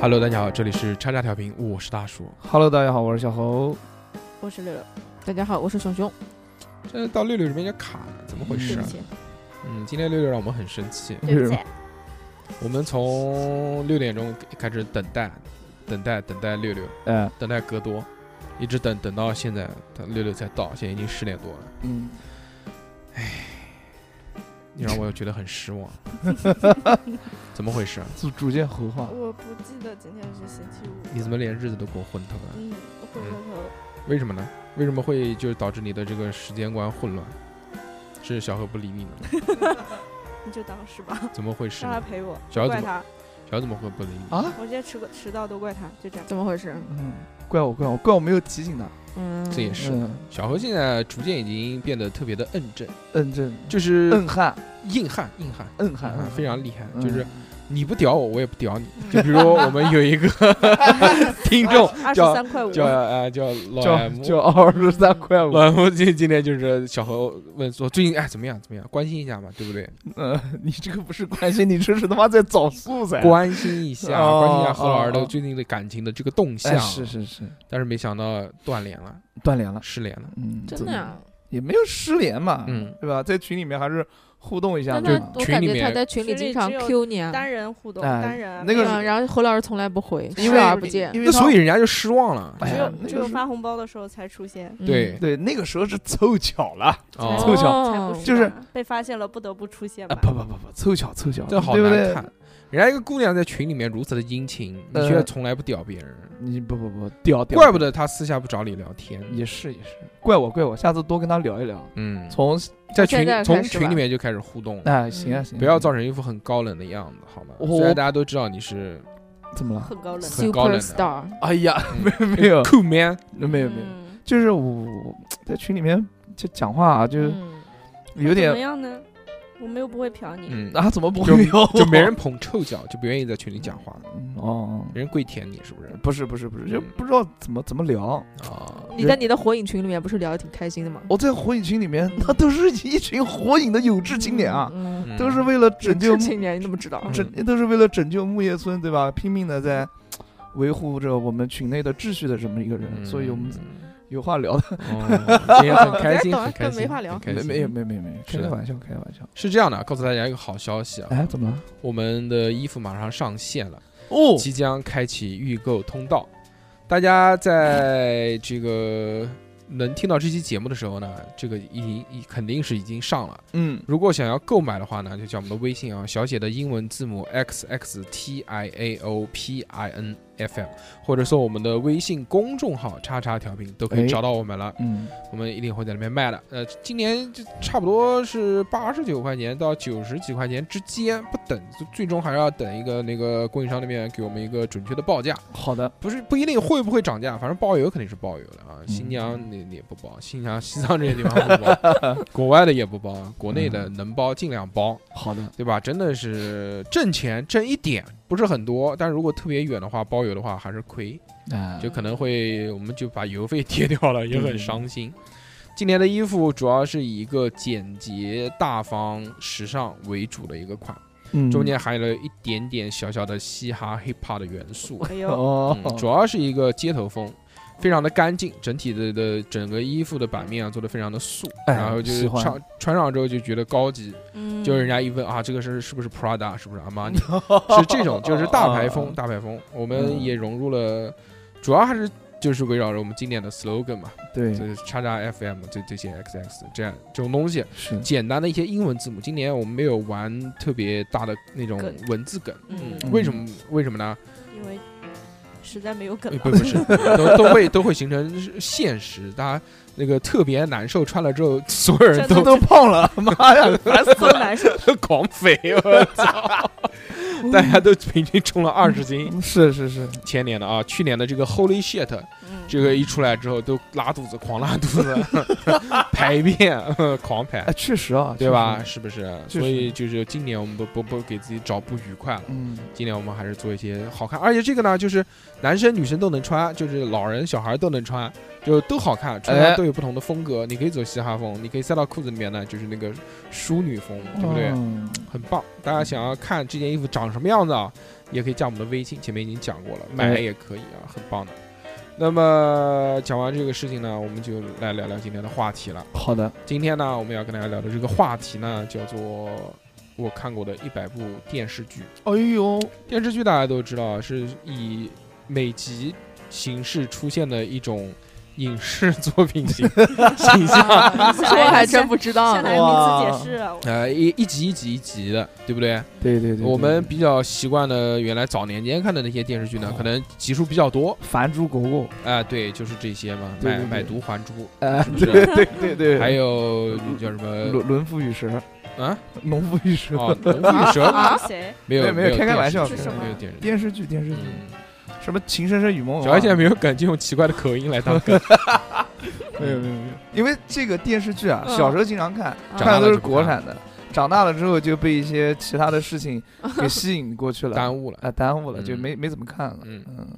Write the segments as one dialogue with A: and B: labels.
A: Hello，大家好，这里是叉叉调频，我是大叔。
B: Hello，大家好，我是小侯。
C: 我是六六，大家好，我是熊熊，
B: 嗯
A: 这到六六这边有点卡了，怎么回
C: 对
A: 事
C: 不
A: 啊？
C: 起，
A: 嗯，今天六六让我们很生气，
C: 对不起，
A: 我们从六点钟开始等待，等待，等待六六，
B: 哎，
A: 等待戈多，一直等等到现在，他六六才到，现在已经十点多了，
B: 嗯，
A: 你让我觉得很失 望。怎么回事啊？
B: 逐逐渐胡话。
C: 我不记得今天是星期五，
B: 嗯
A: 你怎么连日子都给我混头了？
C: 嗯，回过头，
A: 为什么呢？为什么会就是导致你的这个时间观混乱？是小何不理你 了吗？
C: 你就当是吧，
A: 怎么回事
C: 让
A: 呢？
C: 他陪我，
A: 小孩
C: 怪
A: 怎么
C: 他，
A: 小何怎么会不理你？
B: 啊？
C: 我今天迟个迟到都怪他，就这样。
D: 怎么回事？
B: 嗯，怪我，怪我，怪我没有提醒他。
D: 嗯，
A: 这也是
B: 嗯，
A: 小何现在逐渐已经变得特别的摁正，
B: 摁正，
A: 就是
B: 摁嗯汉，
A: 硬汉，硬汉，
B: 摁
A: 硬汉
B: 汉，
A: 非常厉害。
B: 嗯
A: 就是你不屌我，我也不屌你。
C: 嗯
A: 就比如说我们有 一个听众
C: 二十
A: 叫
C: 三块五，
A: 叫呃叫老
B: 叫
A: M，
B: 叫二十三块五
A: 老。M 今今天就是小何问说最近哎怎么样怎么样，关心一下嘛，对不对？
B: 嗯，你这个不是关心，你这是他妈在找素材。
A: 关心一下，
B: 哦
A: 关心一下何老师
B: 哦
A: 的
B: 哦
A: 最近的感情的这个动向
B: 哎，。是是是，
A: 但是没想到断联了，
B: 断联了。
A: 失联
C: 啊
A: 了。
B: 嗯，
D: 真的
B: 怎么
D: 呀？
B: 也没有失联嘛，
A: 嗯
B: 对吧？在群里面还是互动一下
D: 但
B: 嘛。
C: 啊
D: 他
A: 就
D: 我
A: 群
D: 感
A: 里
D: 觉他
A: 面
D: 在群里
C: 群里
D: 经常
C: 只有
D: Q 你啊，
C: 单人互动，
B: 哎
C: 单人
B: 那
C: 没
B: 个
C: 有
B: 是
D: 嗯，然后侯老师从来不回，
B: 因
D: 视
B: 为
D: 而不见。
B: 因为
A: 那
B: 他
A: 所以人家就失望了。
B: 哎
C: 只
B: 呀，
C: 有
B: 那
C: 只
B: 个
C: 有
B: 是
C: 发红包的时候才出现，
D: 嗯
A: 对，
B: 对那个时候是凑巧了。
A: 哦
B: 凑巧
C: 才不
D: 哦
C: 吧
B: 就是
C: 被发现了不得不出现
B: 啊
C: 吧？
B: 不不不不，凑巧凑巧，
A: 这好
B: 对不
A: 难
B: 对？
A: 看。啊人家一个姑娘在群里面如此的殷勤，你却
B: 呃
A: 从来不屌别人，
B: 你不不不，屌屌，
A: 怪不得她私下不找你聊天。
B: 也是也是，怪我怪我，下次多跟他聊一聊。
A: 嗯，
B: 从
A: 在群
D: 现在开
A: 从
D: 始
A: 群里
D: 吧
A: 面就开始互动了，
B: 哎行啊行啊，
A: 不要造成一副很高冷的样子，好吗？
B: 我
A: 虽然大家都知道你 是
B: 啊怎么了？
C: 很高冷的，
A: 很高冷的
D: Super Star，
B: 哎呀，没
A: 嗯
B: 没有
A: cool man，
B: 没有没有，
C: 嗯
B: 就是我在群里面就讲话啊就
D: 嗯，
B: 有
C: 怎么
B: 点
C: 样呢？我们又不会嫖你，
A: 嗯，
B: 啊，怎么不
A: 就
B: 会有
A: 就没人捧臭脚，就不愿意在群里讲话，
B: 嗯哦，
A: 别人跪舔你是不是？
B: 不是不是不是，就不知道怎么怎么聊。
A: 啊，
D: 嗯你在你的火影群里面不是聊得挺开心的吗？
B: 我在火影群里面， 那都是一群火影的有志青年啊，
D: 嗯，
A: 嗯
B: 都是为了拯救
D: 这青年你怎么知道？
B: 拯都是为了拯救木叶村，对吧？拼命的在维护着我们群内的秩序的这么一个人，所以我们有话聊的。
A: 哦今天 很开心，
D: 懂了
A: 很开
D: 更
A: 心，
D: 没话聊
A: 很开
B: 没
A: 心
B: 没有没有没有没有，
A: 是
B: 开
A: 的
B: 个玩笑，开个玩笑。
A: 是这样的，告诉大家一个好消息啊，
B: 哎，怎么了？
A: 我们的衣服马上上线了。
B: 哦
A: 即将开启预购通道。大家在这个能听到这期节目的时候呢，这个已经已肯定是已经上了。
B: 嗯，
A: 如果想要购买的话呢，就加我们的微信啊，小写的英文字母 x x t i a o p i n f m，或者说我们的微信公众号“叉叉调频”都可
B: 哎
A: 以找到我们了。
B: 嗯，
A: 我们一定会在里面卖的。呃，今年就差不多是八十九块钱到九十几块钱之间不等，最最终还是要等一个那个供应商那边给我们一个准确的报价。
B: 好的，
A: 不是不一定会不会涨价，反正包邮肯定是包邮的啊。
B: 嗯
A: 新疆那那也不包，新疆、西藏这些地方不包，国外的也不包，啊，国内的能包尽量包，
B: 好的，
A: 对吧？真的是挣钱挣一点，不是很多，但如果特别远的话，包邮的话还是亏。
B: 哎，
A: 就可能会我们就把邮费 贴掉了，也很伤心。今年的衣服主要是以一个简洁、大方、时尚为主的一个款，
B: 嗯
A: 中间含有了一点点小小的嘻哈 hip hop 的元素，
C: 哎呦，
B: 哦
A: 嗯，主要是一个街头风。非常的干净，整体的的整个衣服的版面啊做的非常的素，
B: 哎
A: 然后就是
B: 喜欢
A: 穿穿上之后就觉得高级，
C: 嗯，
A: 就是人家一问啊，这个是是不是 Prada，是不是阿玛尼？是这种，就是大牌 风，大牌风。我们
B: 嗯
A: 也融入了，主要还是就是围绕着我们经典的 slogan 嘛，
B: 对
C: 嗯
A: 就是叉叉 FM 这这些 XX 这样这种东西，
B: 是
A: 简单的一些英文字母。今年我们没有玩特别大的那种
C: 梗
A: 文字梗，
C: 嗯
A: 嗯，为什么？为什么 呢？
C: 因为实在没有梗
A: 呃不
C: 了，
A: 不 是，都都会都会形成现实，大家那个特别难受，穿了之后，所有人
C: 真的
A: 都
B: 都胖了，妈呀， 烦死
C: 好难受，
A: 狂肥，我操！ 大家都平均重了二十斤。
B: 了！是是是，
A: 前年的啊，去年的这个 Holy shit，
C: 嗯，
A: 这个一出来之后都拉肚子，狂拉肚子，排便， 狂排
B: 哎，，确实啊，
A: 对吧？
B: 确实？
A: 是不是？
B: 确实
A: 所以就是今年我们不不不给自己找不愉快了。
B: 嗯，
A: 今年我们还是做一些好看，而且这个呢，就是男生女生都能穿，就是老人小孩都能穿，就都好看，穿
B: 哎
A: 搭都有不同的风格。你可以走嘻哈风，你可以塞到裤子里面呢，就是那个淑女风，对不对？
B: 嗯
A: 很棒。大家想要看这件衣服长什么样子啊，也可以加我们的微信，前面已经讲过了，买
B: 哎
A: 也可以啊，很棒的。那么讲完这个事情呢，我们就来聊聊今天的话题了。
B: 好的，
A: 今天呢，我们要跟大家聊的这个话题呢，叫做我看过的一百部电视剧。
B: 哎呦，
A: 电视剧大家都知道是以每集形式出现的一种影视作品 型 形象，
D: 这我还真不知道
C: 向
D: 呢
C: 来。名词解释啊，
A: 呃，一一集一集一集的，对不对？
B: 对对对
A: 我们比较习惯的原来早年间看的那些电视剧呢，
B: 哦
A: 可能集数比较多，
B: 凡猪狗狗，
A: 啊、对，就是这些嘛，
B: 对
A: 买
B: 对
A: 买
B: 对
A: 椟还珠，
B: 哎，
A: 是不
B: 对
A: 是？
B: 对对对，呃
A: 还有叫什么
B: 轮轮腹与蛇，
A: 啊？
B: 农夫与蛇，
A: 哦，龙与蛇
C: 啊谁？
A: 没有
B: 没有没有开
A: 电
B: 开
A: 视
B: 玩笑
A: 剧
C: 是什么
A: 没有电视剧。
B: 电视剧电视剧，
A: 嗯
B: 什么情深深雨蒙蒙啊，
A: 小孩现在没有梗，就用奇怪的口音来 当梗。
B: 啊没有没有没有，因为这个电视剧啊，
D: 嗯
B: 小时候经常看，
D: 啊
B: 看的都是国产的，长大了之后就被一些其他的事情 给吸引过去了，
A: 耽
B: 误
A: 误了。
B: 啊耽误了，
A: 嗯
B: 就没没怎么看了，
A: 嗯
B: 嗯，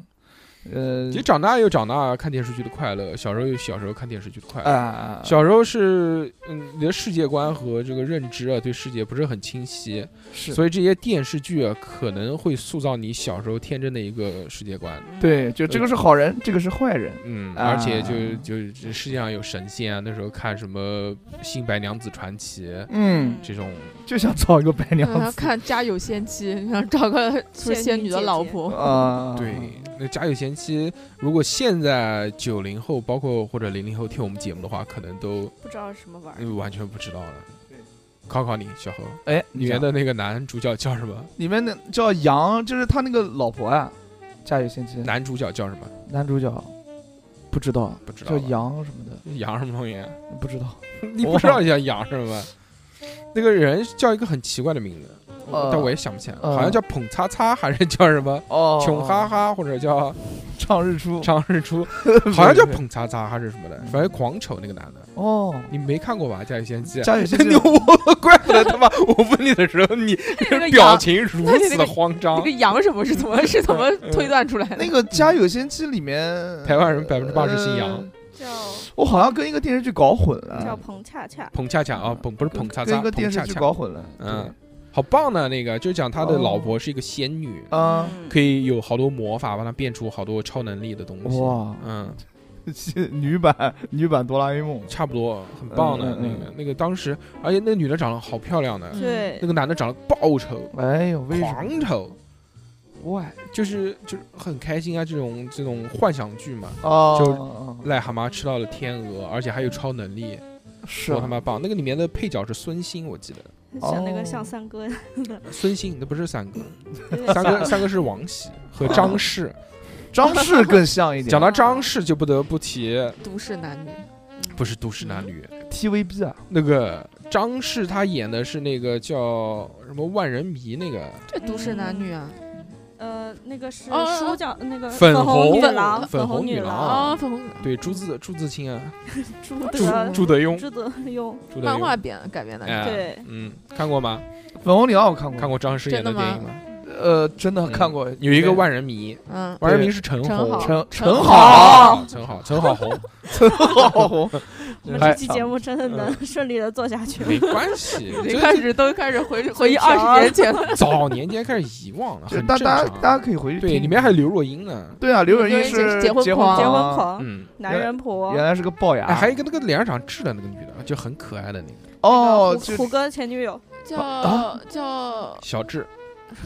B: 呃
A: 其实长大有长大看电视剧的快乐，小时候有小时候看电视剧的快乐。
B: 啊，
A: 小时候是，嗯，你的世界观和这个认知啊，对世界不是很清晰，
B: 是
A: 所以这些电视剧啊，可能会塑造你小时候天真的一个世界观。
B: 对，就这个是好人，这个是坏人，
A: 嗯，
B: 啊
A: 而且就就这世界上有神仙啊，那时候看什么《新白娘子传奇》
B: 嗯，
A: 这种，
B: 就想找一个白娘
D: 嗯，
B: 子
D: 看《家有仙妻》，想找个就是仙女的 老婆。
B: 啊，
A: 对，那《家有贤妻》，如果现在九零后，包括或者零零后听我们节目的话，可能都
C: 不知道是什么玩意儿。
A: 嗯完全不知道了
B: 对。
A: 考考你，小何，
B: 哎，
A: 里面的那个男主角叫什么？
B: 里面的叫杨，就是他那个老婆啊，家有仙妻，
A: 男主角叫什么？
B: 男主角不知道，啊
A: 不知道
B: 叫
A: 吧。
B: 杨什么的，
A: 杨什么东 西？
B: 不知道。
A: 你不知道叫杨什么？那个人叫一个很奇怪的名字，
B: 呃
A: 但我也想不起来，
B: 呃
A: 好像叫捧擦擦，还是叫什么
B: 哦
A: 穷哈，哈，或者叫
B: 唱日出，
A: 张日 出，好像叫捧擦擦还是什么
B: 嗯
A: 的，反正狂丑那个男的，
B: 哦，
A: 你没看过吧？《家有仙妻》。
B: 家有仙
A: 你
B: 妻，
A: 我怪不得他妈！我问你的时候，你
D: 那 个
A: 表
D: 羊，
A: 情 如此的慌
D: 那
A: 张
D: 个。羊什么是怎么是怎么推断出来 的？
B: 那个家有仙妻里面，
A: 台湾人80%信
B: 呃
A: 羊，
C: 叫
B: 我好像跟一个电视剧搞混
C: 叫
B: 了，
C: 彭恰恰，
A: 捧恰恰啊，捧不是捧恰
B: 跟
A: 恰，
B: 一个
A: 捧
B: 电视
A: 恰
B: 剧
A: 恰，
B: 搞混了，
A: 嗯好棒的那个，就讲他的
B: 哦
A: 老婆是一个仙女，
B: 对啊，
C: 嗯
A: 可以有好多魔法，帮他变出好多超能力的东西。
B: 哇，
A: 嗯，
B: 女版女版哆啦 A 梦，
A: 差不多，很棒的
B: 嗯嗯
A: 那
B: 嗯
A: 个那个当时，而且那女的长得好漂亮的，那
D: 嗯
C: 对，
A: 个男的长得爆丑，
B: 哎呦，为什
A: 狂丑，
B: 么？哇
A: 就是就是很开心啊，这种这种幻想剧嘛。
B: 哦，
A: 就
B: 哦
A: 癞蛤蟆吃到了天鹅，而且还有超能力，
B: 是
A: 多
B: 啊
A: 他妈棒！那个里面的配角是孙兴，我记得
C: 像那
B: 哦
C: 个像三哥，
A: 孙兴，那不是三哥，
C: 有点
A: 三
C: 像
A: 哥三哥是王喜和张 氏。
B: 张氏更像一 点，
A: 讲到张氏，就不得不提
D: 都市男女，
A: 不是都市男女，
B: TVB 啊，
A: 那个张氏他演的是那个叫什么万人迷那个
D: 这都市男女啊，
C: 呃，那个是
D: 哦
C: 书叫那个
A: 粉红
C: 红女郎，
A: 粉红
C: 红
A: 女郎
D: 啊，
A: 啊
D: 粉红
A: 对朱自朱自清啊，
C: 朱
A: 朱
C: 德
A: 朱德庸，
C: 朱德庸，
A: 朱德
D: 啊漫画
A: 庸，
D: 编改编的，
A: 哎，
C: 对
A: 嗯，看过吗？
B: 粉红女郎我看过，
A: 看过张氏演
D: 真的
A: 电
D: 吗
A: 影吗？
B: 呃，真的看过，
A: 有一个万人迷，
D: 嗯，
A: 万人迷是陈
D: 陈
A: 红
D: 好，
B: 陈
D: 陈
B: 陈
D: 好
B: 好，
A: 陈好，陈好红，
B: 陈好红，
C: 我们
A: 哎
C: 这期节目真的
A: 嗯
C: 能顺利的做下 去
A: 没
C: 了。
A: 关系，
D: 一
A: 这
D: 开始都开始回回忆二十年前了，
A: 早年间开始遗忘了，
B: 就
A: 很
B: 大
A: 正
B: 大家
A: 常。啊
B: 大家可以回去
A: 对，
B: 听
A: 里面还有刘若英呢，
B: 对啊，刘若英
D: 刘若英
B: 是
D: 是结婚
B: 结
D: 狂
C: 结婚
B: 狂，啊
C: 狂，
A: 嗯，
C: 男人婆
B: 原，来是个龅牙，
A: 哎，还有一个那个脸上长痣的那个女的，就很可爱的那个
B: 哦，
C: 那个
B: 就
C: 虎虎哥前女友，
D: 叫
B: 啊
D: 叫
A: 小智，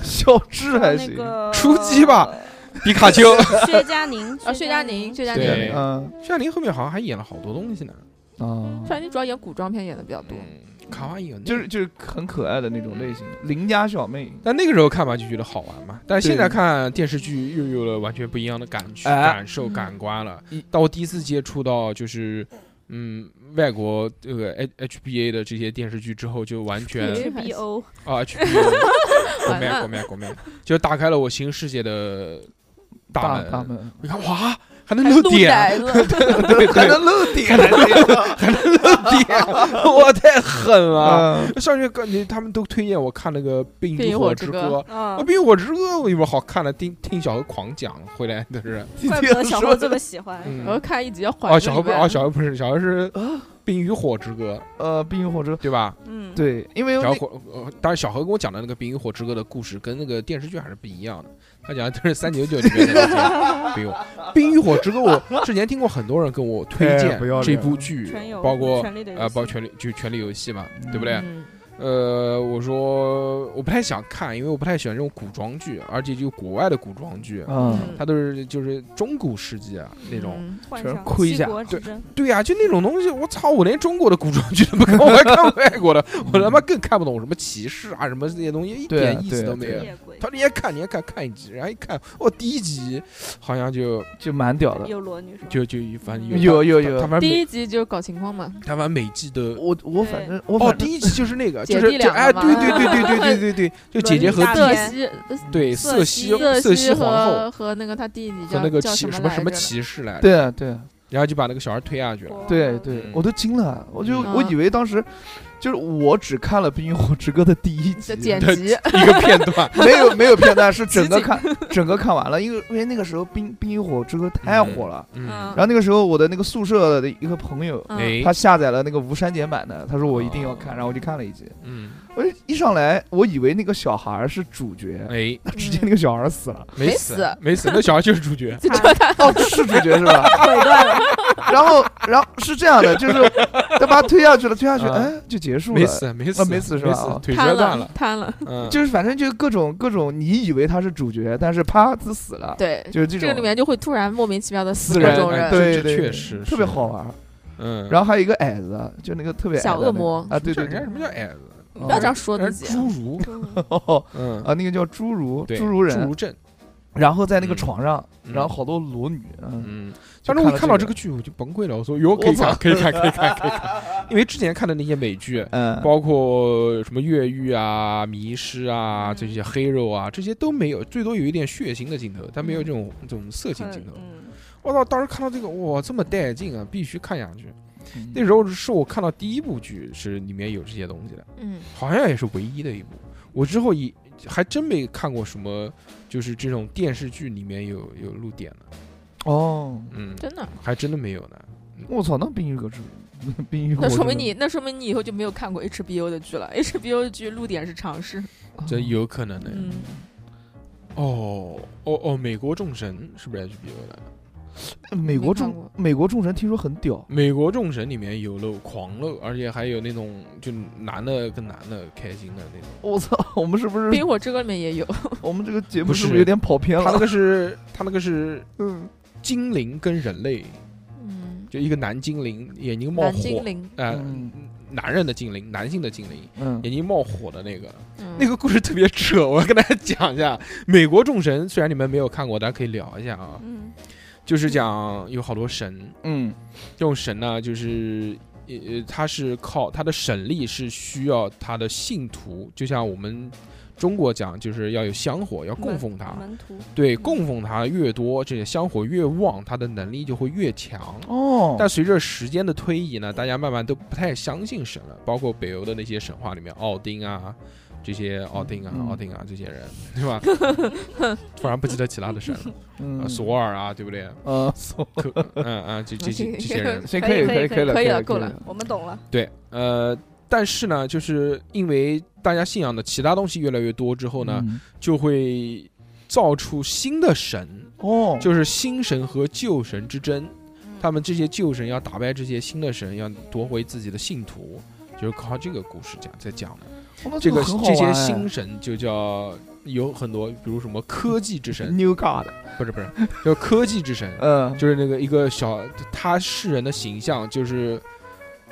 B: 小智还
C: 那
B: 行，
C: 个
A: 出击吧， 皮卡丘。
C: 薛佳凝
D: 啊薛佳凝，，薛佳凝，
A: 对
D: 薛
B: 嗯
A: 薛佳凝后面好像还演了好多东西呢，
B: 啊，
D: 佳凝主要演古装片演的比较多，
A: 嗯，卡哇伊有那个
B: 就是就是很可爱的那种类型，邻家小妹，
A: 但那个时候看嘛，就觉得好玩嘛。但
B: 对
A: 现在看电视剧，又有了完全不一样的感觉、
B: 哎
A: 感受、感官了
B: 嗯。
A: 当我第一次接触到就是，嗯，外国这个 H HBA 的这些电视剧之后，就完全
C: HBO
A: 啊 HBO 国
D: 完
A: 漫国
D: 了，
A: 漫国漫，就打开了我新世界的大
B: 大
A: 门。
B: 大门，
A: 你看哇，还能
D: 还
A: 露
D: 鹿
A: 点，
D: 崽子，
A: 对
B: 还
A: 对，
B: 能露点呢
A: 还能露 点，我太狠了！
B: 啊，
A: 上去感觉他们都推荐我看那个《冰
D: 冰
A: 与
D: 与
A: 火
D: 火
A: 之
D: 之
A: 歌》
D: 歌
C: 啊
A: 啊，《冰与火之歌》我有什么好看的？听听小何狂讲回来都是，
B: 你
C: 怪不
B: 这
C: 得
B: 样
C: 小
B: 说
C: 何这么喜欢。
D: 我
A: 嗯，
D: 看一集要缓
A: 哦，
D: 个
A: 小何不
D: 礼
A: 是，
D: 拜
A: 哦，小何不是，小何是冰与火之歌》，
B: 呃，《冰与火之歌》
A: 对吧？
C: 嗯，
B: 对，因为
A: 小
B: 那
A: 火，呃当然小何跟我讲的那个《冰与火之歌》的故事跟那个电视剧还是不一样的。他讲的都是三九九里面的那些冰与火冰与火之歌》，我之前听过很多人跟我推
E: 哎
A: 荐
E: 不要脸
A: 这部剧
C: 全有，
A: 包括
C: 权力的游戏
A: 啊，包括权力就权力游戏嘛，对不对？
D: 嗯
A: 呃，我说我不太想看，因为我不太喜欢这种古装剧，而且就国外的古装剧，啊
B: 嗯，
A: 它都是就是中古世纪啊那种。
D: 嗯
C: 幻
B: 全是
C: 想
B: 盔
C: 七
B: 甲
C: 国之争
A: 对呀、就那种东西，我操！我连中国的古装剧都不看，我还看外国的，
B: 嗯
A: 我他妈更看不懂什么骑士啊，什么这些东西，一
B: 对
A: 点意思
B: 对
A: 都没有。
C: 夜鬼
A: 他连看连看看一集，然后一看，哦，第一集好像就
B: 就蛮屌的。
C: 有裸女是吧？
A: 就就反正
B: 有有
A: 他他
B: 有
A: 反正
D: 第
A: 每
D: 一集就是搞情况嘛，
A: 他反正每季都
B: 我我反
C: 对
B: 正我
A: 哦，
B: 反
A: 第
B: 正
A: 一集就是那个，就
D: 姐
A: 是
D: 弟
A: 就
D: 俩
A: 哎，
D: 嘛
A: 对对对对对对对对，就姐姐和
C: 伦理大
A: 弟
D: 瑟
C: 片
D: 西
A: 对
C: 瑟
A: 瑟
C: 西
A: 西瑟
D: 瑟
A: 西皇后
D: 和和那个他弟弟
A: 和
D: 叫
A: 那个
D: 叫
A: 骑什
D: 么
A: 么什
D: 来
A: 么
D: 着
A: 骑士来着，
B: 对啊对啊
A: 然后就把那个小孩推下去了。
C: 国
B: 对
C: 王
B: 对
A: 嗯，
B: 我都惊了，啊我就
D: 嗯
B: 我以为当时就是我只看了《冰与火之歌》的第一集
D: 的，剪
A: 对
D: 辑，
A: 一个片段
B: 没有没有片段，是整个
D: 集锦
B: 看整个看完了，因为因为那个时候《冰冰与火之歌》太火了。
A: 嗯
C: 嗯
B: 然后那个时候，我的那个宿舍的一个朋友，
D: 嗯
A: 哎
B: 他下载了那个无删减版的，他说我一定要
A: 哦
B: 看，然后我就看了一集。
A: 嗯
B: 我就一上来，我以为那个小孩儿是主角，
A: 哎
B: 直接那个小孩儿死 了，
A: 没
D: 死
A: 没死，那小孩就是主 角。
D: 嗯就
C: 他
D: 他
B: 哦，是主角是 吧？然后，然后是这样的，就是他把他推下去了，推下去，
A: 啊
B: 哎，就结束
A: 没
B: 了。
A: 死，没
B: 啊
A: 死，
B: 没死是吧哦
A: 腿摔
D: 瘫
A: 断
D: 了
A: 了，，
D: 瘫了，
A: 嗯，
B: 就是反正就各种各种，你以为他是主角，但是啪，他死了。，
D: 对。
B: 就是这
D: 这
B: 种。
D: 个里面就会突然莫名其妙的死
B: 死
D: 各
B: 人
D: 种
A: 哎
D: 人，
B: 对
A: 这
B: 对，
A: 确
B: 对
A: 实
B: 特
A: 是
B: 别好玩儿。
A: 嗯，
B: 然后还有一个矮子，就那个特别矮
D: 小
B: 的那
D: 恶魔
B: 个啊，对
A: 这
B: 对
A: 人家
B: 对
A: 什，么叫矮子？
B: 不
D: 不要这样说
A: 人
D: 自
A: 家
D: 己。啊
A: 侏儒，
C: 嗯
B: 哦
A: 嗯
B: 啊，那个叫侏儒，
A: 对
B: 侏儒
A: 侏
B: 人
A: 儒，症，
B: 然后在那个
A: 嗯
B: 床上，
A: 嗯
B: 然后好多裸女，嗯，
A: 嗯，
B: 就
A: 反正我一看到
B: 看了这
A: 这
B: 个
A: 个剧我就崩溃了，我说哟，可以
B: 我
A: 看，
B: 操
A: 可以看，可以看，可以 看，因为之前看的那些美剧。
B: 嗯，
A: 包括什么越狱啊、迷失啊
C: 嗯
A: 这些黑肉啊，这些都没有，最多有一点血腥的镜头，但没有这种这种色情镜头。
C: 嗯，
A: 我操！当时看到这个，哇，这么带劲啊，必须看下去。
B: 嗯
A: 那时候是我看到第一部剧是里面有这些东西的。
D: 嗯，
A: 好像也是唯一的一部。我之后也还真没看过什么，就是这种电视剧里面有有露点的，
B: 哦，
A: 嗯，
D: 真的，
A: 还真的没有呢。
B: 我操，那冰与火之 冰与火
D: 那
B: 之
D: 说
B: 歌
D: 明你那说明你以后就没有看过 HBO 的剧了。HBO 的剧露点是尝 试，
A: 这有可能的。
D: 嗯，
A: 哦哦哦，美国众神是不是 HBO 的？
B: 美国
D: 没看
B: 众
D: 过
B: 美国众神听说很屌，
A: 美国众神里面有露狂露，而且还有那种就男的跟男的开心的那种。
B: 我操， 我们是不
D: 《冰
B: 是
D: 火之歌》里面也有，
B: 我们这个节目
A: 不
B: 是不
A: 是
B: 是有点跑偏
A: 他那
B: 了？
A: 个是他那个是
D: 嗯
A: 精灵跟人类，
D: 嗯，
A: 就一个男精灵眼睛冒
D: 蓝
A: 火，
D: 精灵，
A: 呃
B: 嗯
A: 男人的精灵，男性的精灵，
B: 嗯
A: 眼睛冒火的那个。
D: 嗯
A: 那个故事特别扯，我要跟大家讲一下。 美国众神虽然你们没有看过，但可以聊一下啊。
C: 嗯
A: 就是讲有好多神，
B: 嗯
A: 这种神呢，就是呃，呃他是靠他的神力是需要他的信徒，就像我们中国讲，就是要有香火，要供奉他。
C: 门徒，
A: 对，供奉他越多，这些香火越旺，他的能力就会越强。
B: 哦，
A: 但随着时间的推移呢，大家慢慢都不太相信神了，包括北欧的那些神话里面，奥丁啊，这些奥丁啊、
B: 嗯
A: 奥丁啊这些人，对 吧？突然不记得其他的神了，呃
B: 嗯
A: 索尔啊，对不 对？
B: 呃索
A: 可嗯嗯，这这 些这些人，
B: 行
D: 可以
B: 可
D: 可
B: 以
D: 以
B: 可以
D: 可以
B: 了
D: 可以
B: 了
D: 了够
B: 了
D: 了，
C: 我们懂了，
A: 对，呃，但是呢，就是因为大家信仰的其他东西越来越多之后呢，
B: 嗯
A: 就会造出新的神，
B: 哦，
A: 就是新神和旧神之争。
C: 嗯
A: 他们这些旧神要打败这些新的神，要夺回自己的信徒，就是靠这个故事讲在讲的。
B: 哦那
A: 这个
B: 很好
A: 这些
B: 玩
A: 新神就叫有很多，比如什么科技之神，
B: New God，
A: 不是不是，叫科技 之神，
B: 嗯
A: 就是那个一个小他世人的形象，就是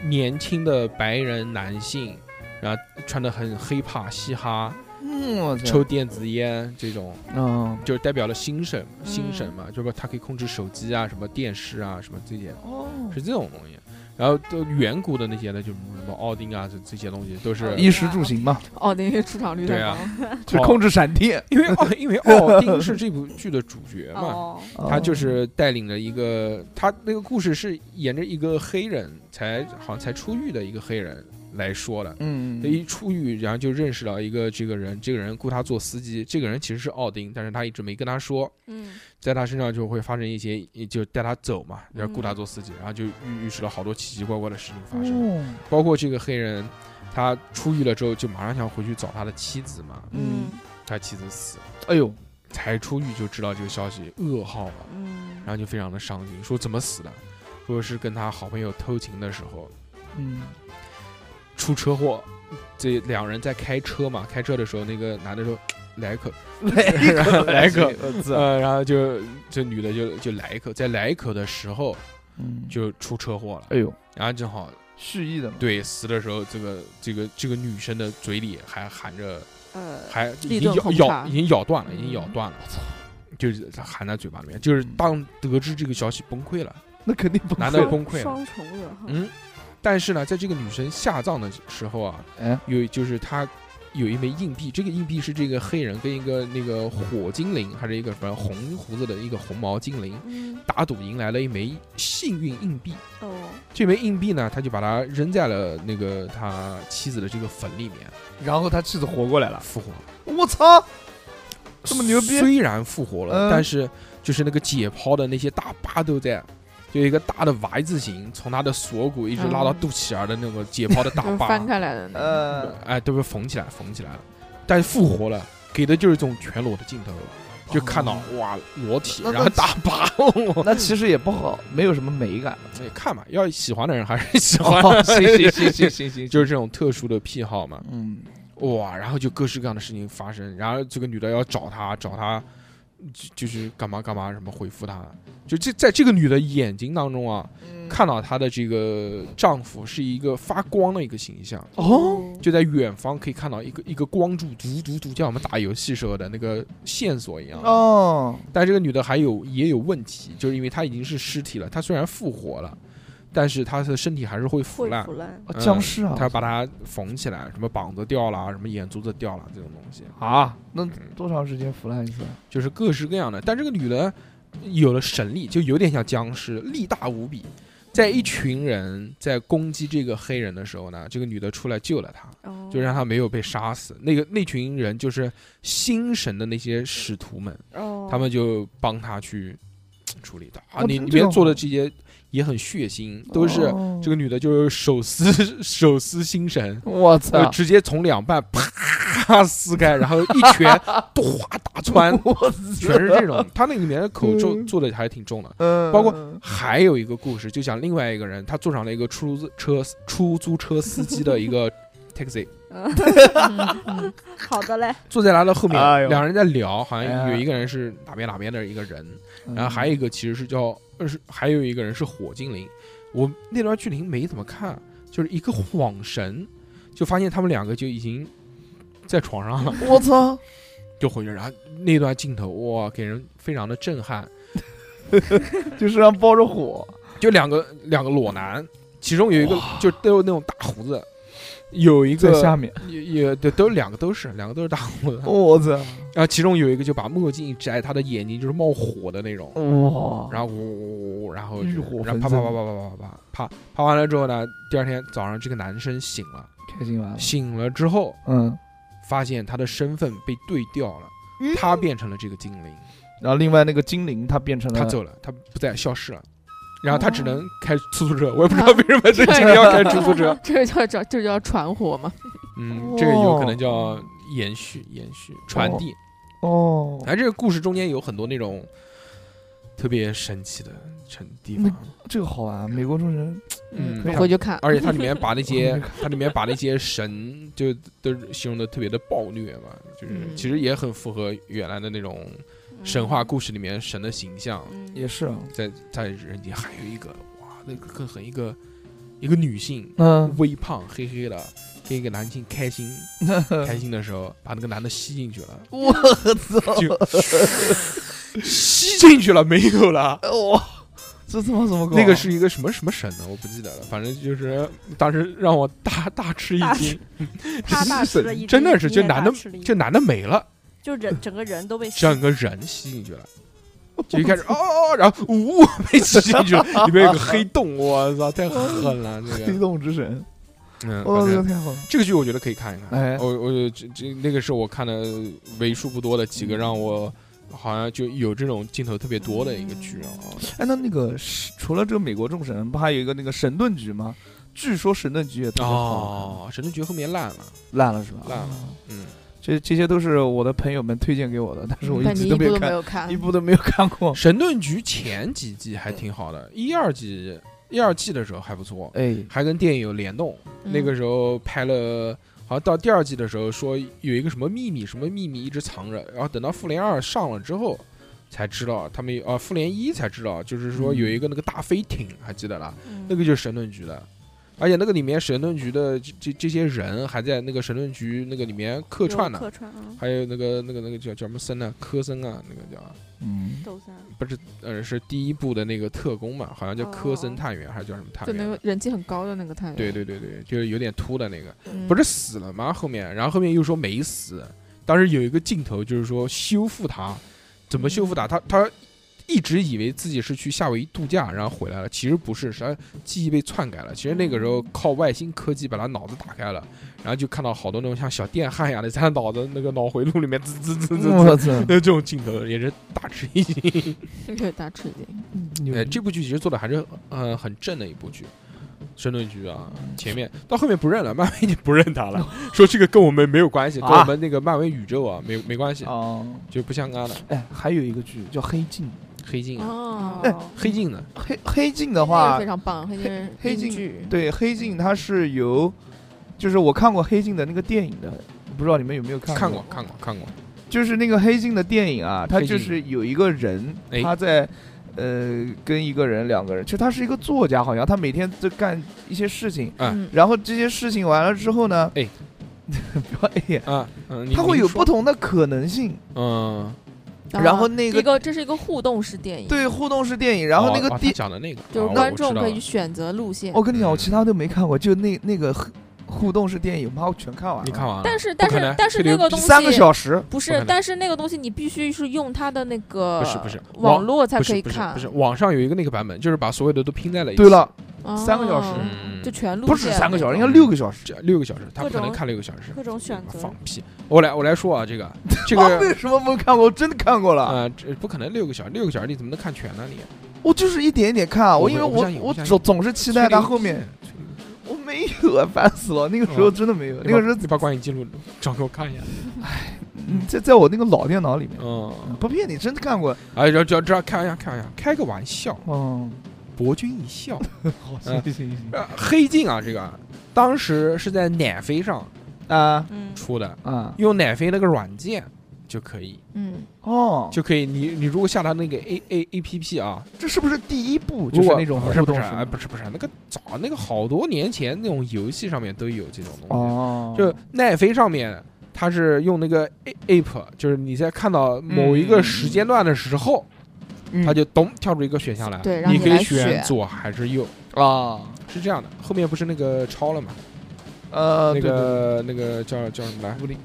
A: 年轻的白人男性，然后穿的很黑怕嘻哈，
B: 嗯，我操
A: 抽电子烟这种，
B: 嗯
A: 就是代表了新神新神
D: 嗯
A: 嘛，就是他可以控制手机啊、什么电视啊、什么这些。
B: 哦
A: 是这种东西。然后都远古的那些呢，就是什么奥丁啊，这这些东西都是
B: 衣食住行嘛，
D: 哦，那个出场率
A: 对
D: 太
A: 啊
D: 高，
B: 就控制闪电，
A: 因为奥因为奥丁 是这部剧的主角嘛，
C: 哦，
A: 他就是带领着一个他那个故事是沿着一个黑人才好像才出狱的一个黑人，来说的。
B: 嗯，
A: 他一出狱，然后就认识了一个这个人，这个人雇他做司机，这个人其实是奥丁，但是他一直没跟他说，
D: 嗯，
A: 在他身上就会发生一些，就带他走嘛，然后雇他做司机，然后就预预示了好多奇奇怪怪的事情发生，
B: 哦，
A: 包括这个黑人，他出狱了之后就马上想回去找他的妻子嘛，
B: 嗯
C: 嗯
A: 他妻子死了，
B: 哎呦，
A: 才出狱就知道这个消息，噩耗啊，
C: 嗯
A: 然后就非常的伤心，说怎么死的，说是跟他好朋友偷情的时候
B: 嗯，
A: 出车祸，这两人在开车嘛，开车的时候那个男的说来一口， 来
B: 来
A: 一口，
B: 我操，
A: 呃，然后就这女的就就来一口，在来一口的时候
B: 嗯，
A: 就出车祸了，
B: 哎呦，
A: 然后正好
B: 蓄意的嘛，
A: 对死的时候，这个这个这个女生的嘴里还含着
D: 呃，
A: 还
D: 利
A: 已经
D: 顿
A: 咬
D: 红
A: 咬
D: 茶
A: 已经咬断了，已经咬
D: 嗯
A: 断了，就是含在嘴巴里面，就是当得知这个消息崩溃了，
B: 那肯定不
A: 男
B: 会
A: 的崩溃了，
C: 双重恶哈，
A: 嗯，但是呢，在这个女生下葬的时候啊，
B: 哎，
A: 有就是她有一枚硬币，这个硬币是这个黑人跟一个那个火精灵，还是一个反正红胡子的一个红毛精灵
C: 嗯
A: 打赌赢来了一枚幸运硬币。
C: 哦，
A: 这枚硬币呢，他就把它扔在了那个他妻子的这个坟里面，
B: 然后他妻子活过来了，
A: 复活了。
B: 我操，这么牛逼
A: 虽然复活了，
B: 嗯
A: 但是就是那个解剖的那些大疤都在。就一个大的 Y 字形，从他的锁骨一直拉到
D: 嗯
A: 肚脐眼儿的那个解剖的大
D: 就是
A: 疤，
D: 翻开来的那个，
B: 呃，
A: 哎，都被缝起来，缝起来了，但是复活了，给的就是这种全裸的镜头，就看到、
B: 哦
A: 哇裸体，
B: 那
A: 然后大疤，
B: 那其实也不好，没有什么美感。
A: 哎看吧，要喜欢的人还是喜欢，
B: 哦， 行 行行行行行，
A: 就是这种特殊的癖好嘛，
B: 嗯，
A: 哇，然后就各式各样的事情发生，然后这个女的要找他，找他，就就是干嘛干嘛，什么回复他，就这在这个女的眼睛当中啊，
C: 嗯
A: 看到她的这个丈夫是一个发光的一个形象。
B: 哦，
A: 就在远方可以看到一个一个光柱，嘟嘟嘟，像我们打游戏时候的那个线索一样。
B: 哦，
A: 但这个女的还有也有问题，就是因为她已经是尸体了，她虽然复活了，但是她的身体还是会腐
C: 会
A: 烂
C: 腐。烂，
B: 哦
A: 嗯
B: 僵尸啊，
A: 她把它缝起来，什么膀子掉了，什么眼珠子掉了，这种东西
B: 啊，那多长时间腐烂一次？
A: 就是各式各样的。但这个女的有了神力，就有点像僵尸，力大无比。在一群人在攻击这个黑人的时候呢，这个女的出来救了他。
C: 哦
A: 就让他没有被杀死。那个那群人就是星神的那些使徒们，
C: 哦，
A: 他们就帮他去嘖处理的啊。
B: 哦
A: 你
B: 他们
A: 里
B: 这
A: 面
B: 种
A: 做的这些也很血腥，都是
B: 哦
A: 这个女的就是手撕手撕星神。
B: 我
A: 呃
B: 操，，
A: 直接从两半啪撕开，然后一 拳哗打穿，
B: 我
A: 全是这种。 他那里面的口咒
B: 嗯
A: 做的还挺重的。
B: 嗯，
A: 包括还有一个故事，就讲另外一个人，他坐上了一个出租车出租车司机的一 个 taxi，
B: 呃
D: 嗯嗯
C: 好的嘞，
A: 坐在他的后面，
B: 哎呦
A: 两人在聊，好
B: 哎
A: 像
B: 呀
A: 有一个人是哪边哪边的一个人，
B: 嗯，
A: 然后还有一个其实是叫，呃是还有一个人是火精灵。我那段剧情没怎么看，就是一个晃神，就发现他们两个就已经在床上
D: 嗯
A: 了，
B: 我操，
A: 就回去。然后那段镜头哇，给人非常的震撼，
B: 就身上包着火，
A: 就两个两个裸男，其中有一个就都有那种大胡子，有一
B: 在下
A: 个
B: 面，
A: 也也都都两个都是两个都是大胡子，
B: 我操，
A: 然后其中有一个就把墨镜一摘，他的眼睛就是冒火的那
B: 哦
A: 种，
B: 哇，
A: 然后呜呜呜呜，然后
B: 浴火
A: 然后
B: 焚
A: 啪啪
B: 身
A: 啪啪啪啪啪啪，啪完了之后呢，第二天早上这个男生醒了，
B: 开心完了，
A: 醒了之后
B: 嗯，
A: 发现他的身份被对调了，他变成了这个精灵，
B: 然后另外那个精灵他变成了
A: 他走了，他不再消失了。然后他只能开出租车，我也不知道为什么这个
D: 对
A: 精灵要开出租车。
D: 这个叫叫这个叫传火嘛，
A: 嗯，这个有可能叫延续、延续、传递。
B: 哦，
A: 哎，这个故事中间有很多那种特别神奇的成地方。
B: 这个好玩，美国众神，
A: 嗯，
B: 啊
D: 回去看，
A: 而且它里面把那些它里面把那些神就都形容的特别的暴虐嘛，就是
D: 嗯
A: 其实也很符合原来的那种
C: 嗯
A: 神话，故事里面神的形象，
C: 嗯
B: 也是啊，
A: 在在人间还有一个哇，那个更狠一个一个女性，
B: 嗯，
A: 微胖黑黑的。跟一个男性开心开心的时候，把那个男的吸进去了，
B: 我操，
A: 就吸进去了，没有了。
B: 哇，这他妈怎么搞？啊
A: 那个是一个什么什么神呢？我不记得了，反正就是当时让我大 大吃一
C: 大
A: 惊
C: 吃。他大吃了 一
A: 真的
C: 惊
A: 是
C: 你
A: 就
C: 也
A: 男
C: 大
A: 的
C: 吃了一
A: 这
C: 惊
A: 男的没了，
C: 就人整个人都被
A: 整个人吸进 去了，就一开 始哦哦，哦，然后呜、被吸进去了，里面有个黑洞，我操，太狠了，这
B: 黑
A: 个
B: 洞之神，
A: 嗯，
B: 哦，
A: 反
B: 这个
A: 正
B: 太好了，
A: 这个剧我觉得可以看一看。
B: 哎
A: 我我这这那个是我看的为数不多的几个让我好像就有这种镜头特别多的一个剧啊。
B: 哎，那那个是除了这个美国众神，不还有一个那个神盾局吗？据说神盾局也特别好，
A: 哦，神盾局后面烂了，
B: 烂了是吧？
A: 烂了。嗯，
B: 这这些都是我的朋友们推荐给我的，嗯但是我一
D: 嗯但你
B: 直
D: 一
B: 都
D: 部
B: 没有
D: 都没
B: 看，
D: 有看
B: 一，部都没有看过。
A: 神盾局前几季还挺好的，一二季一二季的时候还不错，
B: 哎，
A: 还跟电影有联动。
D: 嗯
A: 那个时候拍了，好像到第二季的时候说有一个什么秘密，什么秘密一直藏着，然后等到复联二上了之后才知道，他们啊复联一才知道，就是说
B: 嗯
A: 有一个那个大飞艇，还记得啦，
C: 嗯
A: 那个就是神盾局的。而且那个里面神盾局的这这这些人还在那个神盾局那个里面客串
C: 有
A: 呢，
C: 客串
D: 嗯
C: 啊，
A: 还有那个那个那个叫叫什么森呢？科森啊，那个叫
B: 嗯，
C: 周三
A: 不是呃是第一部的那个特工嘛，好像叫科森
C: 哦
A: 探员还是叫什么探
D: 就那
A: 员
D: 个？人气很高的那个探员，
A: 对对对对，就是有点秃的那个。
D: 嗯，
A: 不是死了吗？后面，然后后面又说没死。当时有一个镜头就是说修复它，怎么修复它？他他一直以为自己是去夏威夷度假，然后回来了，其实不是，是他记忆被篡改了。其实那个时候靠外星科技把他脑子打开了，然后就看到好多那种像小电焊一样的在他脑子那个脑回路里面滋滋滋滋滋
B: 我 操，
A: 那这种镜头也是大吃一惊。
D: 这个有点大吃一惊，
B: 牛
A: 哎，
B: 逼
A: 这部剧其实做的还是呃很正的一部剧，《神盾局》啊，前面到后面不认了，漫威已经不认他了， 说这个跟我们没有关系，跟
B: 啊
A: 我们那个漫威宇宙啊没没关系，
B: 哦，
A: 就不相干了。
B: 哎，还有一个剧叫《黑镜》，
A: 黑镜啊，
D: 哦
B: 哎，
C: 嗯
A: 黑镜呢？
B: 黑黑镜的话
D: 非，常棒，黑镜
B: 黑黑镜
D: 剧，
B: 对黑镜它是由，就是我看过黑镜的那个电影的，不知道你们有没有看
A: 看
B: 过
A: 过，看过，看过。
B: 就是那个黑镜的电影啊，它
A: 黑镜
B: 就是有一个人
A: 哎，
B: 他在呃跟一个人、两个人，就他是一个作家，好像他每天都干一些事情，
A: 嗯
D: 嗯，
B: 然后这些事情完了之后呢，
A: 哎，
B: 不要哎呀，
A: 啊，嗯，你
B: 他会有
A: 你说
B: 不同的可能性，
A: 嗯，
B: 然后那
D: 啊一
B: 个
D: 个这是一个互动式电影，，
B: 对互动式电影，然后那
A: 哦
B: 个
A: 哦
B: 第
A: 他，讲的那个，
D: 就
A: 哦
D: 是观众可。
A: 我
D: 以
A: 知道了
D: 选择路线
B: 我，哦跟你讲，我
A: 嗯
B: 其他都没看过，就那那个互动式电影，妈，我全看完了，
A: 你看完了？
D: 但是
A: 不
D: 但
A: 可能
D: 是但是
A: 吹牛
D: 那个
A: 逼
D: 东西
B: 三个小时，
D: 不
A: 不可
D: 是
A: 能，
D: 但是那个东西你必须是用它的那个
A: 不是不是网
D: 网络才
A: 不
D: 可
A: 是
D: 以
A: 不是
D: 看，
A: 不是，网上有一个那个版本，就是把所有的都拼在了一起。
B: 对了，
D: 哦
B: 三个小时
A: 嗯，
D: 就全路
B: 不止
D: 线
B: 三个
D: 那
B: 小时，应
D: 种
B: 该六个小时。
A: 这六个小时，他
C: 各
A: 不可能
C: 种
A: 看六个小时。
C: 各种选择
A: 放屁！我来我来说啊，这个 这
B: 妈
A: 个
B: 为什么没看过？我真的看过了，
A: 啊，这不可能六个小时，六个小时你怎么能看全呢？你
B: 我就是一点一点看啊。
A: 我
B: 我
A: 不
B: 因为
A: 我不相信
B: 我
A: 我不相信
B: 总总是期待它后面，
A: 吹
B: 我没有啊，烦死了。那个时候
A: 嗯
B: 真的没有，那
A: 牛逼，你把
B: 个时候
A: 你把观影记录找给我看一下。
B: 嗯在在我那个老电脑里面，
A: 嗯，
B: 不骗你，真的看过。
A: 哎，这这这开玩笑，开玩笑，开个玩笑，
B: 嗯，
A: 博君一笑。
B: 好，
A: 行
B: 行行
A: 呃黑镜啊，这个当时是在奶飞上
B: 啊
C: 嗯，
A: 出的，
B: 啊
A: 用奶飞那个软件就可以，
D: 嗯，
B: 哦，
A: 就可以。你你如果下它那个 A A A P P 啊，
B: 这是不是第一部就
A: 如
B: 是
A: 果
B: 那种
A: 不是
B: 互
A: 不
B: 动
A: 是
B: 式
A: 哎
B: 的？
A: 不是不是那个早那个好多年前那种游戏上面都有这种东西。
B: 哦，
A: 就奈飞上面，它是用那个 A- app，就是你在看到某一个时间段的时候，
B: 嗯
A: 它就咚跳出一个选项来，
D: 对让
A: 你
D: 你
A: 可以
D: 来
A: 选
D: 选
A: 左还是右，
B: 啊
A: 是这样的。后面不是那个超了嘛？
B: 呃
A: 那
B: 对对对
A: 个那个叫叫什么来？
B: 武林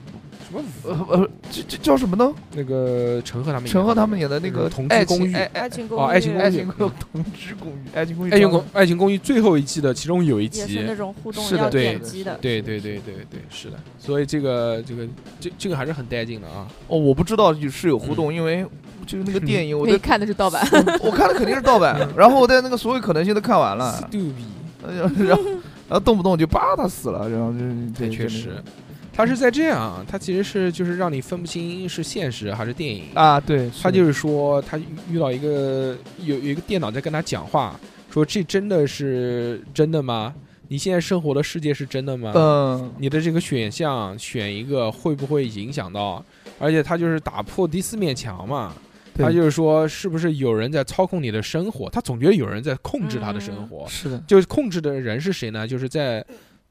A: 什么
B: 呃呃，这这叫什么呢？
A: 那个陈赫他们演的那个，
B: 陈赫他们演的那
A: 就是
B: 个
A: 同
B: 爱
A: 居公
B: 情
A: 寓
B: 爱
C: 爱
B: 爱
C: 情公
A: 哦，《爱情
C: 寓
A: 公
B: 爱
A: 寓
B: 情》公寓同居公寓，爱情公寓，
A: 爱情公爱情公寓最后一季的其中有一
C: 也是
A: 集
C: 那。种互动
B: 是的
C: 要
A: 对
C: 点击的，
A: 对对对对对，是的，所以这个这个这这个还是很带劲的啊！
B: 哦，我不知道是有互
A: 嗯
B: 动，因为就是那个电影，我
D: 可以
B: 的
D: 看的是盗版，
B: 我看的肯定是盗 版，然后我在那个所有可能性都看完了，
A: 杜比
B: 哎呀然后然后动不动就叭他死了，然后就
A: 对，
B: 对
A: 确
B: 就
A: 实，它是在这样啊，它其实是就是让你分不清是现实还是电影。
B: 啊，对，
A: 他就是说，他遇遇到一个有有一个电脑在跟他讲话，说这真的是真的吗？你现在生活的世界是真的吗？
B: 嗯
A: 你的这个选项选一个会不会影响到？而且他就是打破第四面墙嘛，
B: 对
A: 他就是说是不是有人在操控你的生活？他总觉得有人在控制他的生活，
B: 是的，
A: 就是控制的人是谁呢？就是在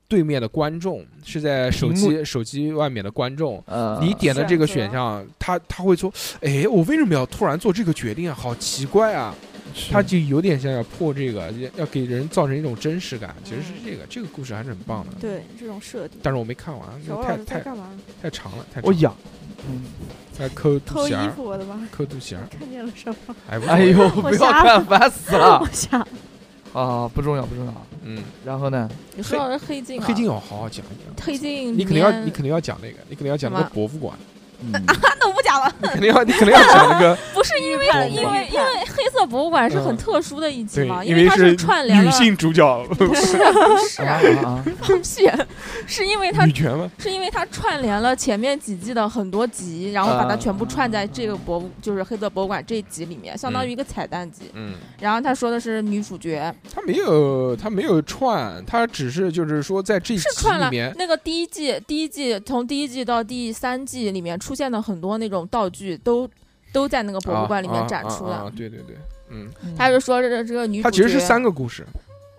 A: 对面的观众，是在手
B: 屏
A: 机手机外面的观众。
B: 呃，
A: 你点的这个选
C: 选择
A: 项，他他会说，哎，我为什么要突然做这个决定啊？好奇怪啊！
B: 是
A: 他就有点像要破这个，要要给人造成一种真实感。其实是这个，这个故事还是很棒的。
C: 对这种设定。
A: 但是我没看完，那
C: 小
A: 个
C: 欧
A: 太
C: 老师在
A: 太
C: 干嘛？
A: 太长了，太长
B: 我
A: 了。
B: 痒，嗯
A: 在抠肚
C: 偷衣
A: 脐儿，
C: 服，我的妈！
A: 抠肚脐儿，
C: 看见了什么？
A: 哎，无所
B: 哎
A: 谓
B: 呦，不要
C: 瞎
A: 啊
B: 看，烦死了
C: 我，想，
B: 啊，不重要不重要。
A: 嗯，
B: 然后呢，
D: 你说到这黑镜、啊，
A: 黑镜要好好讲一讲。
D: 黑镜
A: 你
D: 里
A: 肯定要，
D: 面
A: 你肯定要讲那个，你肯定要讲那个
D: 什么
A: 博物馆，
B: 嗯
D: 那我不 讲了，
A: 你 肯定要，你肯定要讲那个
D: 不是因为
A: 看了
D: 因
A: 一
D: 为
C: 看
D: 因为黑色博物馆是
A: 嗯
D: 很特殊的一集
A: 对
D: 嘛，，
A: 为
D: 它
A: 是
D: 串联
A: 女
D: 了
A: 性主角，
D: 不是不 是
B: 啊
D: 啊
B: 啊啊
D: 放屁， 是因为它
A: 女权嘛，
D: 是因为它串联了前面几季的很多集，然后把它
B: 啊
D: 全部串在这个博物就是黑色博物馆这一集里面，相当于一个彩蛋集。
A: 嗯，
D: 然后他说的是女主角
A: 她没有，她没有串，她只是就是说在这一
D: 是
A: 集
D: 串
A: 里
D: 了
A: 面，
D: 那个第一季，第一季从第一季到第三季里面出现的很多那种道具都都在那个博物馆里面展出
A: 啊啊啊
D: 了
A: 啊。对对对，嗯，
D: 他就说这这个女主
A: 它
D: 角，
A: 其实是三个嗯故事，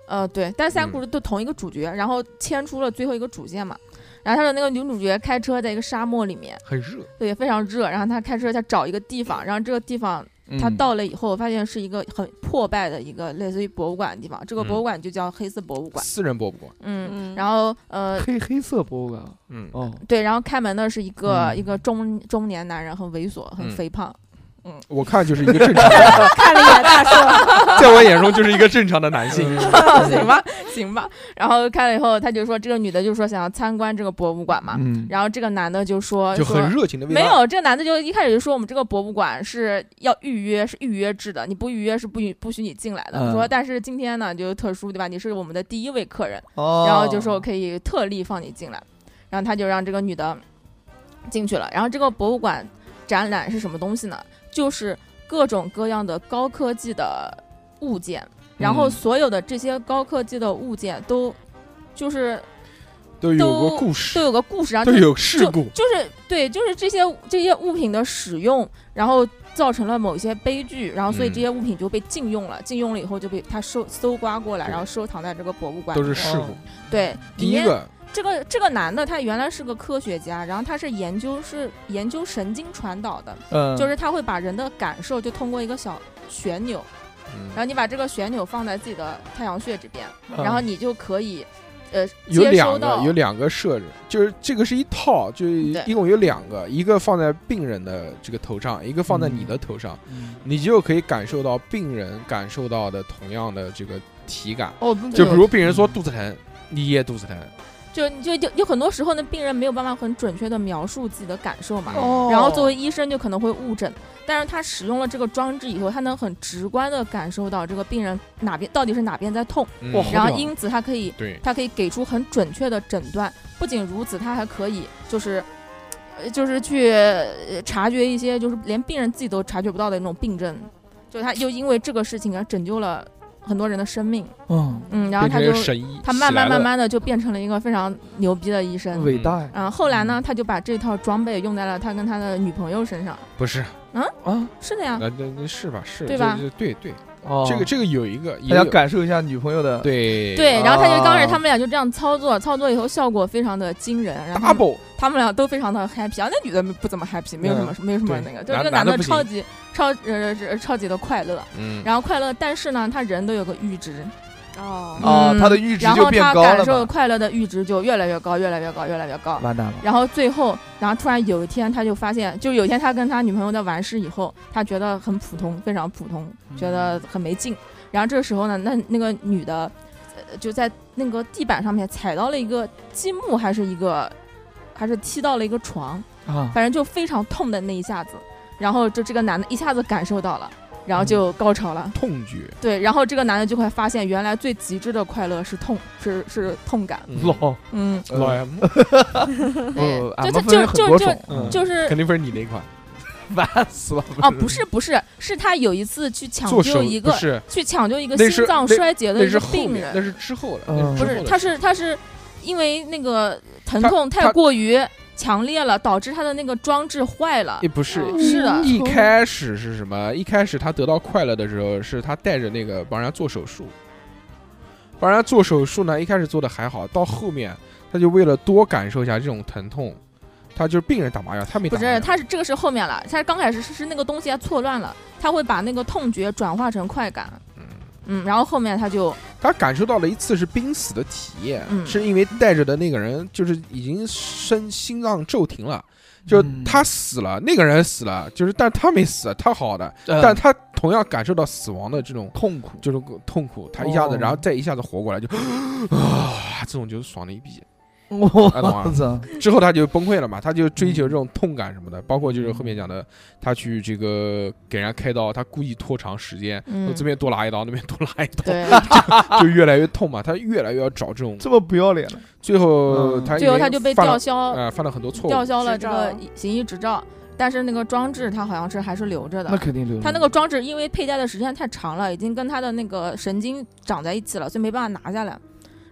D: 呃，对，但是三个故事都同一个主角，然后牵出了最后一个主线嘛。然后他说那个女主角开车在一个沙漠里面，
A: 很热，
D: 对，非常热。然后她开车在找一个地方，然后这个地方
B: 嗯
D: 她 到了以后，发现是一个很破败的一个类似于博物馆的地方。这个
A: 嗯
D: 博物馆就叫黑色博物馆。
A: 私人博物馆，
D: 嗯，
C: 嗯，
D: 然后呃，
B: 黑黑色博物馆
A: 嗯，
B: 哦，
D: 对，然后开门的是一个、
B: 嗯
D: 一个中中年男人，很猥琐，很
A: 嗯
D: 肥胖。
A: 我看就是一个正常的，
C: 看了一眼大叔，
A: 在我眼中就是一个正常的男性，
D: 行吧，行吧。然后看了以后，他就说这个女的就说想要参观这个博物馆嘛，
B: 嗯，
D: 然后这个男的就说
A: 就
D: 说
A: 很热情的味道，
D: 没有，这个男的就一开始就说我们这个博物馆是要预约，是预约制的，你不预约是不允不许你进来的。
B: 嗯
D: 说但是今天呢就特殊对吧？你是我们的第一位客人，
B: 哦
D: 然后就说我可以特例放你进来，然后他就让这个女的进去了。然后这个博物馆展览是什么东西呢？就是各种各样的高科技的物件，然后
B: 嗯
D: 所有的这些高科技的物件都就是
A: 都有
D: 都
A: 个故事
D: 都，有个故事，然后
A: 都
D: 就
A: 有事故，
D: 就是对，就是这些这些物品的使用，然后造成了某一些悲剧，然后所以
A: 嗯
D: 这些物品就被禁用了，禁用了以后就被他收搜刮过来，然后收藏在这个博物馆里
A: 都
D: 面。
A: 是事故。
D: 对，
A: 第
D: 里
A: 一
D: 面
A: 个，
D: 这个这个男的他原来是个科学家，然后他是研究是研究神经传导的，
B: 嗯，
D: 就是他会把人的感受就通过一个小旋钮，
A: 嗯
D: 然后你把这个旋钮放在自己的太阳穴这边，
B: 嗯
D: 然后你就可以呃
A: 有
D: 接
A: 两
D: 收
A: 个
D: 到，
A: 有两个设置，就是这个是一套，就是
D: 对
A: 一共有两个，一个放在病人的这个头上，一个放在你的头上，
B: 嗯
A: 你就可以感受到病人感受到的同样的这个体感。
B: 哦，那
A: 就比如病人说
B: 嗯
A: 肚子疼，你也肚子疼，
D: 就就有有很多时候呢，病人没有办法很准确的描述自己的感受嘛，
B: 哦，
D: 然后作为医生就可能会误诊，但是他使用了这个装置以后，他能很直观的感受到这个病人哪边到底是哪边在痛，
A: 嗯
B: 哇好
D: 然后
B: 屌
D: 因此他可以
A: 对，
D: 他可以给出很准确的诊断。不仅如此，他还可以就是。呃就是去呃察觉一些，就是连病人自己都察觉不到的那种病症，就他又因为这个事情而拯救了很多人的生命，
B: 嗯，
D: 嗯，然后他
A: 变
D: 就
A: 成神医，
D: 他慢慢慢
A: 慢，
D: 慢的就变成了一个非常牛逼的医生。
B: 伟大呀
D: 嗯，后来呢，他就把这套装备用在了他跟他的女朋友身上。
A: 不是，
B: 啊，
D: 是的呀，
A: 那那那是吧？是，
D: 对
A: 这
D: 吧
A: 这对对，
B: 哦，
A: 这个这个有一个，也
B: 他想
A: 有
B: 感受一下女朋友的，
A: 对
D: 对。然后他就当时
B: 啊
D: 他们俩就这样操作，操作以后效果非常的惊人，然后他们
A: double
D: 他们俩都非常的 happy 啊。那女的不怎么 happy，没有什
B: 嗯
D: 么没有什么那个，就是
A: 男
D: 这个
A: 男
D: 男
A: 的
D: 的
A: 不行
D: 超级超呃呃超级的快乐，
A: 嗯，
D: 然后快乐，但是呢，他人都有个阈值，
C: 哦，
B: 哦
D: 嗯
B: 他的阈值
D: 然
B: 就
D: 后
B: 变
D: 他
B: 高了
D: 感
B: 嘛嗯
D: 受快乐的阈值就越来越高，越来越高，越来越高。
B: 完蛋了，
D: 然后最后，然后突然有一天，他就发现，就有一天他跟他女朋友在完事以后，他觉得很普通，非常普通，
B: 嗯
D: 觉得很没劲。然后这个时候呢，那那个女的，呃就在那个地板上面踩到了一个积木，还是一个，还是踢到了一个床，
B: 啊，
D: 反正就非常痛的那一下子。然后就这个男的一下子感受到了，然后就高潮了。
A: 痛觉，
D: 对，然后这个男的就会发现，原来最极致的快乐是痛，是是痛感。
A: 嗯呃
B: 老
D: 嗯，
A: 老 M，哦
D: 对
B: 呃，
D: 就
B: 哦俺
D: 他
B: 们分为
D: 就
B: 很
D: 就
B: 多
D: 就
B: 种，嗯
D: 就是
A: 肯定不是你那款，
B: 烦死了
D: 啊，不是不是，是他有一次去抢
A: 做
D: 救
A: 手
D: 一
A: 不
D: 个
A: 是，
D: 去抢救一个
A: 那是
D: 心脏
A: 那
D: 衰竭的
A: 那
D: 一
A: 是
D: 个
A: 后
D: 病
A: 面，那
D: 人，
A: 是之后了，
B: 嗯
A: 那
D: 不
A: 之
D: 是
A: 后，的
D: 他是他是因为那个疼
A: 他
D: 痛太
A: 他
D: 过于强烈了，导致他的那个装置坏了
A: 也。不是。
C: 哦
D: 是的，
A: 一开始是什么？一开始他得到快乐的时候，是他带着那个帮人家做手术，帮人家做手术呢，一开始做的还好，到后面他就为了多感受一下这种疼痛，他就是病人打麻药，他没
D: 不
A: 打麻药
D: 是，他是这个是后面了，他刚开始是是那个东西还错乱了，他会把那个痛觉转化成快感。
A: 嗯
D: 嗯，然后后面他 就
A: 他感受到了一次是濒死的体验，
D: 嗯
A: 是因为带着的那个人就是已经身心脏骤停了，就是
B: 嗯
A: 他死了，那个人死了，就是但他没死，他好的，
D: 嗯
B: 嗯
A: 但 他同样感受到死亡的这种
B: 痛苦，
A: 这种痛苦，他一下子，
B: 哦
A: 然后再一下子活过来就 啊，这种就是爽了一逼。
B: 我
A: 哎懂啊
B: 操，
A: 之后他就崩溃了嘛，他就追求这种痛感什么
D: 嗯
A: 的，包括就是后面讲的，他去这个给人家开刀，他故意拖长时间，
D: 嗯
A: 这边多拉一刀，那边多拉一 刀，
D: 对，
A: 就越来越痛嘛，他越来越要找这种，
B: 这么不要脸了，
A: 最后
B: 嗯
A: 他
D: 嗯最后他就被
A: 犯了
D: 吊销
A: 呃犯了很多错
D: 吊
A: 误，
D: 销了
C: 执
D: 这个
C: 照
D: 行医执照，但是那个装置他好像是还是留着的
B: 那。肯定留。
D: 他那个装置因为佩戴的时间太长了，已经跟他的那个神经长在一起了，所以没办法拿下来。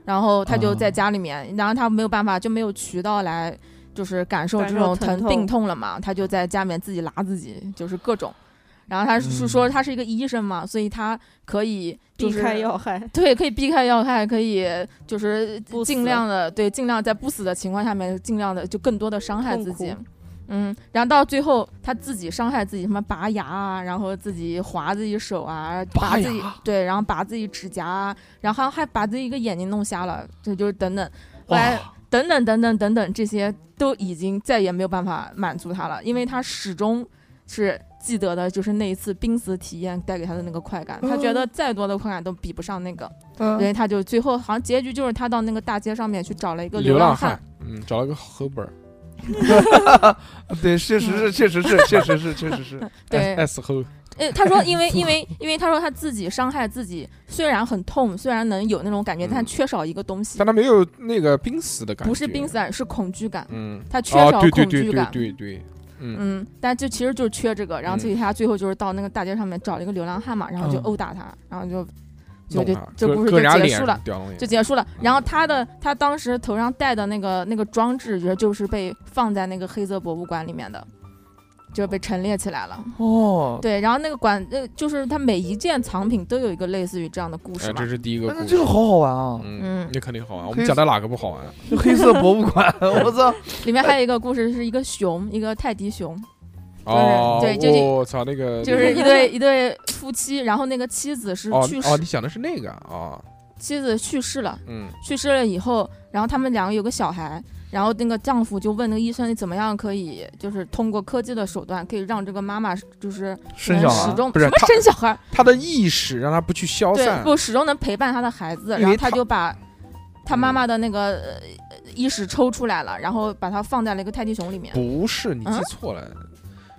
D: 然后他就在家里面，然后他没有办法，就没有渠道来就是感受
C: 感
D: 这
C: 受
D: 种
C: 疼
D: 疼
C: 痛
D: 病痛了嘛，他就在家里面自己拉自己，就是各种。然后他是
B: 嗯
D: 说他是一个医生嘛，所以他可以就
C: 避
D: 是
C: 开要害，
D: 对，可以避开要害，可以就是
C: 不死
D: 尽量的对，尽量在不死的情况下面，尽量的就更多的伤害自己
C: 痛。
D: 嗯，然后到最后他自己伤害自己，什么拔牙啊，然后自己划自己手啊，
B: 拔
D: 拔自己
B: 牙
D: 对，然后拔自己指甲啊，然后还把自己一个眼睛弄瞎了，这就是等等，后来
B: 哇，
D: 等等等等等等，这些都已经再也没有办法满足他了，因为他始终是记得的，就是那一次濒死体验带给他的那个快感，他觉得再多的快感都比不上那个。
B: 嗯
D: 所以他就最后好像结局就是他到那个大街上面去找了一个
A: 流
D: 浪
A: 汉，嗯，找了个荷本儿，
B: 对，确实
D: 嗯
B: 是，确实是，确实是，确实 是，
D: 对，
A: ，S 后
D: 呃，他 说因为因为因为他说他自己伤害自己，虽然很痛，虽然能有那种感觉，
A: 嗯
D: 但缺少一个东西
A: 但，他没有那个濒死的感觉，
D: 不是濒死，啊感，是恐惧感，
A: 嗯，
D: 他缺
A: 哦，
D: 少
A: 对对
D: 恐
A: 对
D: 惧
A: 对嗯
D: 感。
A: 对对，嗯，
D: 嗯，但就其实就是缺这个，然后所以他最后就是到那个大街上面找了一个流浪汉嘛，然后就
B: 嗯
D: 殴打他，然后就就
A: 弄
D: 就
A: 他
D: 这
A: 割
D: 故
A: 割
D: 事就
A: 人家
D: 结
A: 脸
D: 束了，
A: 屌东西
D: 就结束了。然后他的他当时头上戴的那个那个装置，就是就是被放在那个黑色博物馆里面的，就是被陈列起来了。
B: 哦，
D: 对，然后那个馆呃，就是它每一件藏品都有一个类似于这样的故事
A: 哎，
D: 嘛。
A: 这是第一个
B: 但
A: 故
B: 是这
A: 事
B: 个，好好玩啊，
A: 嗯
D: 嗯，
A: 那肯定好玩。我
B: 可
A: 们
B: 以
A: 讲的哪个不好玩？啊
B: 就黑色博物馆，我操，
D: 里面还有一个故事是一个熊，一个泰迪熊，
A: 哦，
D: 对就是
A: 我操，那个
D: 就是
A: 那
D: 一
A: 个
D: 对一对夫妻，然后那个妻子是
A: 哦
D: 去世，
A: 哦，你想的是那个啊，
D: 妻子去世了，
A: 嗯，
D: 去世了以后，然后他们两个有个小孩，然后那个丈夫就问那个医生，你怎么样可以就是通过科技的手段可以让这个妈妈就是
B: 生小
D: 能嗯
B: 啊
D: 始
B: 孩，
D: 终
A: 不是
D: 什么
A: 他
D: 生小孩儿，
A: 他的意识让他不去消
D: 对
A: 散，
D: 不始终能陪伴他的孩子，
A: 因
D: 然后
A: 为
D: 他
A: 他嗯
D: 就把他妈妈的那个呃意识抽出来了，然后把它放在了一个泰迪熊里面。
A: 不是，你记
D: 嗯
A: 错了，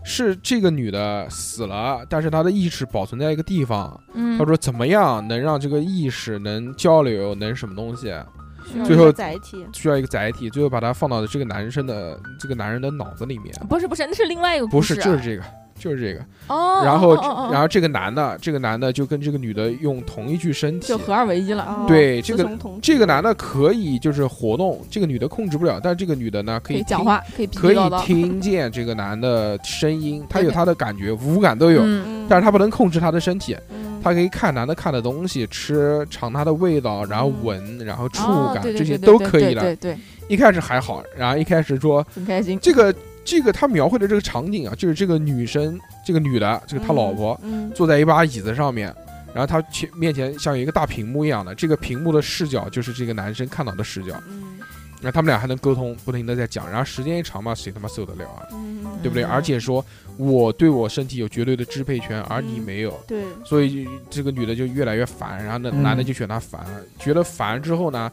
A: 是这个女的死了，但是她的意识保存在一个地方。
D: 嗯
A: 她，说怎么样能让这个意识能交流，能什么东西？
C: 需
A: 最
C: 要一个
A: 后
C: 载体，
A: 需要一个载体，最后把它放到这个男生的这个男人的脑子里面。
D: 不是不是，那是另外一个
A: 不
D: 故
A: 是
D: 事，，啊
A: 就是这个，就是这个。
D: 哦，
A: 然后，
D: 哦哦哦
A: 然后这个男的，这个男的就跟这个女的用同一具身体
D: 就。合二为一了，
C: 哦
D: 嗯
A: 对这
C: 雌
A: 个
C: 雄同体
A: 这个男的可以就是活动，这个女的控制不了，但是这个女的呢可
D: 可
A: 以
D: 以讲
A: 听，
D: 话，可以
A: 可
D: 比
A: 以
D: 叨叨，
A: 听见这个男的声音，她
D: 对
A: 有
D: 对
A: 她的感觉，五感都有。
D: 嗯，
C: 嗯
A: 但是他不能控制他的身体，
C: 嗯
A: 他可以看男的看的东西，吃尝他的味道，然后闻，然后触
D: 嗯哦
A: 感，
D: 对对
A: 这些
D: 对对
A: 都
D: 对
A: 可以
D: 对
A: 的。
D: 对对，
A: 一开始还好，然后一开始说
D: 很开心，
A: 这个这个他描绘的这个场景啊，就是这个女生，这个女的，这个他老婆
C: 嗯
A: 坐在一把椅子上面，然后他前面前像有一个大屏幕一样的，这个屏幕的视角就是这个男生看到的视角，
C: 嗯
A: 然后他们俩还能沟通，不停的在讲，然后时间一长嘛，谁他妈受得了啊，
C: 嗯
A: 对不对？
D: 嗯
A: 而且说我对我身体有绝对的支配权，而你
C: 嗯
A: 没有。
C: 对
A: 所以这个女的就越来越烦，然后那
B: 嗯
A: 男的就选她烦了，觉得烦之后呢，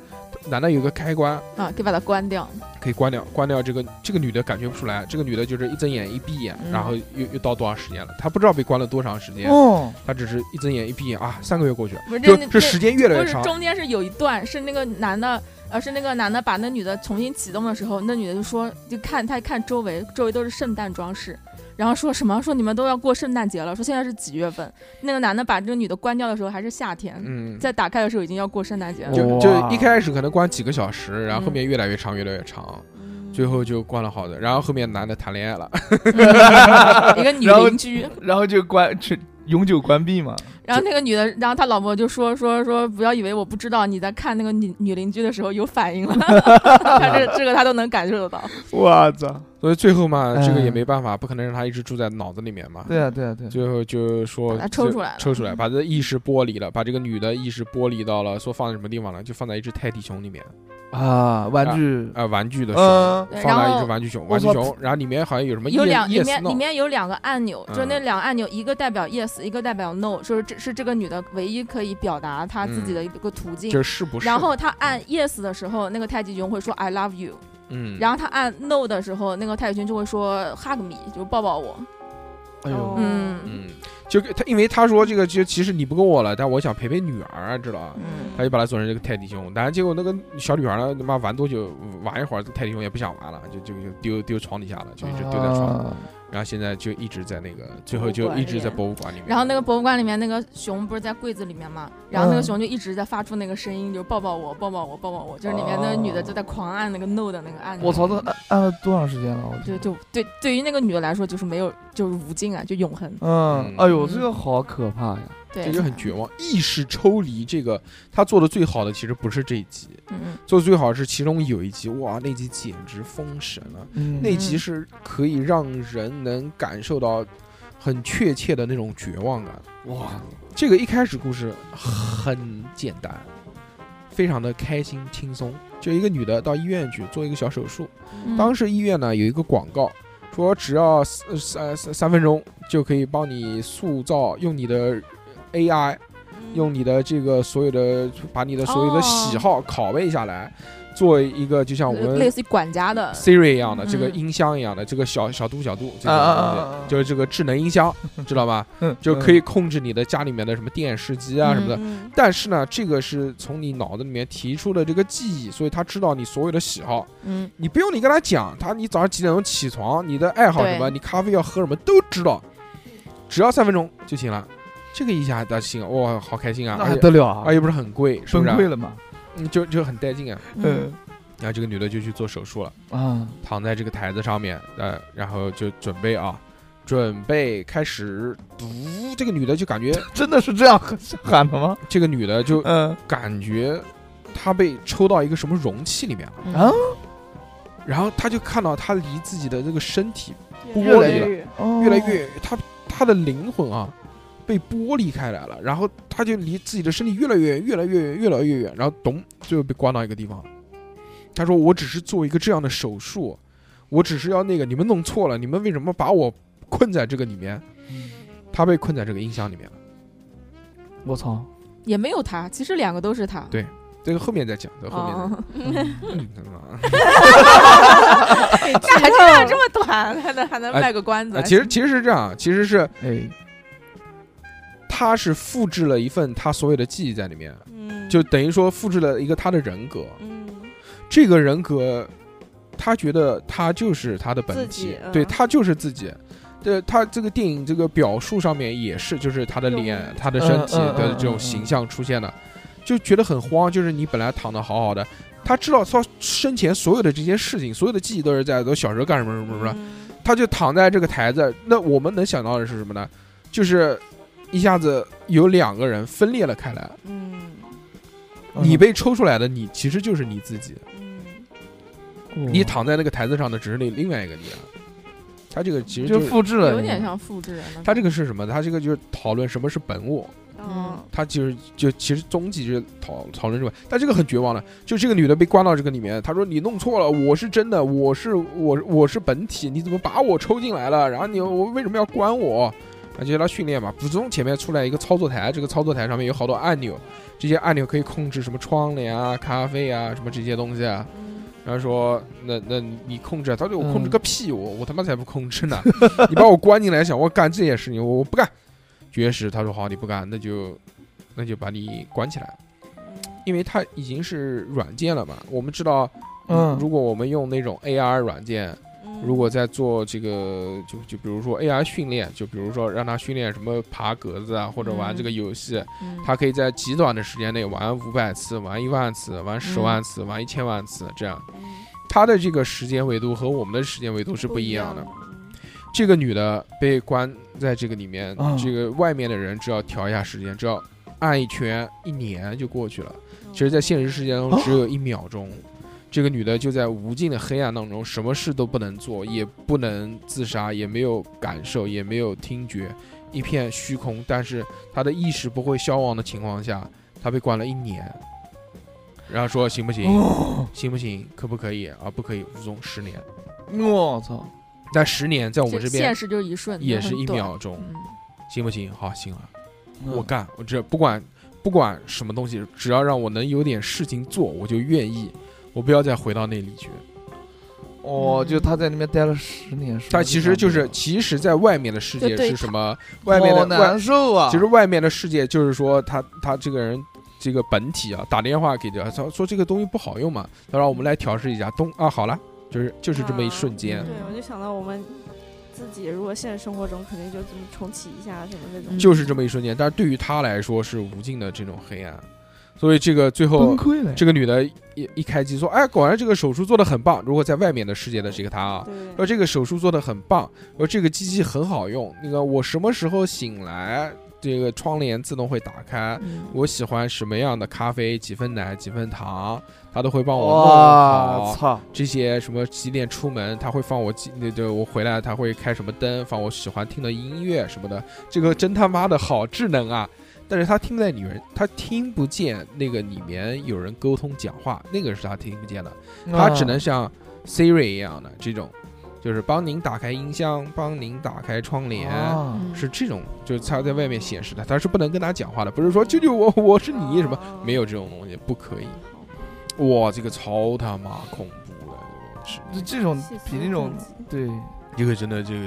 A: 男的有个开关
D: 啊，可以把它关掉，
A: 可以关掉，关掉这个这个女的感觉不出来，这个女的就是一睁眼一闭眼，
D: 嗯
A: 然后又又到多长时间了，她不知道被关了多长时间，
B: 哦，
A: 她只是一睁眼一闭眼啊，三个月过去了，
D: 不是
A: 就
D: 那
A: 这
D: 那
A: 时间越来
D: 不
A: 越
D: 是
A: 长，
D: 中间是有一段是那个男的。呃，是那个男的把那女的重新启动的时候，那女的就说，就看她看周围，周围都是圣诞装饰，然后说什么说你们都要过圣诞节了，说现在是几月份？那个男的把这个女的关掉的时候还是夏天，
A: 嗯。哦
D: 在打开的时候已经要过圣诞节了。
A: 就
B: 哇
A: 就一开始可能关几个小时，然后后
D: 嗯
A: 面越来越长，越来越长，
C: 嗯
A: 最后就关了好的。然后后面男的谈恋爱了，
D: 嗯一个女
B: 然后
D: 邻居，
B: 然后就关去永久关闭嘛。
D: 然后那个女的，然后他老婆就说说说，不要以为我不知道你在看那个女女邻居的时候有反应了，他这这个他都能感受得到。
B: 我操！
A: 所以最后嘛，这个也
B: 嗯
A: 没办法，不可能让他一直住在脑子里面嘛。
B: 对啊，对啊，对啊。
A: 最后哦就说
D: 把它抽出来了
A: 抽出来，把这意识剥离了，把这个女的意识剥离到了，说放在什么地方了？就放在一只泰迪熊里面，
B: 啊，玩具，
A: 啊，玩具的熊，
B: 嗯，
D: 对
A: 放
D: 然
A: 在一只
D: 后
A: 玩具熊，
B: 我
A: 玩具
B: 操
A: 熊，然后里面好像有什么
D: 有
A: yes-
D: 两里
A: yes
D: 面
A: no
D: 里面有两个按钮，就那
A: 嗯
D: 两个按钮，一个代表 yes，一个代表 no，就是这是这个女的唯一可以表达她自己的一个途径。
A: 嗯就是是不是？
D: 然后她按 yes 的时候，那个太极熊会说 I love you，
A: 嗯，
D: 然后她按 no 的时候，那个太极熊就会说 hug me，就是抱抱我。
B: 哎呦，
D: 嗯
A: 嗯，就给他因为他说这个就其实你不跟我了，但我想陪陪女儿啊，知道吧？
D: 嗯，
A: 他就把他做成这个泰迪熊，但是结果那个小女孩呢，他妈玩多久，玩一会儿，泰迪熊也不想玩了，就就就丢丢床底下了，就一直丢在
D: 哦
A: 床。
B: 啊
A: 然后现在就一直在那个，最后
C: 博物
A: 就
C: 馆
A: 一直
C: 里
A: 在博物馆里面。
D: 然后那个博物馆里面那个熊不是在柜子里面嘛，然后那个
B: 嗯
D: 熊就一直在发出那个声音，就是抱抱我，抱抱我，抱抱我，就是里面那个女的就在狂按那个 no 的那个按钮。
B: 我操，这按按了多长时间了？我
D: 就
B: 天。
D: 就对，对于那个女的来说，就是没有，就是无尽啊，就永恒。
B: 嗯
A: 嗯，
B: 哎呦，这个好可怕呀！
D: 对，
A: 这就很绝望，意识抽离这个他做的最好的其实不是这一集，
D: 嗯，
A: 做的最好是其中有一集，哇，那集简直封神了，
B: 嗯
A: 那集是可以让人能感受到很确切的那种绝望感。
B: 哇，
A: 这个一开始故事很简单，非常的开心轻松，就一个女的到医院去做一个小手术，
D: 嗯
A: 当时医院呢有一个广告，说只要三三三三分钟就可以帮你塑造，用你的 AI，用
C: 嗯
A: 你的这个所有的，把你的所有的
D: 哦
A: 喜好拷贝下来，做一个就像我
D: 类类
A: 们
D: 似于管家的，
A: Siri 一样的这个
D: 嗯
A: 音箱一样的这个小小度小度这
B: 啊啊啊
A: 个
B: 啊啊！
A: 就是这个智能音箱，知道吧？
B: 嗯
A: 就可以控制你的家里面的什么电视机啊什么的。
C: 嗯
A: 但是呢，这个是从你脑子里面提出的这个记忆，所以它知道你所有的喜好。
D: 嗯，
A: 你不用你跟他讲，他你早上几点钟起床，你的爱好什么，
D: 对
A: 你咖啡要喝什么都知道，只要三分钟就行了。这个一下大家行，哇，好开心啊！
B: 那
A: 而
B: 还
A: 且
B: 得了啊
A: 而！且不是很贵，是
B: 崩
A: 不是啊？
B: 溃了嘛？
A: 嗯，就就很带劲啊。
D: 嗯，
A: 然后这个女的就去做手术了，
B: 啊，
A: 躺在这个台子上面，呃，然后就准备啊，准备开始。呜，这个女的就感觉，
B: 真的是这样喊的吗？
A: 这个女的就
B: 嗯
A: 感觉她被抽到一个什么容器里面了，
D: 嗯
B: 啊，
A: 然后她就看到她离自己的这个身体
B: 越 来
A: 越
B: 哦
A: 越来越他他的灵魂啊被剥离开来了，然后他就离自己的身体越来越远，越来越远，越来越远，然后咚，最后被关到一个地方。他说：“我只是做一个这样的手术，我只是要那个，你们弄错了，你们为什么把我困在这个里面？他被困在这个音箱里面了。
B: 我操！
D: 也没有他，其实两个都是他。
A: 对这个后面再讲，这个后面再讲
D: 哦，
A: 嗯 他妈。
D: 这还 这样这么短，还能还能
A: 哎
D: 卖个关子
A: 啊，。其实其实是这样，其实是
B: 哎，
A: 他是复制了一份他所有的记忆在里面，
C: 嗯
A: 就等于说复制了一个他的人格。
C: 嗯
A: 这个人格，他觉得他就是他的本
C: 自
A: 体
C: 己，嗯
A: 对他就是自己。对他这个电影这个表述上面也是，就是他的脸
C: 用、
A: 他的身体
B: 嗯嗯嗯
A: 的这种形象出现了，就觉得很慌。就是你本来躺的好好的，他知道他生前所有的这些事情，所有的记忆都是在我小时候干什么什么什么，
C: 嗯
A: 他就躺在这个台子。那我们能想到的是什么呢？就是一下子有两个人分裂了开来，
C: 嗯
B: 嗯
A: 你被抽出来的你其实就是你自己。
C: 嗯
B: 哎嗯
A: 你躺在那个台子上的只是另另外一个你了。他这个其实
B: 就
A: 就是
B: 复制了，
D: 有点像复制人了。
A: 他这个是什么？他这个就是讨论什么是本我。
C: 哦
A: 他就是就其实终极就是讨讨论什么，但这个很绝望了。就这个女的被关到这个里面，她说你弄错了，我是真的，我是我我是本体，你怎么把我抽进来了？然后你我为什么要关我？而且她训练嘛，补充前面出来一个操作台，这个操作台上面有好多按钮，这些按钮可以控制什么窗帘啊、咖啡啊什么这些东西啊。
C: 嗯
A: 然后说，那那你控制啊？他说我控制个屁，我我他妈才不控制呢！ 你把我关进来，想我干这些事情，我我不干。绝食，他说好，你不干，那就那就把你关起来，
C: 嗯
A: 因为它已经是软件了嘛。我们知道，
B: 嗯
A: 如果我们用那种 AR 软件，
C: 嗯
A: 如果在做这个，就就比如说 AR 训练，就比如说让他训练什么爬格子啊，或者玩
D: 嗯
A: 这个游戏，
D: 嗯
A: 他可以在极短的时间内玩五百次、玩一万次、玩十万次、玩一千万次，这样
C: 嗯
A: 他的这个时间维度和我们的时间维度是不一样的。这个女的被关在这个里面，
B: 啊
A: 这个外面的人只要调一下时间，只要按一圈，一年就过去了。
C: 嗯
A: 其实，在现实世界当中
B: 啊哦
A: 只有一秒钟，这个女的就在无尽的黑暗当中，什么事都不能做，也不能自杀，也没有感受，也没有听觉，一片虚空。但是她的意识不会消亡的情况下，她被关了一年。然后说行不行？
B: 哦，
A: 行不行？可不可以啊？不可以，无踪十年。
B: 哦我操，
A: 但十年在我们这边
D: 现实就是一瞬，
A: 也是
D: 很
A: 一
D: 短。
A: 秒钟，
D: 嗯，
A: 行不行？好，行了，
B: 嗯
A: 我干，我这不管不管什么东西，只要让我能有点事情做，我就愿意。我不要再回到那里去。
B: 哦，就他在那边待了十年，是吧
A: 他其实就是，其实，在外面的世界
C: 就对
A: 是什么？
B: 好
A: 外面的外
B: 难，受啊，
A: 其实外面的世界就是说他，他这个人，这个本体啊，打电话给他，他说这个东西不好用嘛，他让我们来调试一下，咚啊，好了，就是就是这么一瞬间。
C: 对，我就想到我们自己如果现实生活中肯定就这么重启一下什么那
D: 嗯
C: 种，
A: 就是这么一瞬间，但是对于他来说是无尽的这种黑暗，所以这个最后
B: 崩溃了，
A: 这个女的一一开机说，哎，果然这个手术做的很棒。如果在外面的世界的这个她啊，
C: 对
A: 说这个手术做的很棒，说这个机器很好用，那个我什么时候醒来，这个窗帘自动会打开。
D: 嗯
A: 我喜欢什么样的咖啡，几分奶，几分糖，她都会帮哦我弄好
B: 哇。操，
A: 这些什么几点出门，他会放我几那对我回来他会开什么灯，放我喜欢听的音乐什么的，这个真他妈的好智能啊！但是他听不在里面，他听不见那个里面有人沟通讲话，那个是他听不见的，
B: 啊
A: 他只能像 Siri 一样的这种，就是帮您打开音箱，帮您打开窗帘。
B: 啊
A: 是这种，就是他在外面显示的，他是不能跟他讲话的，不是说救救我，我是你
C: 哦
A: 什么，没有这种东西，不可以。哇，这个超他妈恐怖了，这个
B: 就是这种比那种对
A: 这个真的这个，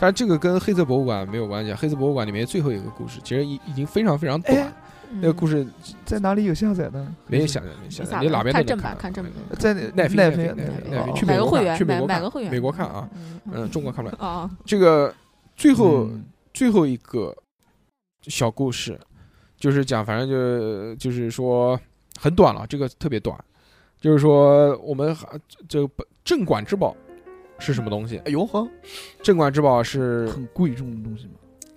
A: 但这个跟黑色博物馆没有关系。啊，黑色博物馆里面最后有个故事，其实已已经非常非常短，
B: 哎
A: 那个故
D: 事
A: 事
B: 在哪里有下载呢？
A: 没有想象，没有想
D: 嗯没下
A: 象，你
D: 载
A: 哪边都
D: 看
A: 能
D: 正
A: 看啊
D: 版看正版
B: 在
A: 奈飞
B: 飞
A: 奈
B: 奈奈
A: 飞
B: 飞
A: 奈飞
B: 哦
A: 去
D: 买
A: 美
D: 个
A: 国
D: 会
A: 看
D: 员，
A: 去美
D: 买
A: 国
D: 买
A: 看
D: 个会员，
A: 美国看啊嗯，中国看不了。
D: 哦，
A: 这个最后
B: 嗯
A: 最后一个小故事，就是讲，反正就就是说很短了，这个特别短，就是说我们还这个镇馆之宝是什么东西？
B: 哎呦呵，
A: 镇馆之宝是
B: 很贵重的东西嘛，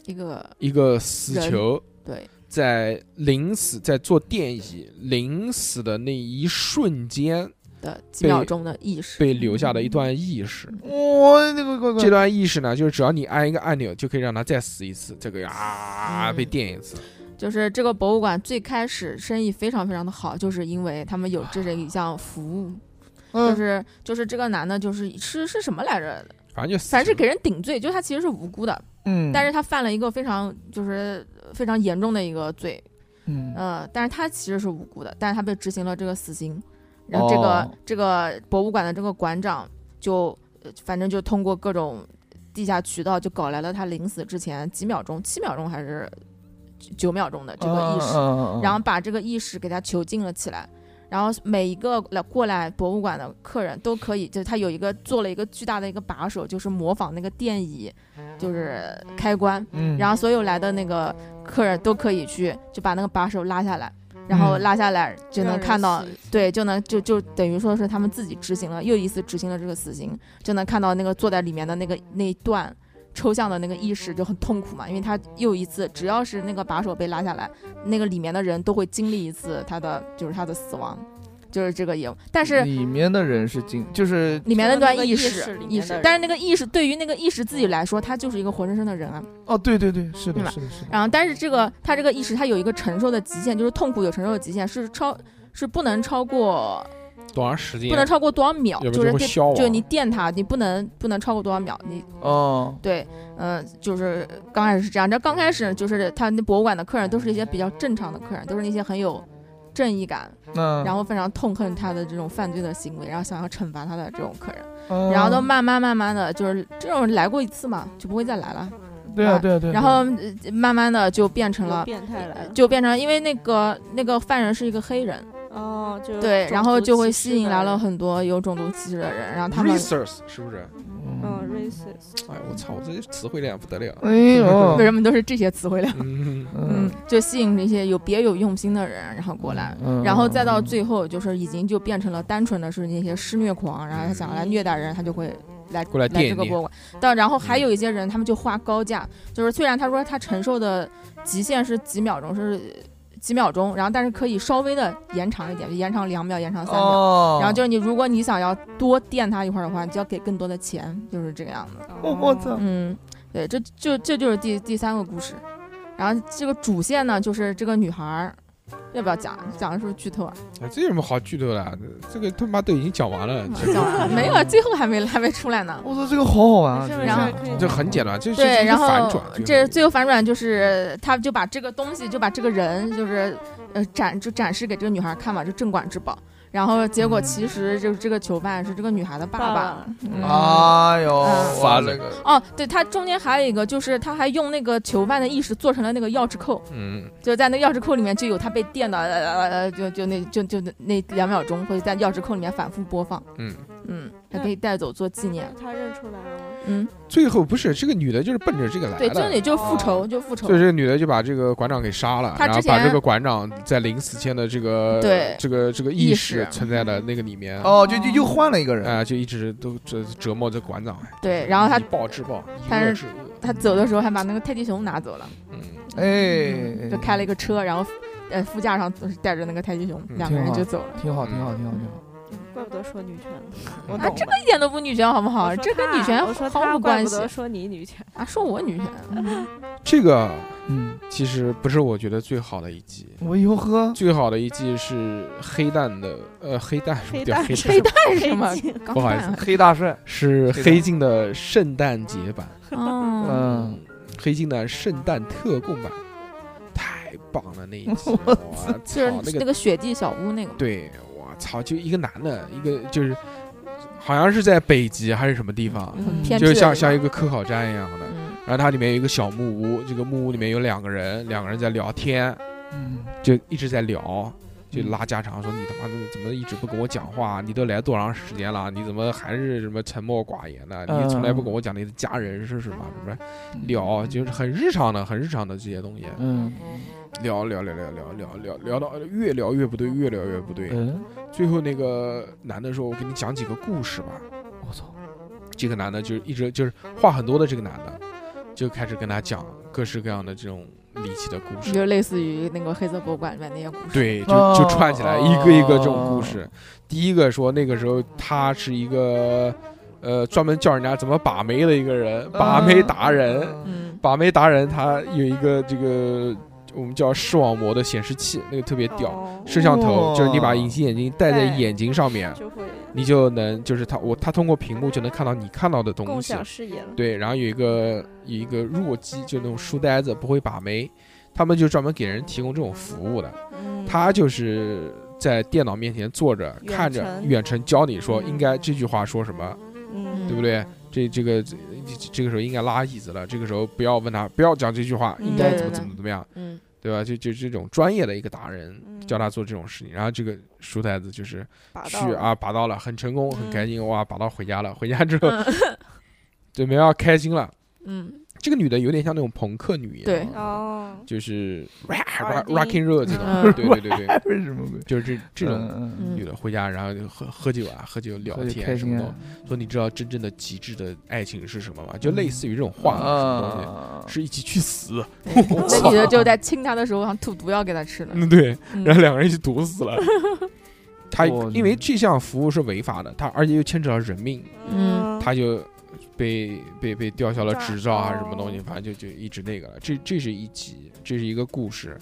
D: 一个
A: 一个死囚
D: 对，
A: 在临死，在坐电椅临死的那一瞬间
D: 的几秒钟的意识，
A: 被留下的一段意识。
D: 嗯
B: 哇，那个快
A: 这
B: 快，
A: 段意识呢，就是只要你按一个按钮，就可以让他再死一次，这个啊
D: 嗯
A: 被电一次。
D: 就是这个博物馆最开始生意非常非常的好，就是因为他们有这一项服务，就
B: 嗯
D: 是就是这个男的，就是是是什么来着？
A: 反正就死
D: 反正是
A: 刑
D: 给人顶罪，就是他其实是无辜的，
B: 嗯，
D: 但是他犯了一个非常就是呃非常严重的一个罪，
B: 嗯
D: 呃，但是他其实是无辜的，但是他被执行了这个死刑，然后这个、
B: 哦
D: 这个博物馆的这个馆长就呃反正就通过各种地下渠道就搞来了他临死之前几秒钟、七秒钟还是九九秒钟的这个意
B: 嗯
D: 识，
B: 识
D: 然后把这个意识给他囚禁了起来。然后每一个来过来博物馆的客人都可以，就是他有一个做了一个巨大的一个把手，就是模仿那个电椅，就是开关，
B: 嗯
D: 然后所有来的那个客人都可以去就把那个把手拉下来，然后
B: 嗯
D: 拉下来就能看到，
C: 让人死
D: 对，就能就就等于说是他们自己执行了又一次执行了这个死刑，就能看到那个坐在里面的那个那一段抽象的那个意识就很痛苦嘛，因为他又一次只要是那个把手被拉下来，那个里面的人都会经历一次他的就是他的死亡，就是这个也，但是
B: 里面的人是进，就是
D: 里面那段
C: 那个
D: 意
C: 意
D: 识
C: 识里
D: 意
C: 面的
D: 识
C: 人，
D: 但是那个意识对于那个意识自己来说，他就是一个活生生的人啊。
B: 哦，对对对，是
D: 对
B: 的，
D: 吧
B: 是的，是的，
D: 然后，但是这个他这个意识，他有一个承受的极限，就是痛苦有承受的极限，是超是不能超过
A: 多长时间？
D: 不能超过多少秒，
A: 要不就
D: 就
A: 是会
D: 电
A: 消亡
D: 就是你电它，你不能不能超过多少秒，你
B: 哦，
D: 对，嗯、就是刚开始是这样，这刚开始就是他那博物馆的客人都是一些比较正常的客人，都是那些很有正义感，
B: 那
D: 然
B: 后
D: 后非常痛恨他的这种犯罪的行为，然后想要惩罚他的这种客人，
B: 嗯呃
D: 然后都慢慢慢慢的就是这种来过一次嘛，就不会再来了，
B: 对啊对啊对啊，
D: 然后呃慢慢的就变成了
C: 有。变态来了，
D: 就变成因为那个那个犯人是一个黑人，
C: 哦，就
D: 对，然后就会吸引来了
C: 很
D: 很多有种族歧视的人，然后他们
A: Racers 是不是？
C: 嗯
B: 嗯，
C: racist，
A: 哎，我操，我这些词汇量不得了。
B: 哎呦，
D: 为什么都是这些词汇量？
A: 嗯，
D: 嗯，就吸引这些有别有用心的人，然后过来。
B: 嗯，
D: 然后再到最后，就是已经就变成了单纯的是那些施虐狂，然后他想要来虐待人，他就会来
A: 过来
D: 来
A: 垫
D: 这
A: 一
D: 个博
A: 垫
D: 物馆。但然后还有一些人，他们就花高价，就是虽然他说他承受的极限是几秒钟，是几秒钟，然后但是可以稍微的延长一点，就延长两秒，延长三秒。
B: 哦，
D: 然后就是你，如果你想要多垫它一会儿的话，你就要给更多的钱，就是这个样子。
A: 哦
B: 我我操，
D: 嗯，对，这就这就是第第三个故事。然后这个主线呢，就是这个女孩儿，要不要讲？讲的是不是 剧透啊？
A: 哎这有什么好剧透的啊？这个他妈都已经讲完了，这
D: 讲完了没有？最后还没还没出来呢。
B: 我操，这个好好玩啊！
C: 是
B: 这
C: 不
B: 个
C: 是
D: 然后
C: 可以
A: 这很简单，这这
D: 对，
A: 是一
D: 然
A: 个
D: 后
A: 反转，
D: 这
A: 个
D: 最后反转就是，他就把这个东西，就把这个人，就是呃展就展示给这个女孩看嘛，就镇馆之宝。然后结果其
A: 嗯
D: 实就是这个囚犯是这个女孩的爸
C: 爸
D: 爸
C: 爸。
D: 嗯
A: 啊
B: 哎呦，
D: 嗯
B: 哇
A: 发了
B: 这个
D: 哦，对，他中间还有一个，就是他还用那个囚犯的意识做成了那个钥匙扣，
A: 嗯，
D: 就在那个钥匙扣里面就有他被电的，呃呃呃，就就那就就那那两秒钟会在钥匙扣里面反复播放，
A: 嗯
D: 嗯，还可以带走做纪念，
C: 他认出来了，
D: 嗯，
A: 最后不是这个女的，就是奔着这个来的。
D: 对，就你就复仇就复仇
A: 就，是这个女的就把这个馆长给杀了，
D: 她
A: 然后
D: 之前
A: 把这个馆长在临死前的这个
D: 对
A: 这个这个
D: 意
A: 意
D: 识
A: 识存在的那个里面，啊、
B: 哦，就就又换了一个人，
A: 就一直都折折磨这馆长。
D: 对，然后他
A: 以暴制暴，以
D: 但
A: 恶
D: 是
A: 制恶。
D: 他走的时候还把那个泰迪熊拿走了，
A: 嗯，
B: 哎，
D: 嗯就开了一个车，然后呃副驾上带着那个泰迪熊，
A: 嗯
D: 两个人
B: 挺好
D: 就走了，
B: 挺好，挺好，挺好，挺好。
C: 怪不得说女 权呢，我
D: 啊
C: 懂
D: 这
C: 了。
D: 一点都不女权好不好？
A: 啊
C: 我说
D: 这跟女
C: 他
D: 权
C: 我说
D: 毫
C: 他
D: 无
C: 怪
D: 关
C: 不
D: 系
C: 得说你 女权，
D: 啊，说我女权，
A: 这个
B: 嗯，
A: 其实不是我觉得最好的一季，
B: 我以后喝
A: 最好的一季是黑蛋的，呃，黑蛋什么
C: 黑
A: 叫
C: 蛋
A: 黑
C: 是
A: 蛋
D: 黑？蛋是吗
C: 黑镜？
D: 刚
A: 不好意
D: 看
B: 黑大帅，
A: 是黑
B: 黑蛋
A: 镜的圣诞节版，
D: 哦，
B: 嗯，，
A: 黑镜的圣诞特供版，太棒了那一 集我
D: 就是
A: 操，那
D: 那
A: 个
D: 个雪地小屋那个嘛。
A: 对，我操，就一个男的，一个就是好像是在北极还是什么地方，
D: 很
B: 嗯
D: 偏僻
A: 就
D: 的
A: 像
D: 地
A: 像一
D: 方
A: 个科考站一样的，
D: 嗯
A: 然后它里面有一个小木屋，这个木屋里面有两个人，两个人在聊天，
B: 嗯，
A: 就一直在聊，就拉家常，说你他妈的怎么一直不跟我讲话？你都来多长时间了？你怎么还是什么沉默寡言呢？
B: 嗯
A: 你从来不跟我讲你的家人是什么什么聊，啊就是很日常的、很日常的这些东西，
B: 嗯
A: 聊聊聊聊聊聊聊聊到越聊越不对，越聊越不对。
B: 嗯，
A: 最后那个男的说：“我给你讲几个故事吧。
B: 我操，”
A: 这个男的就是一直就是话很多的这个男的，就开始跟他讲各式各样的这种离奇的故事。
D: 就类似于那个黑色博物馆里面那些故事。
A: 对，就
B: 哦
A: 就串起来一个一个这种故事。第一个说那个时候他是一个呃专门教人家怎么把妹的一个人，把妹达人。
B: 哦
D: 嗯，
A: 把妹达人他有一个这个我们叫视网膜的显示器，那个特别屌，
C: 哦
A: 摄像头
B: 哇
A: 就是你把隐形眼镜戴在
C: 戴
A: 眼睛上面，
C: 就会
A: 你就能就是他我他通过屏幕就能看到你看到的东
C: 共
A: 西
C: 享。视野了。
A: 对，然后有一个有一个弱鸡，就那种书呆子不会把妹，他们就专门给人提供这种服务的。
C: 嗯
A: 他就是在电脑面前坐着，
C: 远
A: 看着
C: 程
A: 远程教你说应该这句话说什么，
C: 嗯
A: 对不对？这这个这这个时候应该拉椅子了，这个时候不要问他，不要讲这句话，
C: 嗯
A: 应该
D: 对
A: 怎么
D: 对
A: 怎么怎么样，
D: 嗯，
A: 对吧？就就这种专业的一个达人
C: 嗯
A: 教他做这种事情，然后这个书呆子就是
C: 拔到
A: 去
C: 了
A: 啊拔到了，很成功，很
D: 嗯
A: 开心，哇，拔到回家了，回家之后准备要开心了。
D: 嗯，
A: 这个女的有点像那种朋克女一
D: 对
A: 样啊，
C: 哦，
A: 就是 rock
C: 耳钉
A: rock and roll 这种，
D: 嗯
A: 对对对对，
B: 为什么鬼？
A: 就是这这种
B: 嗯嗯
D: 嗯
A: 女的回家，然后就喝喝酒啊，喝酒聊
B: 所以
A: 天
B: 开
A: 什么
B: 心
A: 的
B: 啊。
A: 说你知道真正的极致的爱情是什么吗？就类似于这种
B: 嗯
A: 话什么东
B: 啊
A: 西，是一起去死。 我
D: 嗯那
A: 操
D: 女的就在亲他的时候，好像吐毒药给他吃了。
A: 嗯， 对，
D: 嗯
A: 然后两个人一起毒死了。他
B: 我
A: 因为这项服务是违法的，他而且又牵扯到人命，
D: 嗯
A: 他就被被被吊销了执照啊，
C: 哦
A: 什么东西，反正就就一直那个了。这这是一集，这是一个故事，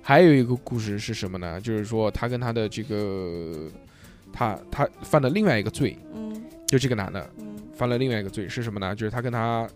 A: 还有一个故事是什么呢？就是说他跟他的这个他他犯了另外一个罪，
C: 嗯
A: 就这个男的
C: 嗯
A: 犯了另外一个罪是什么呢？就是他跟他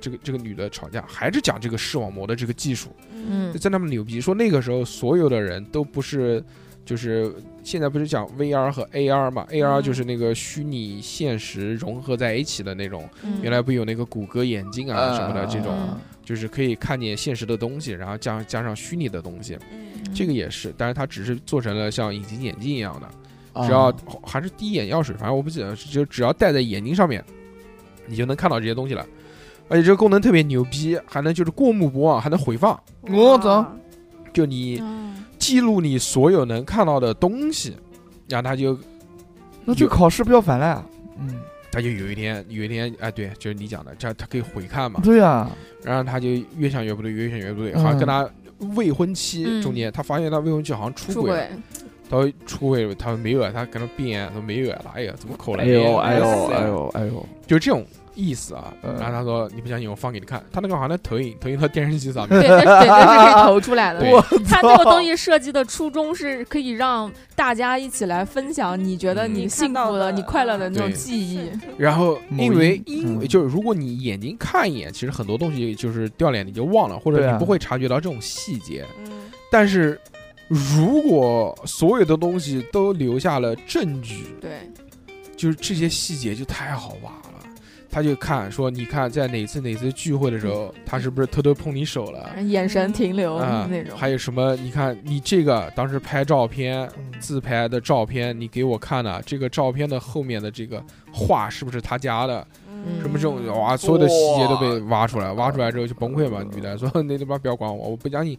A: 这个这个女的吵架，还是讲这个视网膜的这个技术，
D: 嗯
A: 就在那么牛逼，说那个时候所有的人都不是。就是现在不是讲 VR 和 AR 嘛？AR
C: 嗯
A: 就是那个虚拟现实融合在一起的那种。
D: 嗯
A: 原来不有那个谷歌眼镜啊什么的，这种
D: 嗯
A: 就是可以看见现实的东西，然后加加上虚拟的东西。
C: 嗯
A: 这个也是，但是它只是做成了像隐形眼镜一样的，
B: 啊
A: 只要还是滴眼药水，反正我不记得，就只要戴在眼睛上面，你就能看到这些东西了。而且这个功能特别牛逼，还能就是过目不忘，还能回放，
B: 我走
C: 哇
A: 就你
D: 嗯
A: 记录你所有能看到的东西，然后它就
B: 那去考试不要反了呀？嗯，
A: 他就有一天，有一天，哎，对，就是你讲的，这样他可以回看嘛，
B: 对呀，
A: 然后他就越想越不对，越想越不对，
B: 嗯
A: 好像跟他未婚妻
D: 嗯
A: 中间，他发现他未婚妻好像出
D: 出
A: 轨了，
D: 轨，
A: 他说出轨了，他说没有，啊，他跟他辩，他说没有，啊，哎呀，怎么口来
B: 哎
A: 辩
B: 呦哎呦
A: 塞
B: 哎呦哎呦，
A: 就这种意思啊。
B: 嗯
A: 然后他说：“你不相信，我放给你看。”他那个好像在投影，投影到电视机上 面。
D: 对，那是对，那是可以投出来的。
A: 对
B: 我
D: 他那个东西设计的初衷是可以让大家一起来分享，你觉得
A: 嗯
D: 你
C: 你
D: 幸
C: 看到
D: 福的、
C: 的
D: 你快乐的那种
A: 对
D: 记忆。
A: 然后因为
B: 某音
A: 因为
B: 嗯
A: 就是如果你眼睛看一眼，其实很多东西就是掉脸你就忘了，或者
B: 对啊
A: 你不会察觉到这种细节。
C: 嗯，
A: 但是如果所有的东西都留下了证据，
D: 对，
A: 就是这些细节就太好挖了。他就看说，你看在哪次哪次聚会的时候，
D: 嗯
A: 他是不是偷偷碰你手了？
D: 眼神停留
A: 啊、
D: 哎那种。
A: 还有什么？你看你这个当时拍照片，
D: 嗯
A: 自拍的照片，你给我看了、这个照片的后面的这个画是不是他家的？
D: 嗯
A: 什么这种哇，所有的细节都被挖出来，挖出来之后就崩溃嘛。女
D: 嗯
A: 的说：“那他妈不要管我，我不相信。”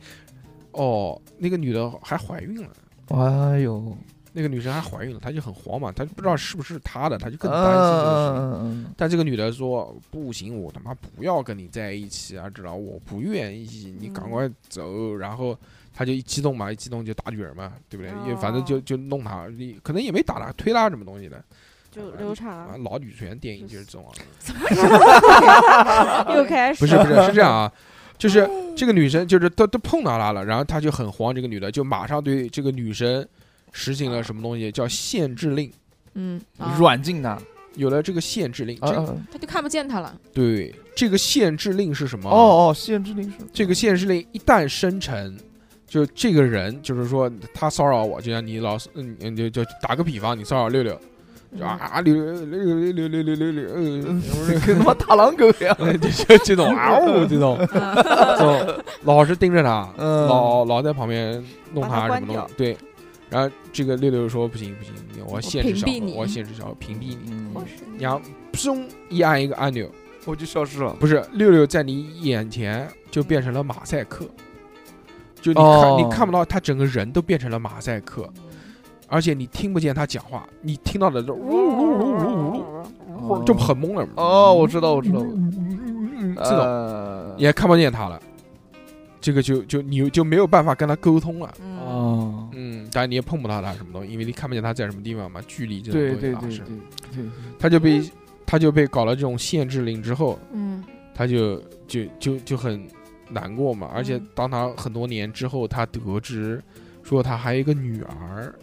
A: 哦，那个女的还怀孕了，
B: 哎呦，
A: 那个女生还怀孕了，她就很慌嘛，她就不知道是不是她的，她就更担心这个事情。
B: 嗯，
A: 但这个女的说：“不行，我他妈不要跟你在一起啊，知道我不愿意，你赶快走。”然后他就一激动嘛，一激动就打女人嘛，对不对？也反正就就弄她，你可能也没打她，推她什么东西的。
C: 就流
A: 啊
C: 产，
A: 老女权电影就是这种啊，
C: 又开始
A: 不是不是是这样啊，就是这个女生就是都都碰到她了，然后她就很慌，这个女的就马上对这个女生实行了什么东西叫限制令，
D: 嗯，啊
B: 嗯软禁的，
A: 有了这个限制令，这个
B: 嗯
D: 他就看不见他了。
A: 对这个限制令是什么？
B: 哦哦，限制令是
A: 这个限制令一旦生成，就这个人，就是说他骚扰我，就像你老嗯嗯，就就打个比方，你骚扰六六，就啊啊六六六六六六六六，呃
B: 嗯 跟他妈大狼狗一样，
A: 呃就就这种嗷呜这种，这种老是盯着他，
B: 嗯
A: 老老在旁边弄
C: 把他
A: 什
C: 关
A: 么
C: 掉
A: 弄对。然后这个六六说不行不行，我要限制
D: 屏
A: 小
D: 蔽
A: 伙，
D: 你
A: 我要限制小伙，屏蔽你。
B: 嗯
C: 我是你
A: 然后砰一按一个按钮，
B: 我就消失了。
A: 不是六六在你眼前就变成了马赛克，就你看、
B: 哦
A: 你看不到他整个人都变成了马赛克，而且你听不见他讲话，你听到的都呜噜噜噜噜噜噜，就很懵了。
B: 哦，我呃知道，我知道，
A: 嗯，这种
B: 种
A: 你也看不见他了，这个就就你就没有办法跟他沟通了。
C: 嗯，
B: 哦，
A: 嗯，当然你也碰不到他什么东西，因为你看不见他在什么地方嘛，距离这种
B: 对
A: 东西啊是
B: 对对对，对，
A: 他就被他就被搞了这种限制令之后，
D: 嗯，
A: 他就就就就很难过嘛。而且
D: 嗯
A: 当他很多年之后，他得知说他还有一个女儿，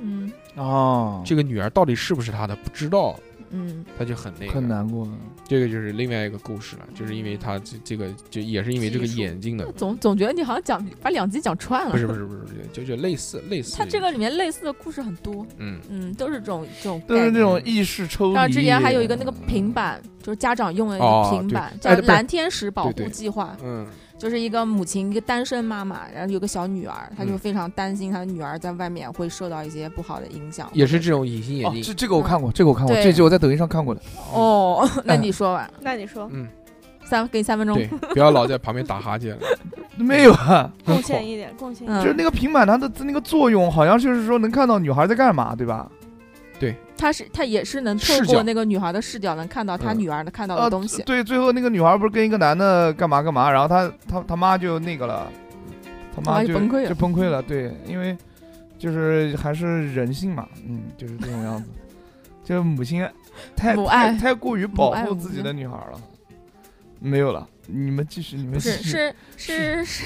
D: 嗯
B: 哦，
A: 这个女儿到底是不是他的不知道，
D: 嗯
A: 他就很那个。
B: 很难过啊。
A: 这个就是另外一个故事了，就是因为他这这个就也是因为这个眼 睛的，
D: 总总觉得你好像讲把两集讲串了。
A: 不是不是不是不是，就就类似类似于。
D: 他这个里面类似的故事很多，
A: 嗯，
D: 嗯，都是这种这种
B: 都是
D: 概
B: 那
D: 念。
B: 种意识抽离。
D: 然后之前还有一个那个平板，就是家长用的一个
A: 哦
D: 平板，
A: 对哎
D: 叫
A: 不是
D: 蓝天使保
A: 对
D: 护
A: 对
D: 计划。
A: 嗯
D: 就是一个母亲，一个单身妈妈，然后有个小女儿，她就非常担心她的女儿在外面会受到一些不好的影响。
A: 也是这种隐形眼
B: 哦，
A: 镜。
B: 这这个我看过，这个我看过，
D: 对
B: 这集我在抖音上看过的。
D: 哦， 那你说吧，
C: 那 你说
A: 嗯，
D: 三给你三分钟
A: 对，不要老在旁边打哈 欠了。
B: 没有啊，
C: 贡献一点，贡献一点，
D: 嗯
B: 就是那个平板它的那个作用，好像就是说能看到女孩在干嘛，对吧？
D: 他是他也是能透
A: 视角
D: 过那个女孩的视角，能看到他
A: 嗯
D: 女儿能看到
B: 啊
D: 的，东西。
B: 对，最后那个女孩不是跟一个男的干嘛干嘛，然后她她她妈就那个了，他
D: 她
B: 妈
D: 妈
B: 就
D: 就崩溃了
B: 就崩溃了。对，因为就是还是人性嘛，嗯，就是这种样子，就是母亲太
D: 母爱
B: 太太过于保
D: 母爱
B: 护
D: 无
B: 自己
D: 边
B: 的女孩了。没有了，你们继续，你们
D: 不
B: 继
D: 是
B: 续。
D: 是是是，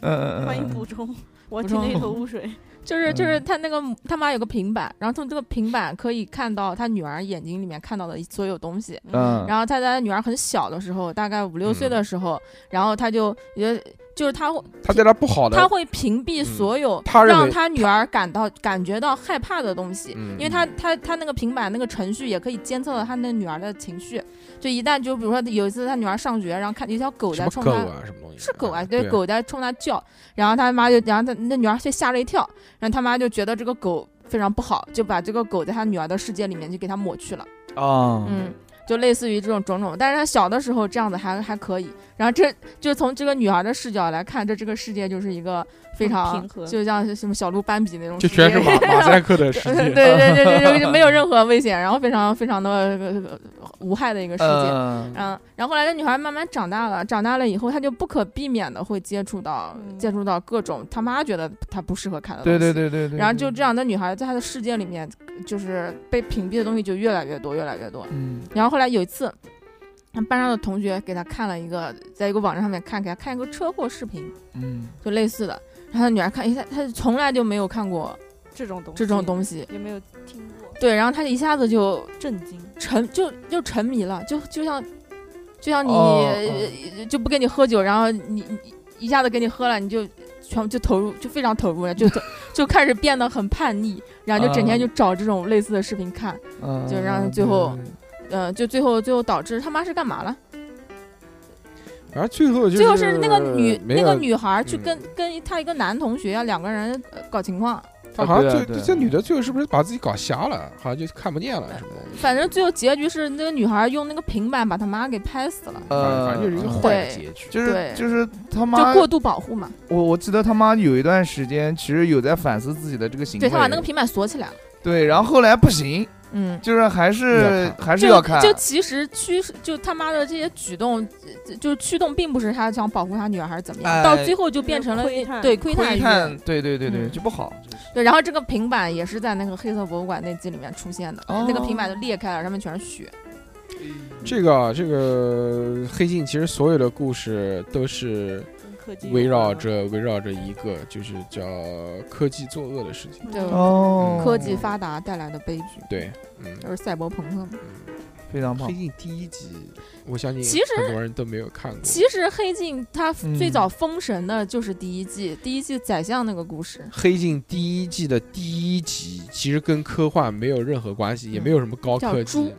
B: 嗯嗯
C: 欢迎
B: 嗯
C: 补充，我
D: 补
C: 听了一
D: 充
C: 头雾水，
D: 就是就是
B: 嗯
D: 他那个母他妈有个平板，然后从这个平板可以看到他女儿眼睛里面看到的所有东西。
B: 嗯，
D: 然后他在他女儿很小的时候，大概五六岁的时候，然后他就也就是他会
A: 他在他不嗯好的，嗯
D: 他会屏蔽所有
A: 他认为
D: 让他女儿感到感觉到害怕的东西，
A: 嗯
D: 因为他他他那个平板那个程序也可以监测到他那女儿的情绪，就一旦就比如说有一次他女儿上学，然后看有一条狗
A: 什
D: 在
A: 么
D: 冲
A: 狗
D: 他。
A: 啊，什么东西
D: 是狗啊，
A: 对
D: 对，，狗在冲他叫，然后他妈就，然后他那女儿就吓了一跳，然后他妈就觉得这个狗非常不好，就把这个狗在他女儿的世界里面就给他抹去了，嗯
B: 啊，
A: 嗯
D: 嗯，就类似于这种种种，但是他小的时候这样子还还可以，然后这就从这个女孩的视角来看，这这个世界就是一个非常
C: 平和
D: 就像什么小鹿斑比那种世
A: 这
D: 界，
A: 全是 马马赛克的世界。
D: 对 对对对对，就没有任何危险，然后非常非常的、呃无害的一个世
A: 呃
D: 界。
B: 嗯
D: 嗯，然后后来这女孩慢慢长大了，长大了以后，她就不可避免的会接触到、
C: 嗯
D: 接触到各种她妈觉得她不适合看的东
B: 对
D: 西。
B: 对对对对，
D: 然后就这样，那女孩在她的世界里面，就是被屏蔽的东西就越来越多，越来越多。
B: 嗯，
D: 然后后来有一次，班上的同学给她看了一个，在一个网站上面看，给她看一个车祸视频，
B: 嗯
D: 就类似的。然后女孩看，一下，她从来就没有看过
C: 这种东西
D: 这种东西。
C: 也没有听过，
D: 对，然后她一下子就
C: 震惊。
D: 沉就就沉迷了，就就像就像你、
B: 哦
D: 呃就不给你喝酒，然后你你一下子给你喝了，你就全部就投入，就非常投入 了，就就就开始变得很叛逆，然后就整天就找这种类似的视频
A: 啊
D: 看，
B: 嗯，
D: 就让最后嗯、呃，就最后最后导致他妈是干嘛了？
A: 然后最后就
D: 最后是那个女
A: 没
D: 那
A: 有
D: 个，女孩去
A: 嗯
D: 跟、跟她一个男同学两个人呃搞情况，
A: 她好像
B: 啊对啊
A: 最
B: 对啊
A: 这女的最后是不是把自己搞瞎了？好像就看不见了什么的。
D: 反正最后结局是那个女孩用那个平板把她妈给拍死了，
B: 呃
A: 反正就是一个
B: 嗯
A: 坏的
D: 对
A: 结局。
B: 就是
D: 对
B: 就是他
D: 就
B: 妈，
D: 过度保护嘛，
B: 我我记得他妈有一段时间其实有在反思自己的这个行为，
D: 对，她把那个平板锁起来了，
B: 对，然后后来不行，
D: 嗯。
B: 就是还是
A: 要看
B: 还是
D: 就
B: 要看，
D: 就其实驱使就他妈的这些举动，呃就是驱动并不是他想保护他女儿还是怎么样，
B: 哎
D: 到最后就变成了
C: 窥
D: 那
C: 探
D: 对窥探
B: 窥
D: 欲
B: 探，对对对对，
D: 嗯
B: 就不好，
D: 对，然后这个平板也是在那个黑色博物馆那集里面出现的，
B: 哦
D: 那个平板就裂开了，上面全是血。
B: 嗯
A: 这个啊这个黑镜其实所有的故事都是
C: 跟科技有
A: 围绕
C: 关
A: 着围绕着一个就是叫科技作恶的事情。
D: 对
C: 嗯
B: 哦，
A: 嗯
D: 科技发达带来的悲剧，
A: 对，嗯，
D: 就是赛博朋克嘛。
B: 非常棒
A: 黑，镜第一集，我相信
D: 其实
A: 很多人都没有看过。
D: 其实《黑镜》它
B: 嗯
D: 最早封神的就是第一季，第一季宰相那个故
B: 哦
D: 事。
A: 黑镜第一季的第一集其实跟科幻没有任何关系，也没有什么高科
D: 叫猪
A: 技。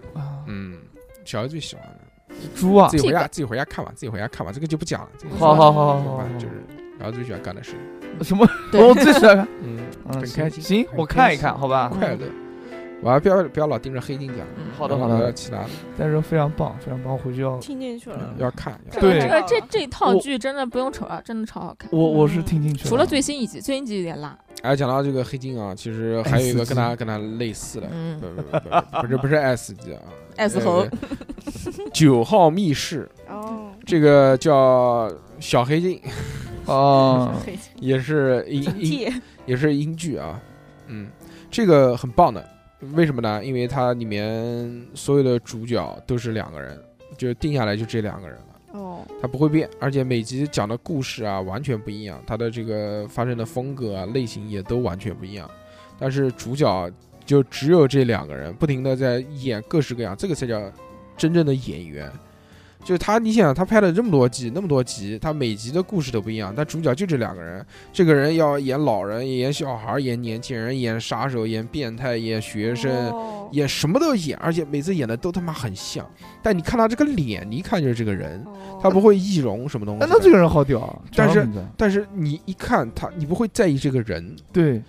A: 嗯，小孩最喜欢的，
B: 啊猪啊
A: 自，己回家自己回家看吧，自己回家看吧，这个就不讲了。这个
B: 好好好好
A: 就
B: 好好，
A: 就是小孩最喜欢干的事情。
B: 什么？
D: 对
B: 我最喜 欢，
A: 嗯，很
B: 嗯，
A: 开心
B: 行，行
A: 很
B: 我
A: 开
B: 看一
A: 心
B: 看，好吧
A: 很，快乐。我还不要不要老盯着黑镜讲，
B: 嗯
D: 嗯
B: 好的
A: 要
B: 好的
A: 聊聊其他的
B: 但是非常棒，非常棒，回去要
C: 听进去了
B: 嗯。
A: 要看。要看
B: 对
D: 这个这
C: 这
D: 这套
B: 我
D: 剧真的不用瞅啊，真的超好看。
B: 我我是听进去
D: 除了最新一集，最新一集有点拉。
A: 哎，讲到这个黑镜啊，其实还有一个跟它跟它类似
B: 哎
A: 的，
D: 嗯
A: 不不不不不是不是 S 级啊，
D: S 猴
A: 九号密室，
C: 哦，
A: 这个叫小黑镜，嗯
B: 哦，
C: 黑
A: 也是 英英
C: 界
A: 也是英剧啊，嗯，这个很棒的，为什么呢？因为它里面所有的主角都是两个人，就定下来就这两个人了。
C: 哦，
A: 它不会变，而且每集讲的故事啊完全不一样，它的这个发生的风格啊类型也都完全不一样，但是主角就只有这两个人，不停的在演各式各样，这个才叫真正的演员。就是他，你想他拍了这么多集，那么多集，他每集的故事都不一样，但主角就这两个人，这个人要演老人，演小孩，演年轻人，演杀手，演变态，演学生，
C: 哦
A: 演什么都演，而且每次演的都他妈很像。但你看他这个脸，你一看就是这个人，
C: 哦
A: 他不会易容什么东西
B: 哎
A: 的。，
B: 那这个人好屌啊，
A: 但
B: 叫
A: 是
B: 什么名字
A: 但是你一看他，你不会在意这个人，
B: 对，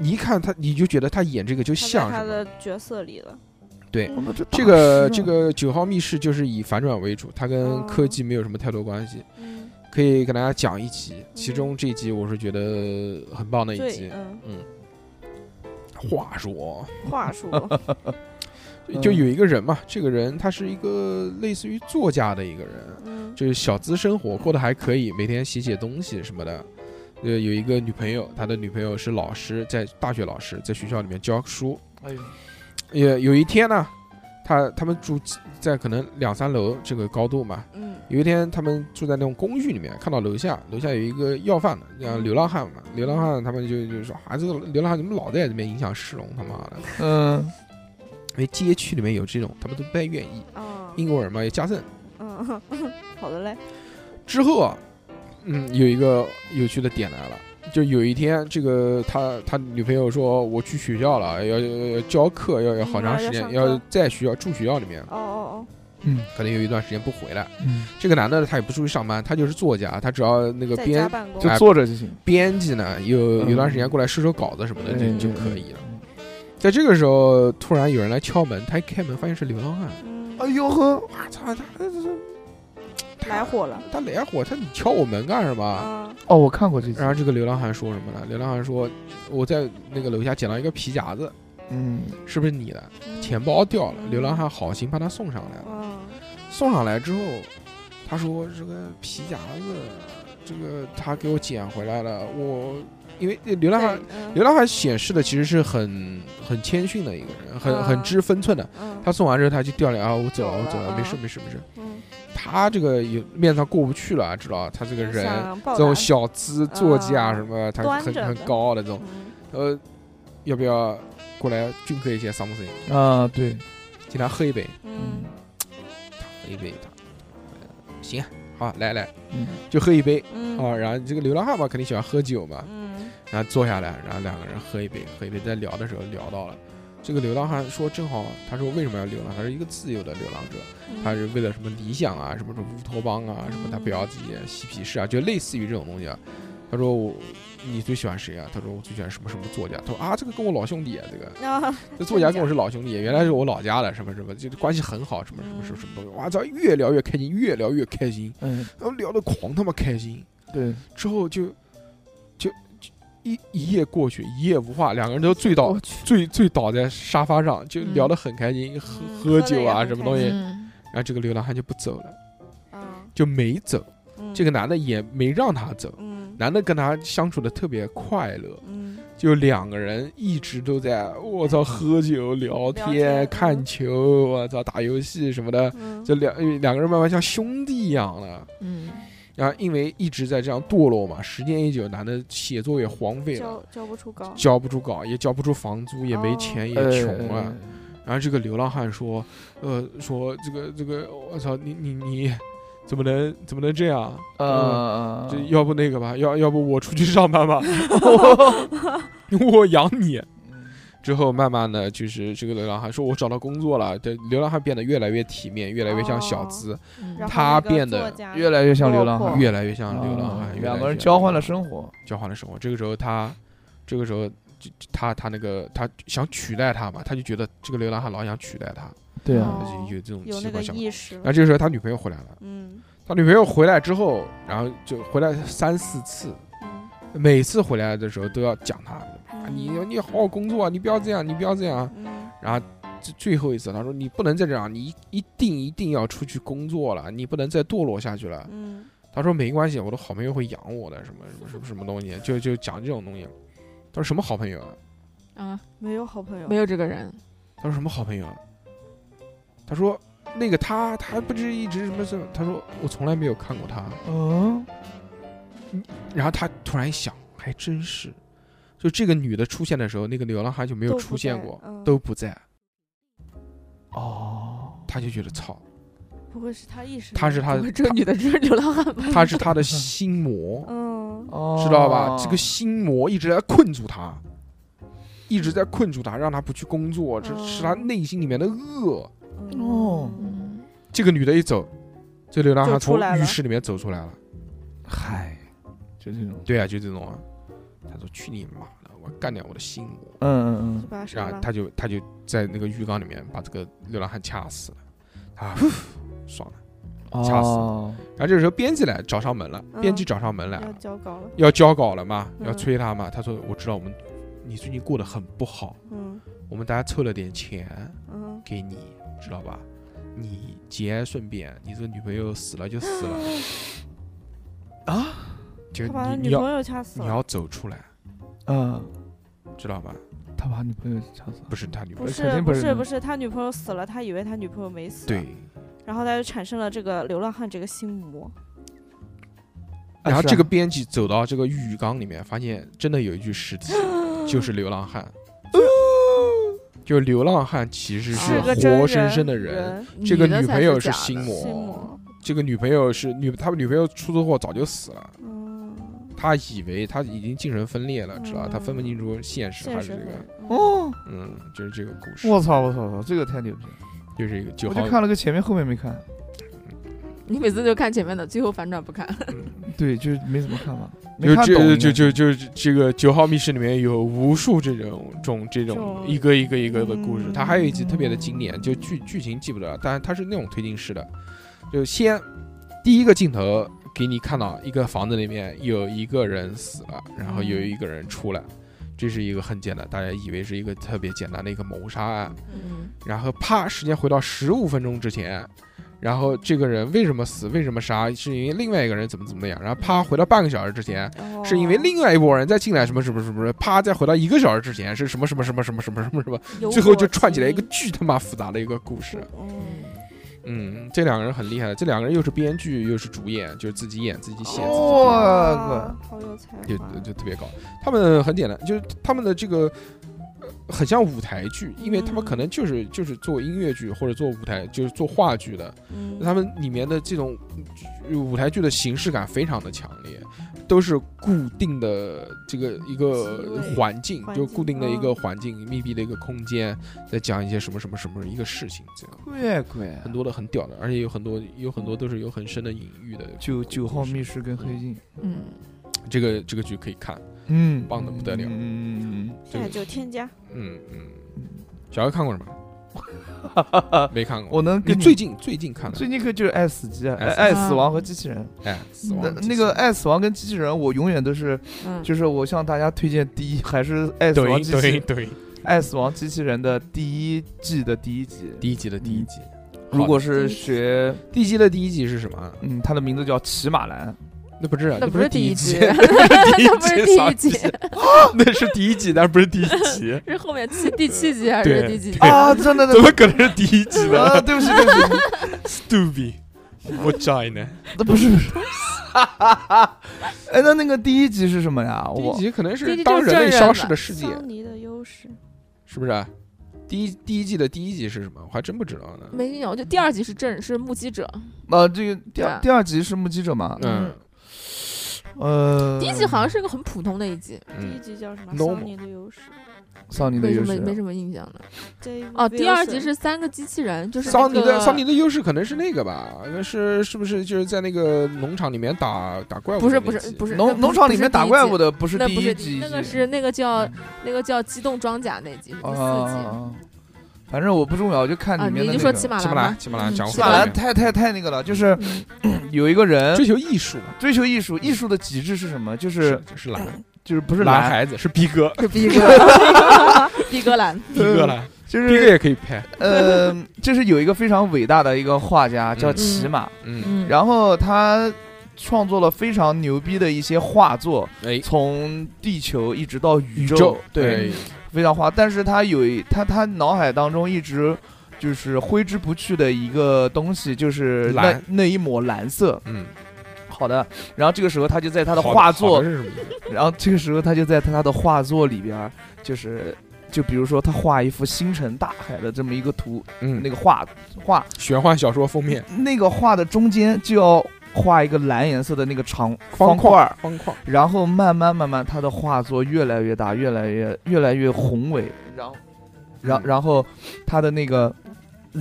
A: 你一看他，你就觉得他演这个就
C: 他在
A: 像
C: 他
A: 什么
C: 的。角色里了。
A: 对
C: 嗯
B: 我们
A: 哎这个
B: 啊
A: 这个九号密室就是以反转为主，它跟
C: 哦
A: 科技没有什么太多关系。
C: 嗯，
A: 可以给大家讲一集，其中这一集我是觉得很棒的一
C: 对，
A: 集。
C: 嗯，
A: 话说，
C: 话术
A: 就就有一个人嘛，这个人他是一个类似于作家的一个人，
C: 嗯，
A: 就是小资生活过得还可以，每天写写东西什么的。呃，有一个女朋友，他的女朋友是老师，在大学老师，在学校里面教书。
B: 哎呦，
A: 也有一天呢，他他们住在可能两三楼这个高度嘛。
C: 嗯，
A: 有一天，他们住在那种公寓里面，看到楼下楼下有一个要饭的，像流浪汉嘛，流浪汉他们就就说啊，这个流浪汉怎么老在这边影响市容，他妈的！
B: 嗯，
A: 因为街区里面有这种，他们都不太愿意。
C: 啊，
A: 英国人嘛，有加赠。
C: 嗯， 好的嘞，
A: 之后啊，嗯，有一个有趣的点来了，就有一天，这个他他女朋友说我去学校了，要要要教课，要要好长时间，
C: 嗯要上课
A: 要在学校住学校里面，
C: 哦哦
B: 嗯
A: 可能有一段时间不回来。
B: 嗯，
A: 这个男的他也不出去上班，他就是作家，他只要那个
C: 哦，在家
A: 编
C: 办公
B: 就，
A: 哎
B: 坐着就行，
A: 编辑呢，有
B: 嗯
A: 有段时间过来收收稿子什么的就
B: 嗯
A: 就可以了。在这个时候，突然有人
B: 哎
A: 来敲门，他一开门发现是流浪汉，
C: 嗯
B: 哎，呦呵，
A: 我操，他他他
C: 来火了
A: 他来火，他你敲我门干什么？
C: 啊！
B: 哦，我看过这集
A: 然，后这个流浪汉说什么呢？流浪汉说我在那个楼下捡到一个皮夹子，
B: 嗯，
A: 是不是你的？
C: 嗯
A: 钱包掉了，
C: 嗯
A: 流浪汉好心把他送上来了。
C: 嗯
A: 送上来之后，他说这个皮夹子，这个他给我捡回来了。我因为流浪汉，
C: 对嗯
A: 流浪汉显示的其实是很很谦逊的一个人，很
C: 啊
A: 很知分寸的。
C: 嗯
A: 他送完之后，他就掉脸啊，我走了，我走
C: 走了
A: 了，
C: 啊
A: 没事没事没事。
C: 嗯
A: 他这个有面子上过不去了，啊知道他这个人
C: 想报
A: 这种
C: 答
A: 小资坐骑啊
C: 啊
A: 什么，他
C: 端
A: 很
C: 着
A: 很
C: 的
A: 高傲的这种。
C: 嗯
A: 呃，要不要过来均喝一些 something？
B: 啊，对，
A: 请他喝一杯。
C: 嗯
A: 喝一杯他，呃行啊，好，来来，
B: 嗯
A: 就喝一杯
C: 嗯
A: 啊。然后这个流浪汉嘛，肯定喜欢喝酒嘛，
C: 嗯
A: 然后坐下来，然后两个人喝一杯，喝一杯，在聊的时候聊到了。这个流浪汉说：“正好，他说为什么要流浪？他是一个自由的流浪者，
C: 嗯
A: 他是为了什么理想啊，什么什么乌托邦啊，什么他不要自己嬉皮士啊，就类似于这种东西啊。”他说：“我，你最喜欢谁啊？”他说：“我最喜欢什么什么作家。”他说：“啊，这个跟我老兄弟啊，这个
C: 啊
A: 这作家跟我是老兄弟，原来是我老家的，什么什么，就是关系很好，什么
C: 嗯
A: 什么什么什么东西。哇操，越聊越开心，越聊越开心，
B: 嗯，
A: 然后聊得狂他妈开心。
B: 对，
A: 之后就就就一一夜过去，一夜无话，两个人都醉倒
C: 哦
D: 我，去，
A: 醉醉倒在沙发上，就
D: 嗯
A: 聊得很开心，喝
C: 嗯
A: 喝
C: 喝得
A: 酒
C: 也
A: 啊
C: 很
A: 什么
C: 开
A: 东西。
D: 嗯
A: 然后这个流浪汉就不走了，
C: 啊
A: 就没走。
C: 嗯
A: 这个男的也没让他走，
C: 嗯
A: 男的跟他相处的特别快乐。
C: 嗯
A: 就两个人一直都在，我操，喝酒、聊
C: 聊天
A: 天、
C: 嗯
A: 看球，我操，打游戏什么的，
C: 嗯
A: 就两两个人慢慢像兄弟一样了。
D: 嗯，
A: 然后因为一直在这样堕落嘛，时间一久，男的写作也荒废了，
C: 交交不出高
A: 交不出稿，也交不出房租，也没钱，也
C: 哦
A: 穷啊了。
C: 哎
B: 呃，
A: 然后这个流浪汉说，呃，说这个这个，我操，你你你。怎么能怎么能这样？
B: 呃，
A: 就要不那个吧，要要不我出去上班吧，我养你。之后慢慢的就是这个流浪汉说，我找到工作了。这流浪汉变得越来越体面，越来越像小资，
D: 嗯
C: 然后
A: 他
C: 那个
A: 变得
C: 作家
B: 越来越像流浪
C: 落
B: 汉，
C: 魄
A: 越来越像流浪汉。
B: 啊
A: 越来越
B: 哦两个人交换了生活，
A: 交换了生活。这个时候他，这个时候就就他他那个他想取代他嘛，他就觉得这个流浪汉老想取代他，
B: 对
D: 啊
A: 他
C: 哦
A: 就有这种
C: 有
A: 奇
C: 那
A: 怪
C: 个
A: 想法。
C: 意识了
A: 然后这个时候他女朋友回来了，
C: 嗯
A: 他女朋友回来之后，然后就回来三四次，
C: 嗯
A: 每次回来的时候都要讲他，啊
C: 嗯
A: 你你好好工作啊，你不要这样，你不要这样啊。
C: 嗯
A: 然后最最后一次，他说你不能再这样，你一一定一定要出去工作了，你不能再堕落下去了。
C: 嗯
A: 他说没关系，我的好朋友会养我的，什么什么什么什么东西，就就讲这种东西。他说什么好朋友啊？
D: 啊，
C: 没有好朋友
D: 没有这个人，
A: 他说什么好朋友啊？他说那个他他不是一直什么什么？他说我从来没有看过他。
B: 嗯，
A: 然后他突然一想，还真是，就这个女的出现的时候，那个流浪汉就没有
C: 都不
A: 出现
C: 在
A: 过，
C: 嗯
A: 都不在。
B: 哦，
A: 他就觉得操，
C: 不会是他意识
A: 他是他
D: 不会这个女的就是流浪汉吧？
A: 他 是他的心魔。
C: 嗯
B: 哦，
A: 知道吧？这个心魔一直在困住他，一直在困住他，让他不去工作，这是他
C: 哦
A: 内心里面的恶。
C: 嗯
B: 哦
D: 嗯
A: 这个女的一走，这流浪汉
C: 就出
A: 从
C: 来了
A: 浴室里面走出来了。
B: 嗨，就这种，
A: 对啊，就这种啊。他说：“去你妈的，我干掉我的心魔
B: 嗯嗯
C: 就把他！”杀
A: 然
C: 了
A: 后他就他就在那个浴缸里面把这个流浪汉掐死了。啊， 呼爽了。
B: 嗯，
A: 掐死
B: 哦，
A: 然后这个时候编辑来找上门了，
C: 嗯
A: 编辑找上门来
C: 要
A: 了，
C: 交稿了
A: 要交稿了嘛，
C: 嗯
A: 要催他嘛。他说：“我知道我们你最近过得很不好，
C: 嗯
A: 我们大家凑了点钱，
C: 嗯
A: 给你，知道吧？你节哀顺变，你这个女朋友死了就死
C: 嗯
A: 了，就
C: 他把他
A: 你
C: 女
A: 你
C: 朋
A: 要
C: 友掐死
A: 你
C: 了
A: 要走出来，
B: 嗯，
A: 知道吧？
B: 他把女朋友掐死了，
A: 呃不是他女朋
C: 不
A: 友，
B: 肯
C: 是
B: 定不是
C: 是
B: 你
C: 不是他女朋友死了他以为他女朋友没死
A: 对。
C: 然后他就产生了这个流浪汉这个心魔
A: 然后
B: 是啊
A: 这个编辑走到这个浴缸里面，发现真的有一具尸体，
C: 嗯
A: 就是流浪汉。就流浪汉其实
D: 是
C: 哦个真
A: 活生生的
C: 人
A: 人，
D: 嗯
A: 这个
D: 女的
A: 女
D: 才
A: 朋友
D: 是假的
A: 心
C: 心
A: 魔，
C: 魔
A: 这个女朋友是女，他女朋友出车祸早就死了，
C: 嗯
A: 他以为他已经精神分裂了，知道吧他分不清楚现实
C: 现
A: 还是
C: 实
A: 这个。
C: 很嗯
B: 哦，
A: 嗯，就是这个故事，
B: 我操我操我操，这个太牛逼了！
A: 就是一个就
B: 我
A: 好
B: 就看了个前面，后面没看。
D: 你每次就看前面的，最后反转不看。
A: 嗯
B: 对，就是没怎么看嘛，没
A: 就
B: 看懂应
A: 这
B: 该。
A: 就是就就就这个九号密室里面有无数这种种这种
C: 种
A: 一个一个一个的故事，
C: 嗯
A: 它还有一集特别的经典，就剧剧情记不得了，但它是那种推进式的，就先第一个镜头给你看到一个房子里面有一个人死了，然后有一个人出来，这是一个很简单，大家以为是一个特别简单的一个谋杀案，
D: 嗯
A: 然后啪，时间回到十五分钟之前，然后这个人为什么死，为什么杀，是因为另外一个人怎么怎么样，然后啪，回到半个小时之前，
C: 哦
A: 是因为另外一拨人再进来什么什么什么什么，啪，再回到一个小时之前是什么什么什么什么什么什么什么，
C: 有
A: 最后
C: 火
A: 就串起来一个
C: 鸡
A: 巨他妈复杂的一个故事。
C: 嗯
A: 嗯，这两个人很厉害的，这两个人又是编剧又是主演，就是自己演自己写，自己
B: 哦
C: 哇好有才
A: 就
C: 华，
A: 就特别高。他们很简单，就是他们的这个呃很像舞台剧，因为他们
D: 嗯
A: 可能就是就是做音乐剧或者做舞台，就是做话剧的，
C: 嗯
A: 他们里面的这种呃舞台剧的形式感非常的强烈，都是固定的这个一个
C: 机位
A: 环境，
C: 环
A: 就
C: 境
A: 固定的一个
C: 嗯
A: 环境，密闭的一个空间，在讲一些什么什么什么一个事情，这样
B: 怪怪啊
A: 很多的很屌的，而且有很多有很多都是有很深的隐喻的。
B: 九九号密室跟黑镜，
D: 嗯，
A: 这个这个剧可以看，
B: 嗯
A: 棒得不得了
B: 嗯嗯嗯
A: 这
C: 现在
A: 个
C: 就添加
A: 嗯嗯，
B: 嗯
A: 小姚看过什么？
B: 嗯，
A: 没看过。
B: 我能
A: 你
B: 跟
A: 最近最近看的
B: 最近可就是爱死机啊，
A: 爱
B: 爱
A: 死
B: 爱死亡和机器人。
A: 哎，死亡
B: 那
A: 机器
B: 那个
A: 人
B: 爱死亡跟机器人，我永远都是，
D: 嗯
B: 就是我向大家推荐第一还是爱死
A: 抖
B: 亡
A: 音
B: 机
A: 抖
B: 器
A: 音
B: 人
A: 抖音
B: 爱死亡机器人的第一季的第一集。
A: 第一集的第一集，嗯
B: 如
A: 好
B: 果
A: 的
B: 是
C: 第一集
B: 学，
A: 第一集的第一集是什么啊？
B: 嗯，它的名字叫骑马兰，
A: 那不是啊，
D: 那
A: 不
D: 不是
A: 第
D: 第一
A: 集，
D: 集
A: 那
D: 那不是 第一集，，
A: 傻逼 那是第一集，但不是第一 集
D: 是后面七第七集还
A: 对
D: 是第几集哦
A: 对？
B: 啊，真的
A: 怎么可能是第一集
B: 啊，
A: 呢
B: 对不起对不起，
A: ？Stupid，我 China。
B: 那不是不 是，哎，那那个第一集是什么呀？
A: 第一
B: 我
A: 集可能
D: 第
A: 是
D: 一集
A: 当
D: 就是
A: 人类
D: 真人
A: 消
D: 了
A: 失的世界，
C: 桑尼的优势，
A: 是不是啊？第一第一季的第一集是什么？我还真不知道呢。
D: 没有，就第二集是正是目击者，
B: 呃，这个第
D: 对
B: 二
D: 啊
B: 第二集是目击者嘛？
A: 嗯
B: 呃，
D: 第一集好像是个很普通的一集，
C: 第一
A: 嗯，
C: 集叫什么？
A: Normal
C: 桑尼的优势。
B: 桑尼的
D: 没什
B: 优
D: 么没
B: 势，
D: 什么印象的。
C: David
D: 哦，第二集
C: Wilson
D: 是三个机器人，就是
A: 桑尼
D: 那
A: 的
D: 个
A: 桑尼的优势可能是那个吧？是是不是就是在那个农场里面打打怪物
D: 不
A: 的
D: 是
A: 那集？
D: 不是不是那
B: 农
D: 不
B: 农场里面打怪物
D: 的
B: 的不是
D: 那
B: 第
D: 不
B: 一
D: 是
B: 集，
D: 那个是那个叫那个叫机动装甲那集是第
B: 啊
D: 四
B: 啊啊
D: 集
B: 啊反正我不重要，就看
D: 啊，
B: 里面
D: 你
B: 的
D: 就
B: 那
D: 说
B: 个。
D: 骑
B: 骑
D: 马
A: 骑
D: 兰
A: 马兰
D: 吧，
A: 骑马兰
D: 嗯
A: 讲
D: 骑
A: 回
B: 马
A: 来
B: 兰太太太那个了，就是
D: 嗯
B: 有一个人
A: 追求艺术嘛？
B: 追求艺术，艺术的极致是什么？嗯就是
A: 是懒，
B: 就是不是
A: 懒
B: 懒，
A: 孩子，是逼哥，
D: 是逼哥，逼哥兰，
A: 逼哥了，
B: 就
A: 逼哥
B: 是
A: 也可以拍。
B: 呃，就是有一个非常伟大的一个画家叫骑马，
A: 嗯，
D: 嗯，
B: 然后他创作了非常牛逼的一些画作，
A: 哎，
B: 从地球一直到宇宙，对，
A: 对，
B: 非常画。但是他有一他他脑海当中一直就是挥之不去的一个东西，就是那
A: 蓝
B: 那一抹蓝色。
A: 嗯，
B: 好的，然后这个时候他就在他的
A: 好
B: 画
A: 好
B: 作
A: 的，是什么意思？
B: 然后这个时候他就在他的画作里边儿，就是就比如说他画一幅星辰大海的这么一个图，
A: 嗯，
B: 那个画画
A: 玄幻小说封面
B: 那个画的中间就要画一个蓝颜色的那个长
A: 方
B: 块儿，
A: 方框，
B: 然后慢慢慢慢，他的画作越来越大，越来越越来越宏伟，然后，然
A: 嗯
B: 然后他的那个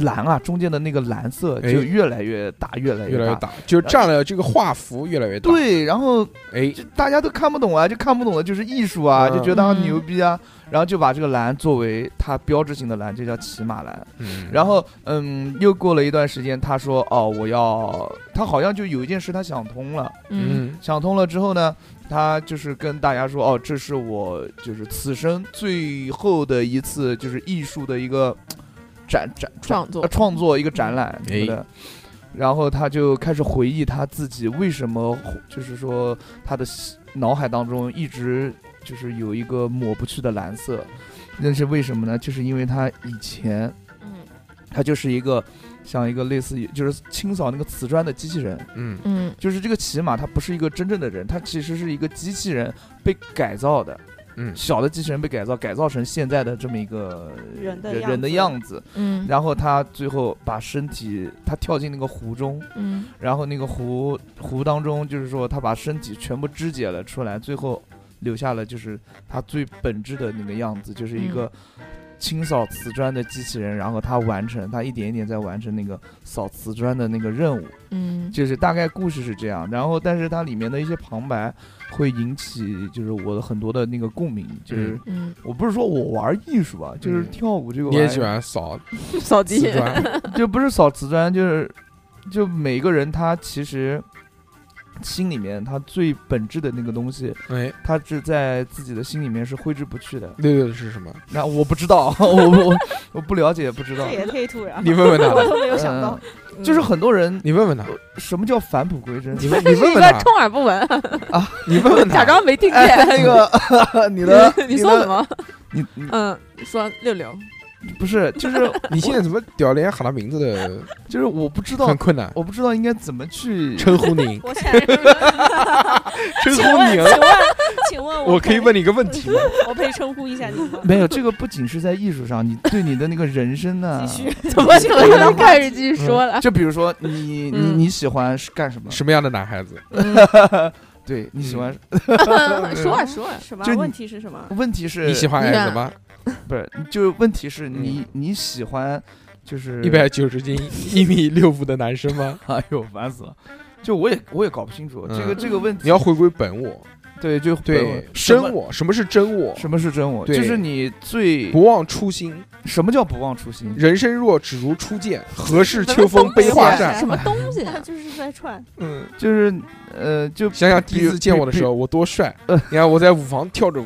B: 蓝啊，中间的那个蓝色
A: 哎
B: 就越来越大，越来
A: 越来越
B: 大。
A: 大，就占了这个画幅越来越大。，
B: 对，然后
A: 哎，
B: 就大家都看不懂啊，就看不懂的就是艺术啊，
A: 嗯
B: 就觉得啊
D: 嗯
B: 牛逼啊，然后就把这个蓝作为它标志性的蓝，就叫骑马蓝。
A: 嗯，
B: 然后，嗯，又过了一段时间，他说：“哦，我要……他好像就有一件事他想通了，
D: 嗯
A: 嗯，
B: 想通了之后呢，他就是跟大家说：‘哦，这是我就是此生最后的一次就是艺术的一个展展
D: 创作
B: 呃创作一个展览
A: 哎
B: 什么的。然后他就开始回忆他自己为什么，就是说他的脑海当中一直就是有一个抹不去的蓝色，那是为什么呢？就是因为他以前
D: 嗯
B: 它就是一个像一个类似于就是清扫那个瓷砖的机器人，
A: 嗯，
D: 嗯
B: 就是这个骑马它不是一个真正的人，它其实是一个机器人被改造的，
A: 嗯
B: 小的机器人被改造，改造成现在的这么一个
C: 人的
B: 人
C: 样
B: 人的
C: 子
B: 样子，
D: 嗯
B: 然后他最后把身体，他跳进那个湖中，
D: 嗯
B: 然后那个湖湖当中就是说他把身体全部肢解了出来，最后留下了就是他最本质的那个样子，就是一个
A: 嗯
B: 清扫瓷砖的机器人。然后他完成，他一点一点在完成那个扫瓷砖的那个任务，
D: 嗯
B: 就是大概故事是这样。然后但是它里面的一些旁白会引起就是我的很多的那个共鸣，就是
A: 嗯。
D: 嗯，
B: 我不是说我玩艺术啊，就是
A: 嗯
B: 跳舞这个玩
A: 你
B: 意儿，
D: 嗯
A: 也喜欢扫
D: 扫
A: 瓷
D: 地，
A: 砖，
B: 就不是扫瓷砖，就是就每个人他其实心里面他最本质的那个东西，
A: 哎，
B: 他是在自己的心里面是挥之不去的。
A: 那个是什么？
B: 那我不知道， 我我我不了解，不知道嗯
C: 这。也忒突然
A: 你嗯
C: 了，
A: 问问
C: 我
A: 他，
C: 都没有想到。
D: 嗯
C: 嗯
B: 就是很多人，
A: 你问问他，
B: 什么叫返璞归 真？
A: 你问你问
D: 你
A: 问
D: 在
A: 他，
D: 充耳不闻，
A: 你问问
D: 假
A: 他，
D: 装没听
B: 哎，
D: 见。
B: 那个 你 的
D: 你说什
B: 的
D: 么？
B: 你你
D: 嗯，说六六，
B: 不是就是
A: 你现在怎么屌连喊他名字的
B: 就是我不嗯知道
A: 很，困难？
B: 我不知道应该怎么去
A: 称呼您，
C: 我想，请
A: 称
C: 问，
A: 呼
C: 请
A: 您，
C: 问，请问
A: 我可以问你一个问题吗？
C: 我可以称呼一下你吗？
B: 没有这个，不仅是在艺术上，你对你的那个人生呢
A: 啊
C: 继，续，
D: 怎么怎么能开始继续 说了？
B: 就比如说你你
D: 嗯
B: 你喜欢是干什么？
A: 什么样的男孩子？嗯
B: 对你喜欢，
D: 说啊说啊，
C: 什么
B: 就你
C: 问题是什么？
A: 嗯
B: 问题是
A: 你喜欢矮子吗？
B: 不是？就问题是你你喜欢就是
A: 嗯一百九十斤、一米六五的男生吗？
B: 哎呦烦死了！就我也我也搞不清楚
A: 嗯
B: 这个这个问
A: 你
B: 题，
A: 要回归本我，
B: 对就
A: 对
B: 什
A: 真
B: 么
A: 我，什么是真我？
B: 什么是真我？
A: 对
B: 就是你最
A: 不忘初心，
B: 什么叫不忘初心？
A: 人生若只如初见，何事秋风悲
C: 什么
A: 画
C: 东西啊
A: 扇。
D: 什么东西啊？
C: 他 就是在串，
A: 嗯，
B: 就是呃，就
A: 想想第一次见我的时
B: 候，
A: 候，我多帅！
B: 呃
A: 你看我在舞房跳着舞，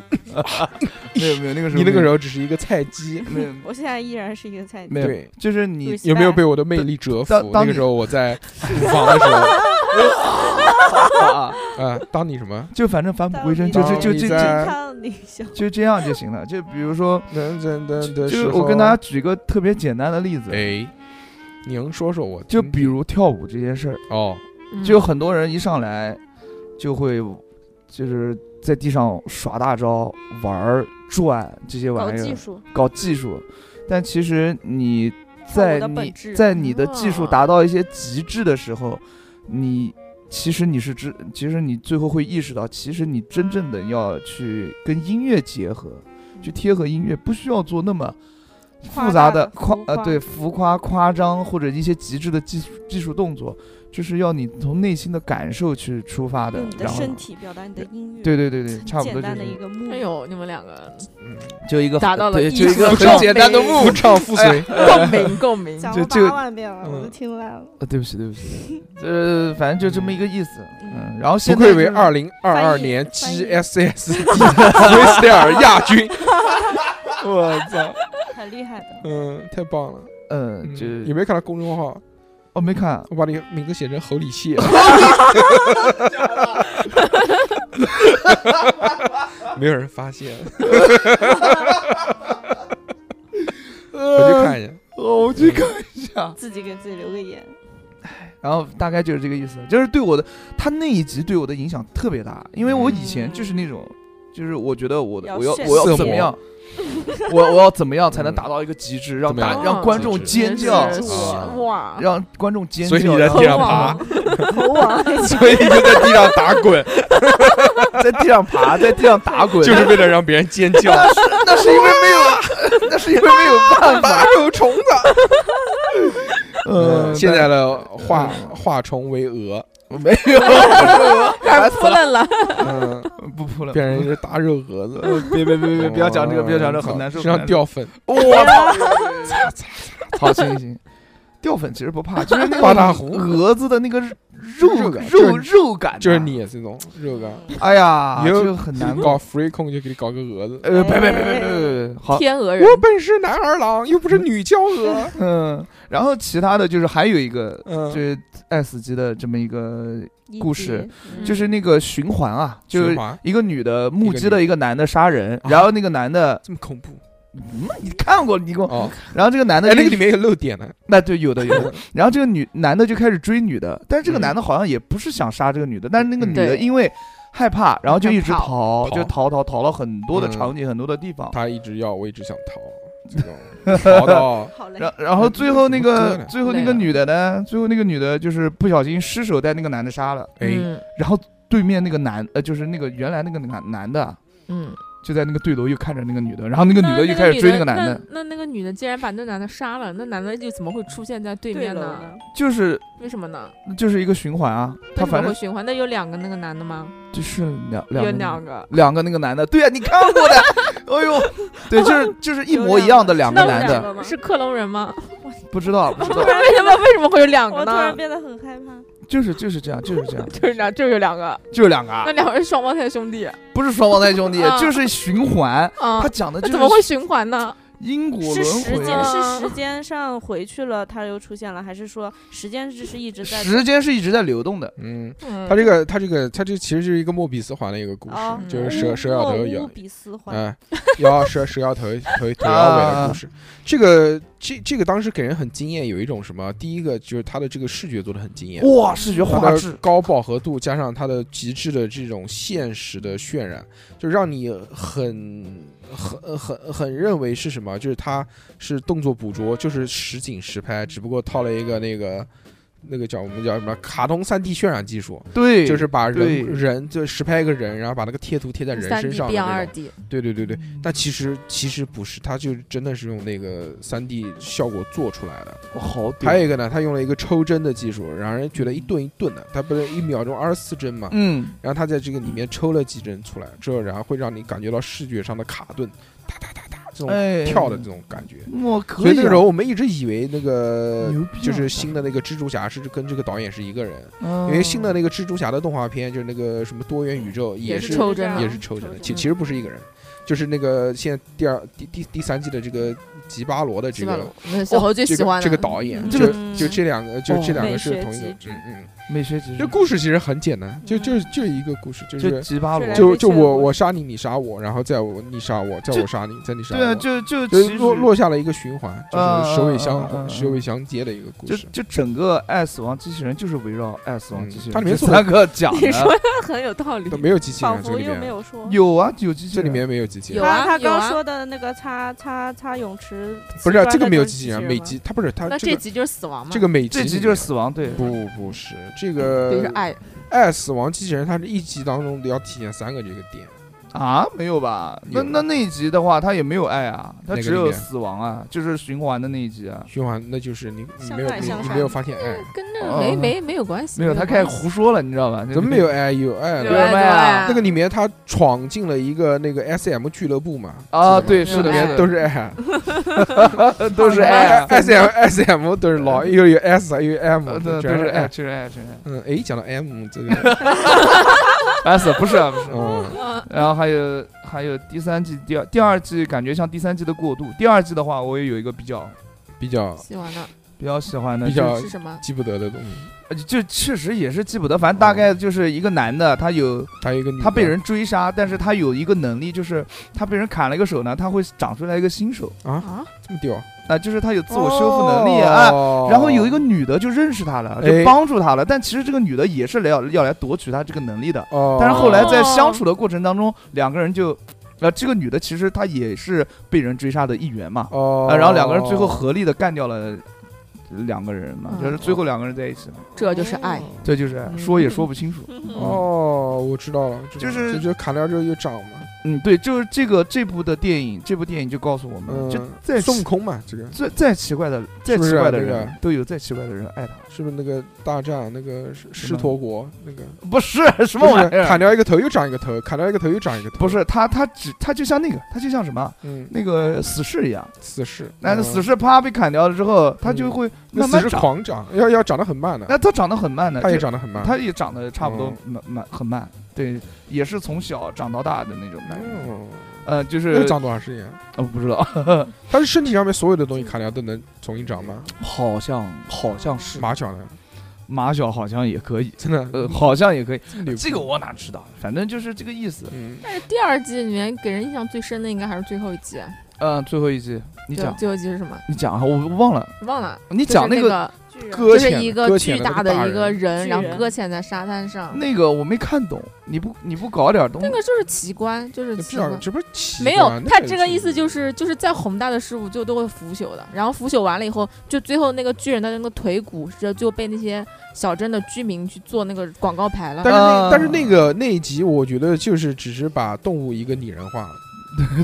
B: 没有没有那个时候，
A: 你那个时候只是一个菜鸡。
B: 没有
C: 我现在依然是一个菜
B: 没
C: 鸟。
B: 有，
A: 对
B: 就是你
C: Respect
A: 有没有被我的魅力折服
B: 当？当
A: 那个
B: 你
A: 时候我在舞房的时 候，
B: 啊，
A: 啊，当你什么？
B: 就反正返璞归真，就
A: 当
B: 就就
A: 你
B: 就
A: 在
B: 就
A: 哎
C: 看 你想，
B: 就这样就行了。就比如说，
A: 噔噔噔
B: 就
A: 的
B: 是
A: 时
B: 我
A: 候，
B: 跟大家，举个特别简单的例子，
A: 哎，您说说我听，
B: 就比如跳舞这件事儿，
A: 哦，
D: 嗯
B: 就很多人一上来就会就是在地上耍大招、玩儿转这些
D: 搞
B: 玩意
D: 技
B: 儿，
D: 术，
B: 搞技术，但其实你
C: 看我
B: 在
C: 的
B: 你
C: 本质
B: 在你的技术
D: 啊
B: 达到一些极致的时候，你其实你是知，其实你最后会意识到，其实你真正的要去跟音乐结合，去贴合音乐，不需要做那么复
C: 夸
B: 杂
C: 大
B: 的
C: 的
B: 夸
C: 浮
B: 呃
C: 夸
B: 对浮夸夸张或者一些极致的技术技术动作，就是要你从内心的感受去出发的
C: 用你，的
B: 然后
C: 身体表达你的音乐，
B: 对对对对，
C: 很
B: 差不多
C: 简
B: 就
C: 单的
B: 是
C: 一个目
D: 哎呦，你们两个
B: 就一个
D: 达到了
B: 对
D: 艺
B: 就一
D: 术
B: 个
D: 的
B: 很
D: 状
B: 简单的
D: 态
B: 目
A: 不唱不随，
D: 共鸣共鸣，
C: 讲
B: 就
C: 了
B: 这个
C: 八万遍了，我都
A: 嗯
C: 听烂了。
B: 呃，对不起，对不 起，呃，反正就这么一个意思。嗯，然后
A: 不
B: 现在
A: 愧为
B: 就是
A: 二零二二
C: 翻译
A: 年
C: 翻译
A: GSS 维斯戴尔亚军， 我操，
C: 很厉害 的，
A: 嗯，太棒了，
B: 嗯，
A: 嗯
B: 就
A: 有没有看到公众号？
B: 哦没看，
A: 我把你名字写成侯礼 蟹，没有人发现，我去呃看一眼。
B: 哦，我去看一下。
C: 自己给自己留个言。
B: 然后大概就是这个意思，就是对我的他那一集对我的影响特别大，因为我以前就是那
A: 嗯
B: 种，就是我觉得我的
C: 要
B: 我要
C: 炫
B: 我要
A: 色
B: 怎么
A: 魔
B: 样， 我我要怎么样才能
A: 嗯
B: 达到一个极致，让
A: 怎么样
B: 大让观众
A: 极致
B: 尖叫
D: 真，是
A: 啊
D: 哇，
B: 让观众尖叫，
A: 所以你在
B: 然后
A: 地上爬，
C: 猴王，
A: 所以你就在地上打 滚，
B: 在地上爬，在地上打滚，
A: 就是为了让别人尖 叫。
B: 那是因为没有，啊 那是因为没有办法，
A: 有虫子。
B: 嗯，
A: 现在的化 化虫为蛾，
B: 没有， 啊
A: 哎
B: 哎
D: 开始扑棱了，
A: 嗯，
B: 不扑 了，
A: 变成一只大肉蛾 子。
B: 别别别呃别，不要讲这个，
A: 哦
B: 不要讲这个，很难受，
A: 身上掉粉，
B: 我操！好，行 行行，掉粉其实 不怕，就是那个
A: 八大胡
B: 蛾子的那个肉
A: 肉感就是
B: 肉肉感呐，
A: 就是你这种肉感。
B: 哎呀，
A: 以后
B: 这个很难
A: 搞
B: 搞。
A: free 控就给你搞个蛾子。
B: 呃，别别别别别别别，好，
D: 天鹅人，
A: 我本是男儿郎，又不是女娇娥。
B: 嗯，然后其他的就是还有一个。就
A: 嗯，
B: 是爱死机的这么一个，故事
D: 嗯
B: 就是那个循环啊，就是
A: 循环
B: 一个女的目击了
A: 一
B: 一个男的杀人，
A: 啊
B: 然后那个男的，
A: 这么恐怖
B: 嗯，你看过你给我，
A: 哦！
B: 然后这个男的
A: 哎，
B: 就
A: 那个里面有漏点的，
B: 那 对有的有的，然后这个女男的就开始追女的，但是这个男的好像也不是想杀这个女的，但是那个女的
D: 对
B: 因为害怕，然后就一直逃，
A: 逃
B: 就逃逃逃了很多的
A: 嗯
B: 场景，很多的地方，
A: 他一直要，我一直想 逃，这种逃到
C: 嗯好嘞
B: 然，然后最后那
A: 怎么割
B: 个
A: 呢
B: 最后那个女的呢，最后那个女的就是不小心失手带那个男的杀了，
A: 哎，
D: 嗯
B: 然后对面那个男呃就是那个原来那个男男的
D: 嗯，
B: 就在那个对楼又看着那个女的，然后那个女的
D: 那
B: 又开始追那个男
D: 那
B: 的，，
D: 那那个女的竟然把那男的杀了，那男的又怎么会出现在对
C: 对
D: 面
C: 楼
D: 呢？
C: 呢？
B: 就是
D: 为什么呢？
B: 就是一个循环啊，他
D: 为什么
B: 反
D: 会
B: 正
D: 循环？那有两个那个男的吗？
B: 就是两两
D: 有
B: 个
D: 两个，
B: 两个那个男的，对呀、啊你看过的，哎呦，对，就是就是一模一样的两个
D: 那
B: 男
C: 有两
B: 的，
C: 个吗
D: 是克隆人吗？
C: 我
B: 不知道，不知道，
D: 为什么为什么会有两个
C: 我突然
D: 呢？
C: 变得很害怕。
B: 就是就是这样，就是这样，
D: 就是两，就是有两个，
B: 就是两个啊
D: 那，两个是双胞胎兄弟
B: 不是双胞胎兄弟
D: 啊，
B: 就是循环。
D: 啊
B: 他？讲的
D: 那
B: 就
D: 怎么会
B: 是
D: 循环呢？
B: 因果
C: 是
B: 轮
C: 时
B: 回
C: 间
B: 啊，
C: 是时间上回去了，它又出现了，还是说时间是是一直在
B: 时间是一直在流动的。
A: 嗯，
D: 嗯
A: 他这个他这个他这其实是一个莫比斯环的一个故事，
C: 哦
A: 就是
D: 嗯
A: 蛇蛇咬头
C: 莫
A: 咬
C: 乌比
B: 啊
C: 斯环？
A: 哎，摇蛇蛇摇头头头摇尾的故事。这个这这个当时给人很惊艳，有一种什么？第一个就是它的这个视觉做的很惊艳，
B: 哇，视觉
A: 它
B: 画
A: 的
B: 质，
A: 高饱和度加上它的极致的这种现实的渲染，就让你很很很很认为是什么？就是它是动作捕捉，就是实景实拍，只不过套了一个那个那个叫我们叫什么卡通三 D 渲染技术。
B: 对，
A: 就是把人
B: 对
A: 人就实拍一个人，然后把那个贴图贴在人
D: 三
A: 身
D: D
A: 上的
D: 变
A: 那
D: 二
A: 种。
D: D，
A: 对对对对，
B: 嗯
A: 但其实其实不是，它就真的是用那个三 D 效果做出来的。
B: 哇好屌。
A: 还有一个呢，它用了一个抽帧的技术，让人觉得一顿一顿的。它不是一秒钟二十四帧嘛，
B: 嗯，
A: 然后它在这个里面抽了几帧出来之后，然后会让你感觉到视觉上的卡顿，哒哒哒哒这种
B: 哎，
A: 跳的这种感觉。
B: 我可
A: 所以
B: 以
A: 那
B: 啊，
A: 个时候我们一直以为那个
B: 牛逼啊
A: 就是新的那个蜘蛛侠是跟这个导演是一个人，
B: 嗯
A: 因为新的那个蜘蛛侠的动画片，就是那个什么多元宇宙，
D: 也
A: 也
D: 是
A: 是
D: 抽帧的
A: 也是抽帧的，其
D: 嗯
A: 其实不是一个人，就是那个现在第二第第第三季的这个吉巴罗的这
D: 基本
A: 个
D: 上那小猴最
A: 这
D: 喜欢
A: 个
D: 的
A: 这个导演，
C: 嗯
A: 就
B: 这个
A: 就这两个就
B: 哦
A: 这两个
C: 美
A: 是
C: 学
A: 同一个
C: 极，致
A: 嗯嗯，
B: 美学其
A: 这
B: 实
A: 故事其实很简单，就
C: 嗯
A: 就就一个故事，就
B: 就是吉巴罗，
C: 是
A: 就
C: 来自
A: 就
C: 于
A: 我
C: 我
A: 我杀你，你杀我，然后再我你杀我，再
B: 就
A: 我杀你，再你杀
B: 对啊，
A: 我，
B: 就就
A: 就
B: 其实
A: 落落下了一个循环，就是首尾
B: 嗯嗯嗯嗯
A: 相
B: 嗯
A: 首尾相接的一个故
B: 就
A: 事。
B: 就整个《爱死亡机器人》就是围绕《爱死亡
A: 嗯
B: 机器人》
A: 它里面
B: 这
A: 做的
B: 三个讲
C: 你说
B: 的，
C: 的很有道理
A: 都，没有机器
C: 仿
A: 人，这
C: 佛
A: 个里
C: 又没
A: 面
C: 有说。
B: 有啊，有机器
A: 这
B: 人
A: 里面没有机器人
D: 有，啊
C: 他他
D: 有啊
C: 刚说的那个擦擦擦泳池，
A: 不是啊
C: 奇怪
A: 这个
C: 的
A: 没有
C: 东
A: 机器
C: 西
A: 人，
C: 是
A: 美
C: 吗
A: 籍它不是它
D: 那
A: 这
D: 这
A: 个
D: 集就是死亡嘛？
A: 这个呃美籍
B: 这
A: 里
B: 集
A: 面
B: 就是死亡，对，
A: 不不是这
D: 就是
A: 个
D: 爱，
A: 爱死亡机器人，它是一集当中要体现三个这个点，
B: 啊，没有吧？那
A: 有
B: 那那一集的话，它也没有爱啊，它
A: 哪个
B: 只
A: 里
B: 有
A: 面
B: 死亡啊，就是循环的那一集啊。
A: 循环那就是你你
C: 相
A: 没有
C: 爱
A: 你
C: 相
A: 你
C: 杀
A: 没有发现爱，
D: 跟那个没
B: 哦
D: 没没有关系。
B: 没有，他开始
D: 关系
B: 胡说了，你知道吧？
A: 怎么没有？爱有爱
D: 有
B: 对
A: 了？
D: 爱
B: 卖
D: 有
B: 啊
D: 爱
A: 那个里面他闯进了一个那个 S M 俱乐部嘛，
B: 啊，
A: 记得吗
B: 对，是的，
D: 没
B: 是
D: 有爱
B: 的
A: 都是爱，
B: 都是爱
A: 爱
B: 啊，
A: S M S M 都是老又有 S 啊又有 M，
B: 呃对，
A: 嗯全
B: 都是爱，
A: 爱。
B: 就是爱，就是爱。
A: 嗯，哎，讲到 M 这个，
B: 爱死不是啊，不是。
A: 嗯，
D: 嗯
B: 然后还有还有第三季、第二第二季，感觉像第三季的过渡。第二季的话，我也有一个比较
A: 比较
D: 喜欢的
B: 比较喜欢的，
A: 比较
D: 是什么？
A: 记不得的东西，
B: 就呃就确实也是记不得，反正大概就是一个男的，他有
A: 还有一个女的
B: 他被人追杀，但是他有一个能力，就是他被人砍了一个手呢，他会长出来一个新手
A: 啊
D: 啊，
A: 这么屌，
B: 啊，就是他有自我修复能力啊。
A: 哦
B: 然后有一个女的就认识他了，
A: 哎
B: 就帮助他了，但其实这个女的也是来要要来夺取他这个能力的。
A: 哦，
B: 但是后来在相处的过程当中，两个人就，呃，这个女的其实她也是被人追杀的一员嘛，
A: 哦
B: 啊，，然后两个人最后合力的干掉了两个人嘛，
D: 嗯
B: 就是最后两个人在一起嘛，
D: 这就是爱。
B: 这就是说也说不清楚。
A: 哦，我知道了，知道
B: 嗯就
A: 了
B: 是
A: 就就砍掉之后又长嘛，
B: 嗯，对，就是这个这部的电影，这部电影就告诉我们，
A: 嗯，
B: 就再
A: 孙悟
B: 奇
A: 空嘛，这个
B: 再再奇怪的再
A: 不
B: 奇
A: 是啊
B: 怪的
A: 那个
B: 人都有再奇怪的人爱他，
A: 是不是那个大战那个狮
B: 什
A: 狮
B: 么
A: 驼国那个
B: 不是什
A: 什
B: 么玩意
A: 砍
B: 儿。
A: 掉一个头又长一个头，砍掉一个头又长一个头，
B: 不，是他，他只他就像那个，他就像什么
A: 嗯，
B: 那个死士一样，
A: 死士，
B: 那
A: 嗯
B: 死士啪被砍掉了之后，他就会
A: 那
B: 慢
A: 死
B: 慢
A: 士
B: 长，
A: 狂长，要要长得很慢的，
B: 那他长得很慢的，
A: 他也
B: 就
A: 长得很嗯慢，
B: 他也长得差不多蛮蛮很慢，对，也是从小长到大的那种感觉。
A: 嗯，
B: 呃，就
A: 那
B: 是
A: 长多长时间？
B: 呃不知道，
A: 他是身体上面所有的东西砍掉都能重新长吗？
B: 好像好像是
A: 马脚呢？
B: 马小好像也可以，
A: 真的，
B: 呃，好像也可以，
A: 这么牛逼
B: 这个我哪知道？反正就是这个意思。
A: 嗯，
D: 但是第二季里面给人印象最深的应该还是最后一集。啊
B: 嗯，最后一集你
D: 最后
B: 讲，
D: 最后一集是什么？
B: 你讲啊，我忘了，
D: 忘了。
B: 你
D: 就是
B: 讲
D: 那
B: 个
D: 个，
C: 巨
A: 搁
D: 就是
A: 浅的
D: 一
A: 搁
D: 个
A: 浅
D: 巨
A: 的那
D: 大
A: 个大
D: 一个人，
C: 巨
D: 然后
C: 人
D: 搁浅在沙滩上。
B: 那个我没看懂，你不你不搞点东
D: 那
B: 西
D: 个就是奇观，就是
A: 这
D: 奇
A: 不
D: 观
A: 是。这不是奇
D: 没有
A: 观，
D: 他这个意思就是是，就是再宏大的事物就都会腐朽的，然后腐朽完了以后，就最后那个巨人的那个腿骨是就被那些小镇的居民去做那个广告牌了
A: 但。是那、
B: 啊
A: 但是那个那一集，我觉得就是只是把动物一个拟人化了，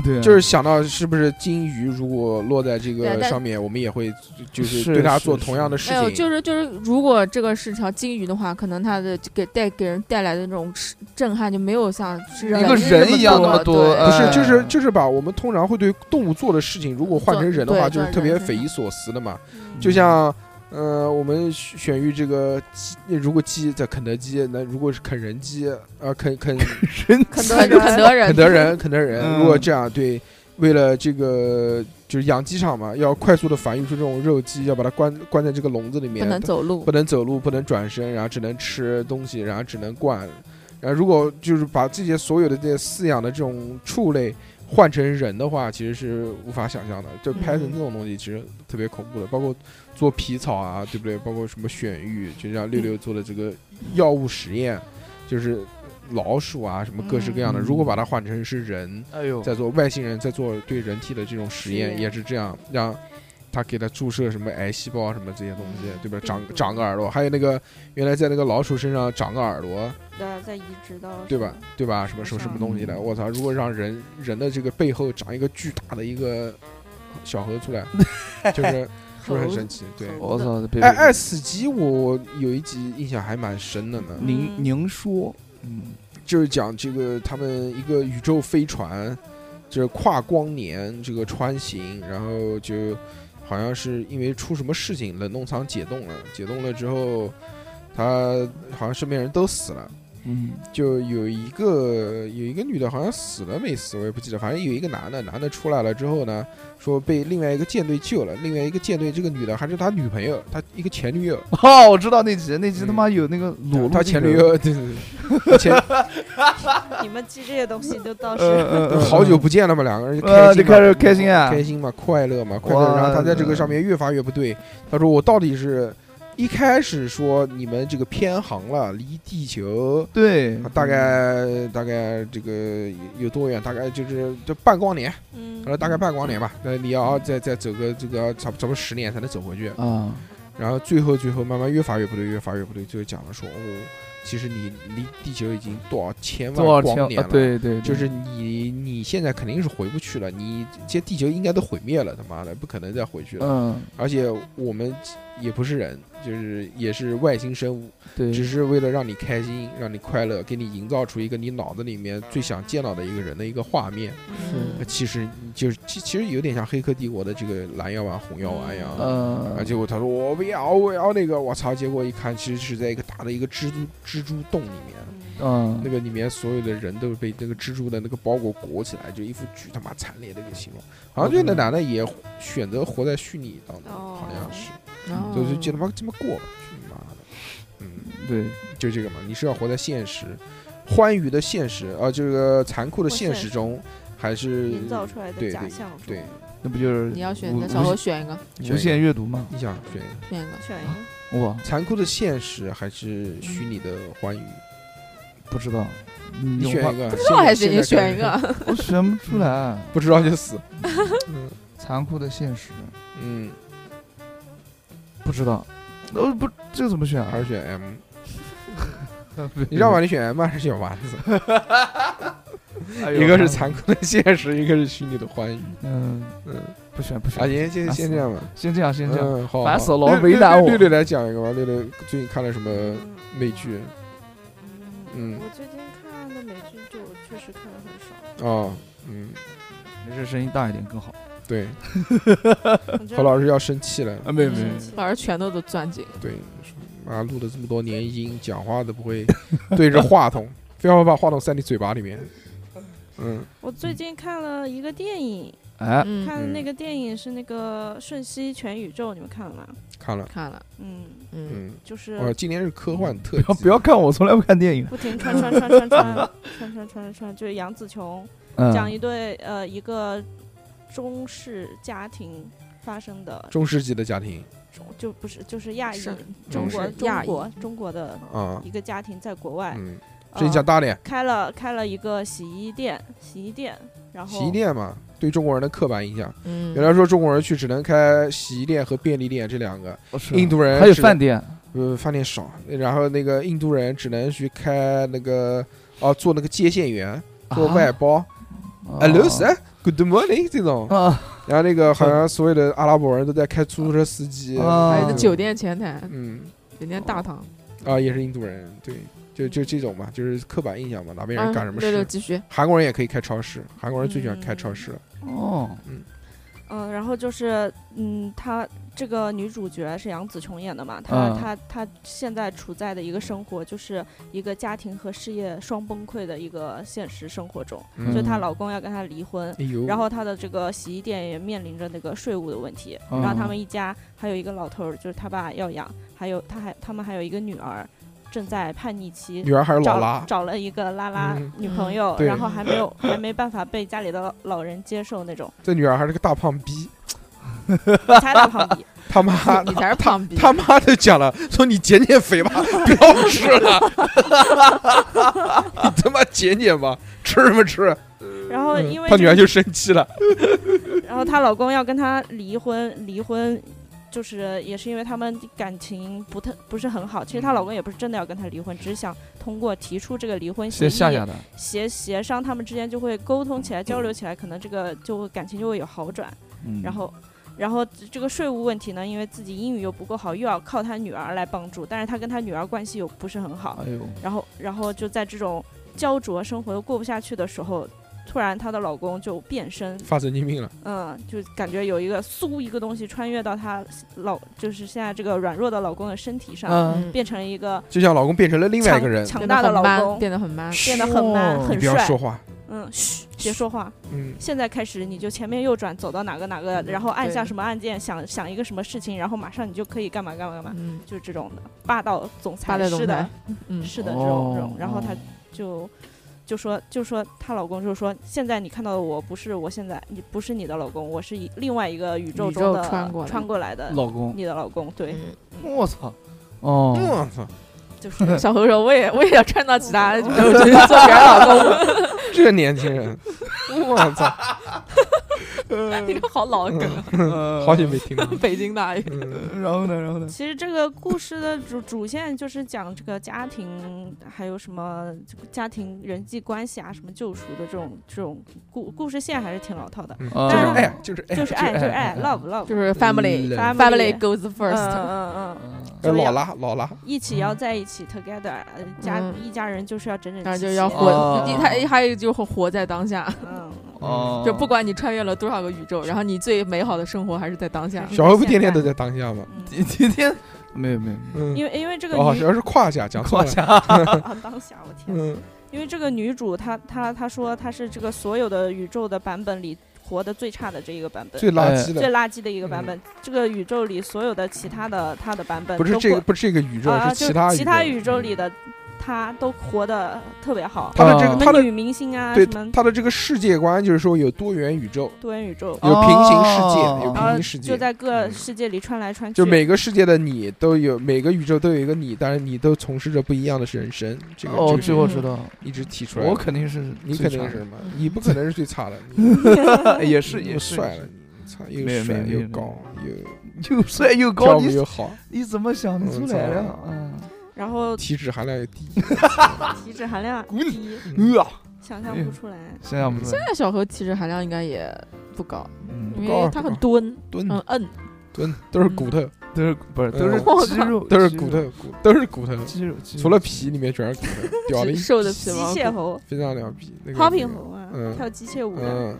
B: 对啊，
A: 就是想到是不是金鱼如果落在这
D: 对
A: 个
D: 但
A: 上面，我们也会就是
B: 是
A: 对它
B: 是
A: 做
B: 是
A: 同样的事
D: 没有，
A: 情。
D: 就是就是，如果这个是条金鱼的话，可能它的给带给人带来的那种震撼就没有像是
B: 一个
D: 人
B: 人一样那么多
D: 对
A: 不是，
B: 哎
A: 就是就是把我们通常会对动物做的事情，如果换成人的话，
D: 做对
A: 就是特别
D: 做人
A: 匪夷所思的嘛。
C: 嗯
A: 就像，呃，我们选选育这个鸡，如果鸡在肯德基，那如果是啃人鸡，呃，啃啃
B: 人
C: 肯德
D: 肯
C: 人
D: 肯德人，
A: 肯德人，肯德人，
B: 嗯
A: 如果这样对，为了这个就是养鸡场嘛，要快速的繁育出这种肉鸡，要把它关关在这个笼子里面，
D: 不能走路
A: 不，能走路，不能转身，然后只能吃东西，然后只能灌。然后如果就是把这些所有的这些饲养的这种畜类换成人的话，其实是无法想象的。就拍成这种东西，其实特别恐怖的，包括做皮草啊，对不对？包括什么选育，就像六六做的这个药物实验，就是老鼠啊，什么各式各样的。
B: 嗯
A: 如果把它换成是人，
B: 哎呦，
A: 在做外星人在做对人体的这种实
C: 实
A: 验，
C: 验
A: 也是这样，让他给他注射什么癌细胞什么这些东西，对吧？
C: 病
A: 长
C: 毒
A: 长个耳朵，还有那个原来在那个老鼠身上长个耳朵，
C: 对，再移植到
A: 对吧？对吧？什么什么
C: 好
A: 什
C: 像
A: 么东西的，我操！如果让人人的这个背后长一个巨大的一个小河出来， 就是是不是很神奇？对。
B: 我操，别
A: 哎哎，死机我有一集印象还蛮深的呢，
B: 您
C: 嗯
B: 您说，嗯，
A: 就是讲这个他们一个宇宙飞船，就是跨光年这个穿行，然后就好像是因为出什么事情，冷冻舱解冻了，解冻了之后，他好像身边人都死了，
B: 嗯，
A: 就有一个有一个女的好像死了没死，我也不记得，反正有一个男的，男的出来了之后呢，说被另外一个舰队救了，另外一个舰队这个女的还是他女朋友，他一个前女 友，
B: 哦，我知道那集，那集他妈有那个裸露
A: 他前女
B: 这个，
A: 友，对对对，前
C: 你们记这些东西就倒
B: 呃
C: 是
B: 呃，呃
A: 好久不见了嘛，两个人就
B: 呃，
A: 开心嘛
B: 就开始开心啊，
A: 开心嘛，快乐嘛，快乐。然后他在这个上面越发越不对，他说我到底是一开始说你们这个偏航了，离地球
B: 对，
A: 大概大概这个有多远？大概就是就半光年，
C: 嗯
A: 他说大概半光年吧。那你要再再走个这个差不差不多十年才能走回去。
B: 啊，
A: 然后最后最后慢慢越发越不对，越发越不对，最后讲了说哦，其实你离地球已经多少千
B: 多少
A: 万
B: 钱
A: 光年
B: 啊？
A: 了。
B: 对对，对
A: 就是你你现在肯定是回不去了，你这地球应该都毁灭了，他妈的不可能再回去了。
B: 嗯，
A: 而且我们也不是人，就是也是外星生物，
B: 对，
A: 只是为了让你开心，让你快乐，给你营造出一个你脑子里面最想见到的一个人的一个画面。呃
B: 是
C: 嗯
A: 其实就是其其实有点像《黑客帝国》的这个蓝药丸、红药丸一样。啊！
B: 呃，
A: 结果他说我不要，我要那个，我操！结果一看，其实是在一个大的一个蜘蛛蜘蛛洞里面，
B: 嗯
A: 那，个里面所有的人都被那个蜘蛛的那个包裹裹起来，就一副巨他妈惨烈的一个形容。好像就那男的也选择活在虚拟当中，
C: 哦
A: 好像是，
D: 哦
A: 就是就他妈这么过吧，去你妈的！嗯，
B: 对，
A: 就这个嘛，你是要活在现实，欢愉的现实啊，这个残酷的现实中，还是
C: 营造出来
A: 对
C: 的假
A: 对
C: 象中
A: 对，
B: 那不就是
D: 你要选
B: 无
D: 一个，小
B: 无
D: 何选一个，
A: 选一
B: 限
A: 个
B: 无限阅读吗？
A: 你想对
D: 选一个，
C: 选一个
B: 哇，
A: 残酷的现实还是虚拟的欢愉？
B: 不知道，你
A: 你选一个，
B: 个，
A: 不
D: 不知道还是你选一，个，
B: 我选不出来，
A: 不知道就死。嗯
B: 残酷的现实，
A: 嗯，
B: 不知道，呃，不，这怎么选
A: 还
B: 啊
A: 是？选 M。你让吧，你选 M 还是选丸子？
B: 哎呦
A: 一个是，残酷的现实， 一个是虚拟的欢愉。
B: 嗯，
A: 嗯，
B: 不选不选
A: 啊，，您先
B: 烦死
A: 先这样吧，
B: 先这样，先这样，
A: 嗯，好，
B: 烦死
A: 好
B: 了
A: 六
B: 为
A: 六
B: 难我
A: 六六来讲一个吧，六六最近看了什么
C: 嗯
A: 美剧？嗯
C: 我最近看的美剧就确实看的很少，
A: 哦，嗯，
B: 没事，声音大一点更好。
A: 对，
C: 我觉得
A: 何老师要生气了。
B: 啊，没有
C: 很
B: 没有
C: 神，奇
D: 老师全都都攥紧，
A: 对，妈录了这么多年音，讲话都不 会对着话筒，非要把话筒塞你嘴巴里面。嗯，
C: 我最近看了一个电影，
B: 哎，
D: 嗯，
C: 看的那个电影是那个《瞬息全宇宙》，你们看了吗？
A: 看了，
D: 看了，
C: 嗯，
D: 嗯，
A: 嗯，
C: 就是
A: 哦，今年是科幻特
B: 不要
A: 辑，
B: 不要看我，从来不看电影。
C: 不停穿穿穿穿穿穿穿穿穿，就是杨紫琼讲
B: 嗯，
C: 一对呃一个中式家庭发生的，
A: 中世纪的家庭
C: 中就不是就是亚裔
D: 是
C: 中国
D: 中式亚
C: 中
D: 裔
C: 国中国的
A: 啊，
C: 一个家庭在国外，
A: 嗯，
B: 啊
C: 呃
A: 这你讲大点，
C: 开了开了一个洗衣店，洗衣店，然后
A: 洗衣店嘛，对中国人的刻板印象。
D: 嗯，
A: 原来说中国人去只能开洗衣店和便利店这两个，
B: 我是啊
A: 印度人
B: 还有
A: 是
B: 饭店，
A: 呃，饭店少，然后那个印度
B: 啊
A: 人只能去开那个哦、做那个接线员，做外包， ，hello sir，good morning 这种，
B: 啊，
A: 然后那个好像所有的阿拉伯人都在开出租车司机，
B: 啊
A: 这
B: 哎
A: 种
B: 那
A: 嗯
B: 酒
E: 酒店前台，
A: 嗯
E: 酒店大堂，
A: 啊也是印度人，对，就就这种嘛，就是刻板印象嘛，哪边人
E: 嗯
A: 干什么
E: 对对，
A: 事，
E: 继 续。
A: 韩国人也可以开超市，韩国人最喜欢开超市了，
B: 哦，
C: 嗯，然后就是，嗯，她这个女主角是杨紫琼演的嘛，她、
B: 嗯
C: 她她现在处在的一个生活，就是一个家庭和事业双崩溃的一个现实生活中，
A: 嗯
C: 就她老公要跟她离婚。
A: 哎呦，
C: 然后她的这个洗衣店也面临着那个税务的问题，
B: 嗯
C: 然后他们一家还有一个老头儿，就是他爸要养，还有他还他们还有一个女儿，正在叛逆期，
A: 女儿还是老
C: 找
A: 拉，
C: 找了一个拉拉
A: 嗯
C: 女朋友，
A: 对
C: 然后还没有还没办法被家里的老老人接受那 种，
A: 这女儿还是个大胖逼，
C: 才打旁比。
A: 他妈
E: 你才是胖逼，
A: 他妈的讲了，说你减减肥 吧，不要吃了， 你他妈减减吧，吃什么吃？
C: 然后哦因为
A: 嗯他
C: 这
A: 女
C: 个
A: 儿就生气了，
C: 然后她老公要跟她离婚，离婚就是也是因为他们感情不太不是很好。其实她老公也不是真的要跟她离婚，只是想通过提出这个离婚协
B: 先
C: 议
B: 吓吓他，
C: 协协商，他们之间就会沟通起来、交
A: 嗯
C: 流起来，可能这个就会感情就会有好转。
B: 嗯
C: 然后。然后这个税务问题呢，因为自己英语又不够好，又要靠她女儿来帮助，但是她跟她女儿关系又不是很
A: 嗯
C: 好，
B: 哎呦，
C: 然后然后就在这种焦灼生活又过不下去的时候，突然她的老公就变身
A: 发神经病了。
C: 嗯，就感觉有一个嗖一个东西穿越到她老，就是现在这个软弱的老公的身体上，
B: 嗯，
C: 变成一个
A: 就像老公变成了另外一个人，
C: 强
E: 变
C: 大
E: 得
C: 的老
E: 很 man，
C: 公，
E: 变得很 man，
C: 变得很 man，
B: 哦
A: 你
C: 很
A: 不要
C: 帅
A: 说话，
C: 嗯，嘘，别说话。
A: 嗯，
C: 现在开始，你就前面右转，走到哪个哪
E: 嗯
C: 个，然后按下什么按键，想想一个什么事情，然后马上你就可以干嘛干嘛干嘛，
E: 嗯，
C: 就是这种的霸道总
E: 霸
C: 裁
E: 道
C: 式
E: 总
C: 的
E: 裁，，嗯，
C: 是的这
B: 哦
C: 种这种。然后她
B: 哦
C: 就就说就说她老公就说，现在你看到的我不是我现在你不是你的老公，我是一另外一个宇宙
E: 宇
C: 中
E: 宙
C: 的
E: 穿过来
C: 来的
B: 嗯老公，
C: 你的老公，对，
E: 嗯
B: 我操，哦，
A: 我操，
C: 就 是
E: 小何说：“我也我也要穿到其他， 没有就是做别人老 公。
A: 这年轻人，我操，
E: 你这个好老的梗，
A: 好久没听过。
E: 北京大爷。
A: 嗯
B: 然后呢，然后呢，
C: 其实这个故事的主主线就是讲这个家庭，还有什么这个家庭人际关系啊，什么救赎的这种这种故故事线还是挺老 套的，
A: 嗯
B: 啊
A: 就是爱，就是哎爱，
C: 就是爱，就是
B: 爱
C: 爱，love love，
E: 就是 family
A: Love
E: family goes
C: 嗯
E: first，
C: 嗯嗯嗯，
B: 嗯
A: 哎老拉老拉，
C: 一起要在一起，together，呃家
E: 嗯
C: 一家人就是要整整
E: 但
C: 齐
E: 是就
C: 齐的，
E: 要
B: 哦
E: 活，一还还有就是活在当下，
C: 嗯，
B: 哦，
E: 就不管你穿越了多少个宇宙，然后你最美好的生活还是在当下
C: 还。是
A: 小何不天天都在当下吗？
C: 嗯
B: 你 今天 没有没有，
A: 嗯
C: 因，为因为这个
A: 哦，
C: 女
A: 主要是胯下， 讲错
B: 胯
A: 了，
B: 下，
C: 啊，当下我天，
A: 嗯，
C: 因为这个女主她她她说她是这个所有的宇宙的版本里活得最差的这一个版本，
A: 最垃圾
C: 最
A: 的
C: 垃圾的一个版本。这个宇宙里所有的其他的他的版本
A: 嗯不是
C: 都
A: 这个
C: 过
A: 不是这个宇宙，嗯
C: 啊，
A: 是
C: 就
A: 其他
C: 其他
A: 宇
C: 宇宙里的他都活得特别好，
A: 他的这个
B: 啊
A: 他
C: 什么
A: 的
C: 女明星啊，
A: 对
C: 什么
A: 他的这个世界观就是说有多元宇宙，
C: 多元宇宙，
A: 有平行世界，
B: 哦
A: 有
C: 然
A: 平
C: 后
A: 行啊世
C: 就
A: 界。
C: 在各世界里穿来穿去，
A: 就每个世界的你都有，每个宇宙都有一个你，但是你都从事着不一样的人生。这个
B: 哦，
A: 这
B: 这
A: 个
B: 我
E: 是
B: 知道，
A: 一直提出来的。
B: 我肯定是嗯
A: 你
B: 最
A: 肯定
B: 差
A: 是
B: 的
A: 什么？你不可能是最差的，你
B: 哎也是也
A: 又
B: 是
A: 帅了，你操，又
B: 没有
A: 帅
B: 没有
A: 又高又
B: 又帅又
A: 跳
B: 高，
A: 舞
B: 你
A: 又好，
B: 你怎么想得出来的？嗯，
C: 然后
A: 体脂含量又低。
C: 体脂含量
B: 滚
C: 低，
A: 嗯
B: 啊，
C: 想象不出来。
B: 想想不出来，
E: 那小何体脂含量应该也不高，
B: 嗯，
E: 因为他很蹲，
A: 蹲
E: 嗯摁，
A: 蹲都是骨头，
B: 都是不是 都
A: 嗯
B: 是
E: 我
B: 肌
E: 靠
B: 肉，
A: 都是
B: 肌
A: 骨
B: 肉，
A: 头，骨都是骨头，
B: 肌肉，肌肉
A: 除了皮里面全是骨头，屌的
E: 只瘦的皮
C: 机
E: 毛
C: 械猴
A: 非常牛逼。那个
C: ，popping 猴啊
A: 嗯，
C: 跳机械舞的，
A: 嗯，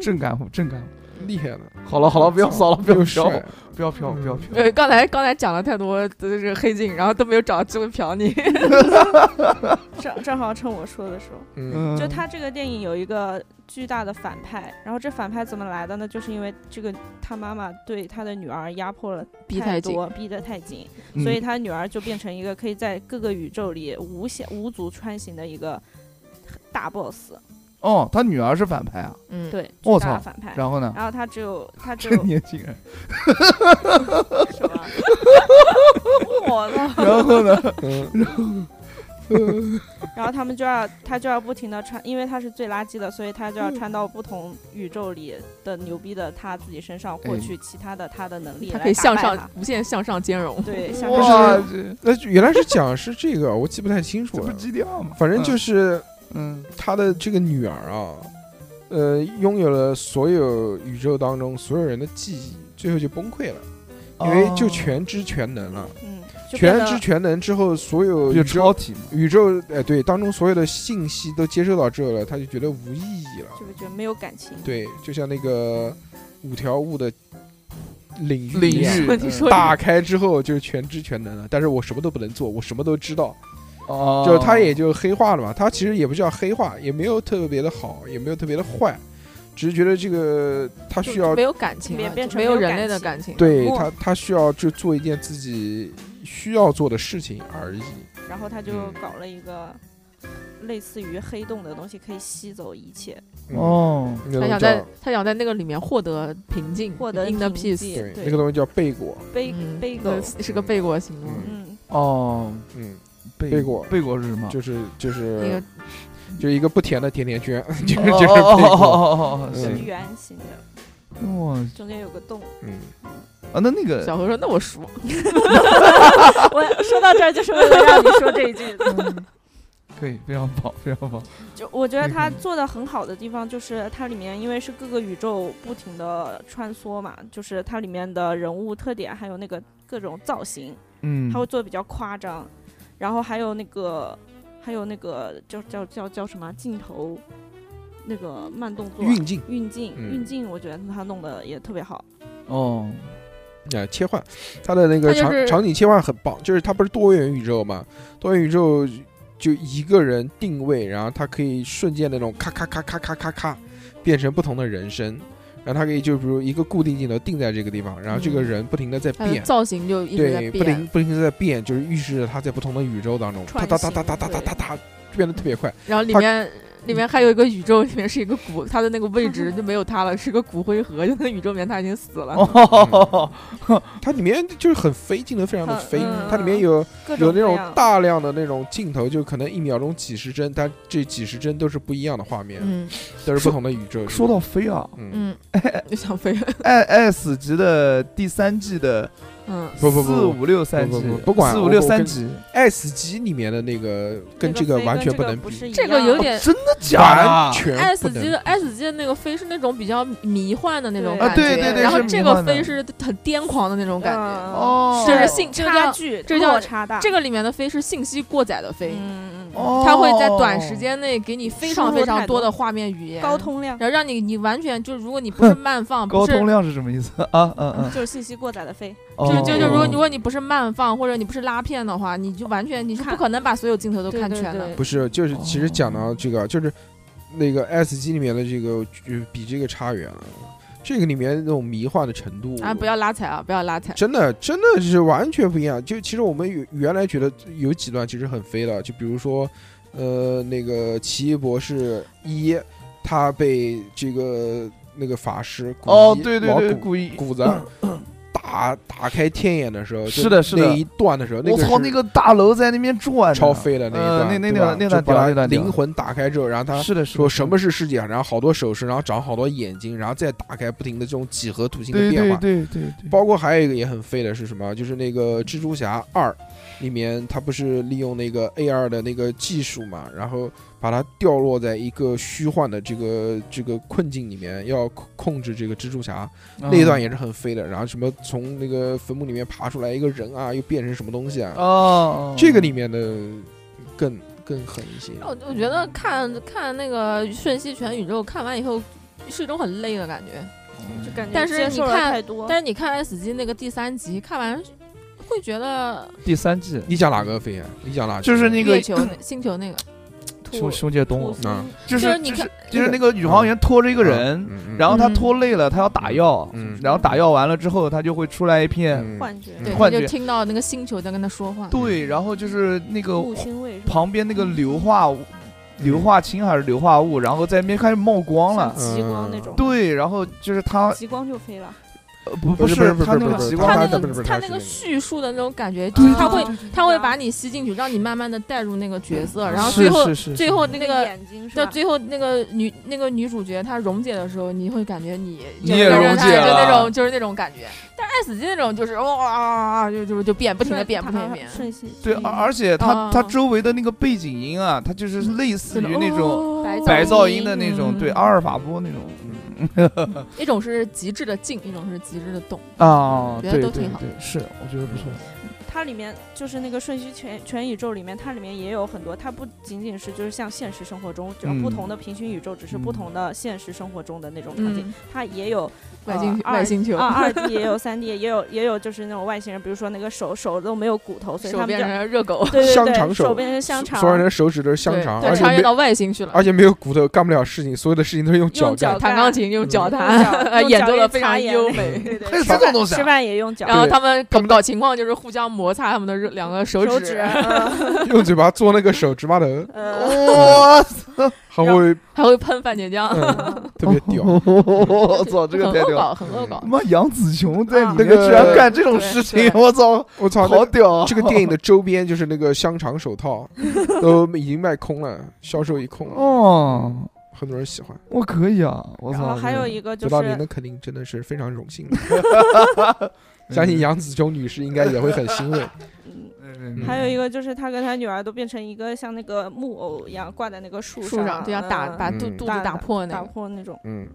B: 正感悟，正感悟。
A: 厉害的。
B: 好了 好了，不要扫了，不要
A: 又
B: 飘
A: 帅
B: 我，，不要飘我，不要飘
E: 呃，刚才刚才讲了太多就是黑镜，然后都没有找到机会嫖你。
C: 正正好趁我说的时候。
A: 嗯，
B: 我。
C: 就
B: 嗯
C: 他这个电影有一个巨大的反派，然后这反派怎么来的呢？就是因为这个他妈妈对他的女儿压迫了
E: 逼
C: 太
E: 太紧
C: 多，逼得太紧，
B: 嗯
C: 所以他女儿就变成一个可以在各个宇宙里无限无足穿行的一个大 boss，
B: 哦，他女儿是反派啊。
E: 嗯，
C: 对，巨
B: 我
C: 大的
B: 操
C: 反派。
B: 然后呢？
C: 然后他只有他只
B: 这
C: 有
B: 年轻人。
C: 什么？ 我操！
B: 然后呢？
A: 嗯
C: 然后他们就要他就要不停的穿，因为他是最垃圾的，所以他就要穿到不同宇宙里的牛逼的他自己身上，获取其他的他的能力
E: 他
C: 来
E: 可以向
C: 打败
E: 上无限向上兼容
C: 他。。对，向上
B: 哇，
C: 上
B: 这
A: 那原来是讲是这个，我记不太清
B: 这
A: 楚啊
B: 不
A: 了。
B: 基调吗？
A: 反正就是是
B: 嗯，
A: 他的这个女儿啊，呃，拥有了所有宇宙当中所有人的记忆，最后就崩溃了，
B: 哦
A: 因为就全知全能了。
C: 嗯，就变
A: 全
C: 得
A: 知全能之后，所有宇
B: 就超
A: 宙
B: 体嘛，
A: 宇宙哎对当中所有的信息都接收到之后了，他就觉得无意义了。
C: 就是觉得没有感情，
A: 对，就像那个五条悟的领域
B: 领
A: 一样
B: 域
D: 我听
B: 嗯
D: 说
A: 打开之后就是全知全能了，但是我什么都不能做，我什么都知道，
B: 哦
A: 就是他也就黑化了嘛。他其实也不叫黑化，也没有特别的好，也没有特别的坏，只是觉得这个他需要
F: 没有感情
C: 也
F: 了，
C: 变
F: 就
C: 成
F: 没
C: 没有
F: 人
C: 感
F: 类的
C: 情
F: 感情了。
A: 对
F: 默
A: 他他需要就做一件自己需要做的事情而已。
C: 然后他就
A: 嗯
C: 搞了一个类似于黑洞的东西，可以吸走一切，
A: 嗯，
B: 哦，
A: 那个
D: 他
A: 东西
D: 想在
A: 叫
D: 他想在那个里面获得平静，
C: 获得
D: in the
C: 平
D: peace，
C: 静
A: 对那个东西叫贝果，
C: 背
D: 嗯
C: 背狗，
D: 对是个背果形容。
A: 嗯
C: 嗯，
B: 哦，
A: 嗯，
B: 贝
A: 贝果
B: 贝果是什么？
A: 就是就
D: 那
A: 是
D: 个
A: 就一个不甜的甜甜圈， 就是
B: 哦
A: 就是
B: 哦哦
A: 贝
B: 哦
A: 果，
B: 哦哦
C: 是
A: 嗯
B: 哦
C: 圆形的，
B: 哦，哇
C: 中间有个洞。
A: 嗯，
B: 啊，那那个
D: 小何说：“那 我输。
C: 我说到这儿就是为了让你说这一句。
B: 可以非常棒， 非常棒，
C: 就我觉得它做的很好的地方，就是它里面因为是各个宇宙不停的穿梭嘛，就是它里面的人物特点，还有那个各种造型，
B: 嗯
C: 它会做的比较夸张，然后还有那个还有那个叫叫叫叫什么啊镜头，那个慢动作啊
A: 运镜
C: 运镜
A: 嗯
C: 运镜，我觉得它弄的也特别好。
B: 哦，
A: 啊，切换，它的那个
F: 它就
A: 场、
F: 是
A: 场景切换很棒，就是它不是多元宇宙嘛，多元宇宙就一个人定位，然后它可以瞬间那种咔咔咔咔咔咔咔变成不同的人声，然后它可以就比如一个固定镜头定在这个地方，然后这个
D: 嗯
A: 人不停的在
F: 它的
A: 变，
F: 造型就一直在
A: 对，不停
F: 变，
A: 不停的在变，就是预示着他在不同的宇宙当中，哒
C: 穿
A: 哒哒
C: 行
A: 哒哒哒哒哒哒，就变得特别快，
D: 然后里
A: 他
D: 面里面还有一个宇宙，里面是一个骨，他的那个位
B: 嗯
D: 置就没有他了，是个骨灰盒，就那宇宙里面他已经死了。
B: 哦，
A: 它里面就是很飞，镜头非常的
C: 嗯
A: 飞
C: 嗯，
A: 它里面
C: 嗯
A: 有。
C: 各种
A: 有那
C: 各
A: 种
C: 样
A: 大量的那种镜头，就可能一秒钟几十帧，但这几十帧都是不一样的画面，
F: 嗯
A: 都是不同的宇宙。
B: 说到飞啊，
A: 嗯，
F: 嗯，
D: 就想飞，
B: 爱爱死级的第三季的
D: 嗯，
A: 不不不
B: 四五六三
A: 不
B: 季
A: 不不不管
B: 四
A: 我
B: 五六
A: 我
B: 三
A: 跟
B: 集，
A: 爱死机里面的那个跟这
C: 那个
A: 个
C: 飞
A: 完
C: 跟
A: 全
C: 这
A: 不
C: 个
A: 能
C: 不
A: 比，
C: 是一
D: 这个
C: 样
D: 有
C: 的
D: 点
B: 真的
A: 完
B: 假的？
A: 全
D: 爱
A: 不
D: 死
A: 能
D: 机
A: 比
D: 的爱死机的那个飞是那种比较迷幻的那
C: 对
D: 种感
B: 啊，
D: 觉，
B: 对对对，
D: 然后
B: 是
D: 这
B: 迷
D: 个
B: 幻的
D: 飞是很癫狂的那种感觉。
C: 嗯
B: 哦，
D: 就是性这个
C: 差
D: 叫
C: 距，
D: 这叫
C: 落差大。
D: 这个里面的飞是信息过载的飞，
C: 嗯嗯嗯，
B: 哦，
D: 它会在短时间内给你非常
C: 输入
D: 非
C: 太
D: 常
C: 多
D: 多的画面语言，
C: 高，通量
D: 然后让你你完全就是，如果你不是慢放，不
B: 高
D: 是
B: 通量是什么意思啊？嗯嗯，
C: 就是信息过载的飞。
D: 就
B: 哦
D: 就就如果
A: 哦
D: 如果你不是慢放或者你不是拉片的话，你就完全你是
C: 看
D: 不可能把所有镜头都
C: 对
D: 看
C: 对
D: 全
C: 对
D: 的。
A: 不是，就是其实讲到
B: 哦
A: 这个，就是那个爱死机里面的这个就比这个差远了，这个里面那种迷幻的程度
D: 啊，不要拉踩啊，不要拉踩。
A: 真的，真的是完全不一样。就其实我们原原来觉得有几段其实很飞的，就比如说，呃，那个奇异博士一，他被这个那个法师古
B: 哦，
A: 一
B: 对对
A: 老
B: 对，
A: 古
B: 故意，
A: 谷子打打开天眼的时候，就是
B: 嗯的是的
A: 那一段的时候，
B: 我操，那
A: 个
B: 个大楼在那边转
A: 是
B: 呢，
A: 超飞的那一
B: 呃
A: 段，
B: 那那
A: 对吧
B: 那那
A: 就
B: 段
A: 把
B: 屌
A: 他
B: 那段屌
A: 灵魂打开之后，然后他。
B: 是的，是的
A: 说什么？是世界，然后好多手势，然后长好多眼睛，然后再打开，不停的这种几何图形的
B: 对
A: 变
B: 对
A: 化，
B: 对对对，
A: 包括还有一个也很废的是什么？就是那个蜘蛛侠二里面，他不是利用那个 A 二的那个技术嘛，然后把它掉落在一个虚幻的这个这个困境里面，要控控制这个蜘蛛侠。
B: 嗯
A: 那一段也是很废的。然后什么从那个坟墓里面爬出来一个人啊，又变成什么东西啊？
B: 哦，
A: 这个里面的更更狠一些。
D: 我我觉得看看那个《瞬息全宇宙》，看完以后是一种很累的感觉。
C: 就感觉
D: 但是
C: 接
D: 你
C: 受了
D: 看
C: 太多，
D: 但是你看《爱死机》那个第三集，看完会觉得
B: 第三季
A: 你讲哪个废啊？你讲哪个？
B: 就是那个嗯
D: 月球那、星球那个
B: 熊
D: 吐，
B: 熊姐懂
C: 吐
B: 我，
C: 司
A: 嗯
B: 就
D: 就是是你
B: 就是
D: 看
B: 就是那个宇航员拖着一个人，
A: 嗯，嗯
B: 然后他
D: 嗯
B: 拖累了，他要打药，
A: 嗯
B: 然后打药完了之后，他就会出来一片，
A: 嗯
C: 幻觉、
D: 对，
B: 幻
D: 他
B: 觉
D: 就听到那个星球在跟他说话。
B: 对，然后就是那个
C: 木星卫是吧？
B: 旁边那个硫化物
A: 嗯
B: 硫化氢还是硫化物，然后在那边开始冒光
C: 像
B: 了。
C: 极光那种，，
B: 对，然后就是他
C: 极光就飞了。
B: 呃不
A: 不是
B: 是
A: 不是
B: 他那
A: 不是
B: 个
A: 不是他
B: 极光
D: 他
A: 那
D: 那
A: 不是不是
D: 个
A: 他
D: 他
A: 是
D: 那个
A: 那个
D: 叙述的那种感觉，
B: 对对
D: 他
B: 对
D: 会
B: 对嗯
D: 他会把你吸进去，让你慢慢的带入那个角色，然后
B: 是
D: 最后
B: 是是
D: 最后那
C: 那
D: 个
C: 眼睛是
D: 到
C: 吧？
D: 最后那个女那个女主角她溶解的时候，你会感觉你
B: 你
D: 整
B: 也
D: 个人
B: 溶
D: 她
B: 解
D: 就那
B: 了
D: 种就是那种感觉。但是爱死机那种就是哇哇哇哇就就就变不停的变不停 的变，
C: 瞬息。
B: 对，而而且他
D: 嗯
B: 他周围的那个背景音啊，它就是类似
D: 那
B: 于
D: 种
B: 那种
D: 哦白
B: 白噪
D: 噪
B: 音的那种，
D: 嗯
B: 对阿啊尔法波那种
D: 一种是极致的静，一种是极致的动。
B: 啊，对
D: 觉得
B: 对
D: 都
B: 对
D: 挺好，
B: 是 我觉得不错。
C: 它里面就是那个《瞬息全全宇宙》里面，它里面也有很多，它不仅仅是就是像现实生活中，只要
B: 嗯
C: 不同的平行宇宙，只是
B: 嗯
C: 不同的现实生活中的那种场景，
D: 嗯，
C: 它也有
D: 外星
C: 呃
D: 外星球
C: 啊，二 D 也有三 D，也有也有就是那种外星人，比如说那个手手都没有骨头，所以他
D: 手
C: 们
D: 变
C: 就
D: 成热狗，
C: 对对
A: 香
C: 对
A: 肠手
C: 变成嗯香肠，
A: 所有人的手指都是香
D: 对
A: 肠，
D: 对
A: 而且
D: 穿越
A: 没
D: 到外星去了。
A: 而且没有骨头，干不了事情，所有的事情都是用脚
C: 用
A: 干
C: 脚。
D: 弹钢琴用脚
C: 用
D: 弹，
C: 脚
D: 演奏
C: 用
D: 的
C: 脚也
D: 非
C: 擦
D: 常
C: 眼
D: 优
C: 泪
D: 美。
C: 对对，
B: 还有
C: 吃
B: 这种
C: 饭
B: 东西啊
C: 吃饭也用脚，
D: 然后
A: 对
D: 他们搞搞情况就是互相摩擦他们的热两个手
C: 手
D: 指，
A: 用嘴巴做那个手指码头，
B: 嗯
C: 呃，
B: 我
A: 还会
D: 还会喷番茄酱，
A: 嗯
C: 呃
A: 特别屌。
B: 我操，哦这个
D: 很
B: 太
D: 恶
B: 屌了！
D: 搞，很恶搞
B: 他。妈杨紫琼在里
C: 啊
B: 面
A: 那个
B: 居然干这种事情
D: 对，对
B: 我操，
A: 我操，那
B: 好屌啊！
A: 这个电影的周边就是那个香肠手套，都已经卖空了，销售一空了，
B: 哦，
A: 很多人喜欢。
B: 我可以啊，我
C: 然
B: 操！
C: 后还有一个就
A: 得到您
C: 是
A: 的肯定真的是非常荣幸的，相信杨紫琼女士应该也会很欣慰。
C: 嗯。
B: 嗯，
C: 还有一个就是他跟他女儿都变成一个像那个木偶一样挂在那个树
D: 树上就要打
C: 嗯
D: 把
A: 嗯
D: 肚
A: 嗯
D: 肚子
C: 打
D: 打破那
C: 打
D: 个，
C: 破那种，
A: 嗯，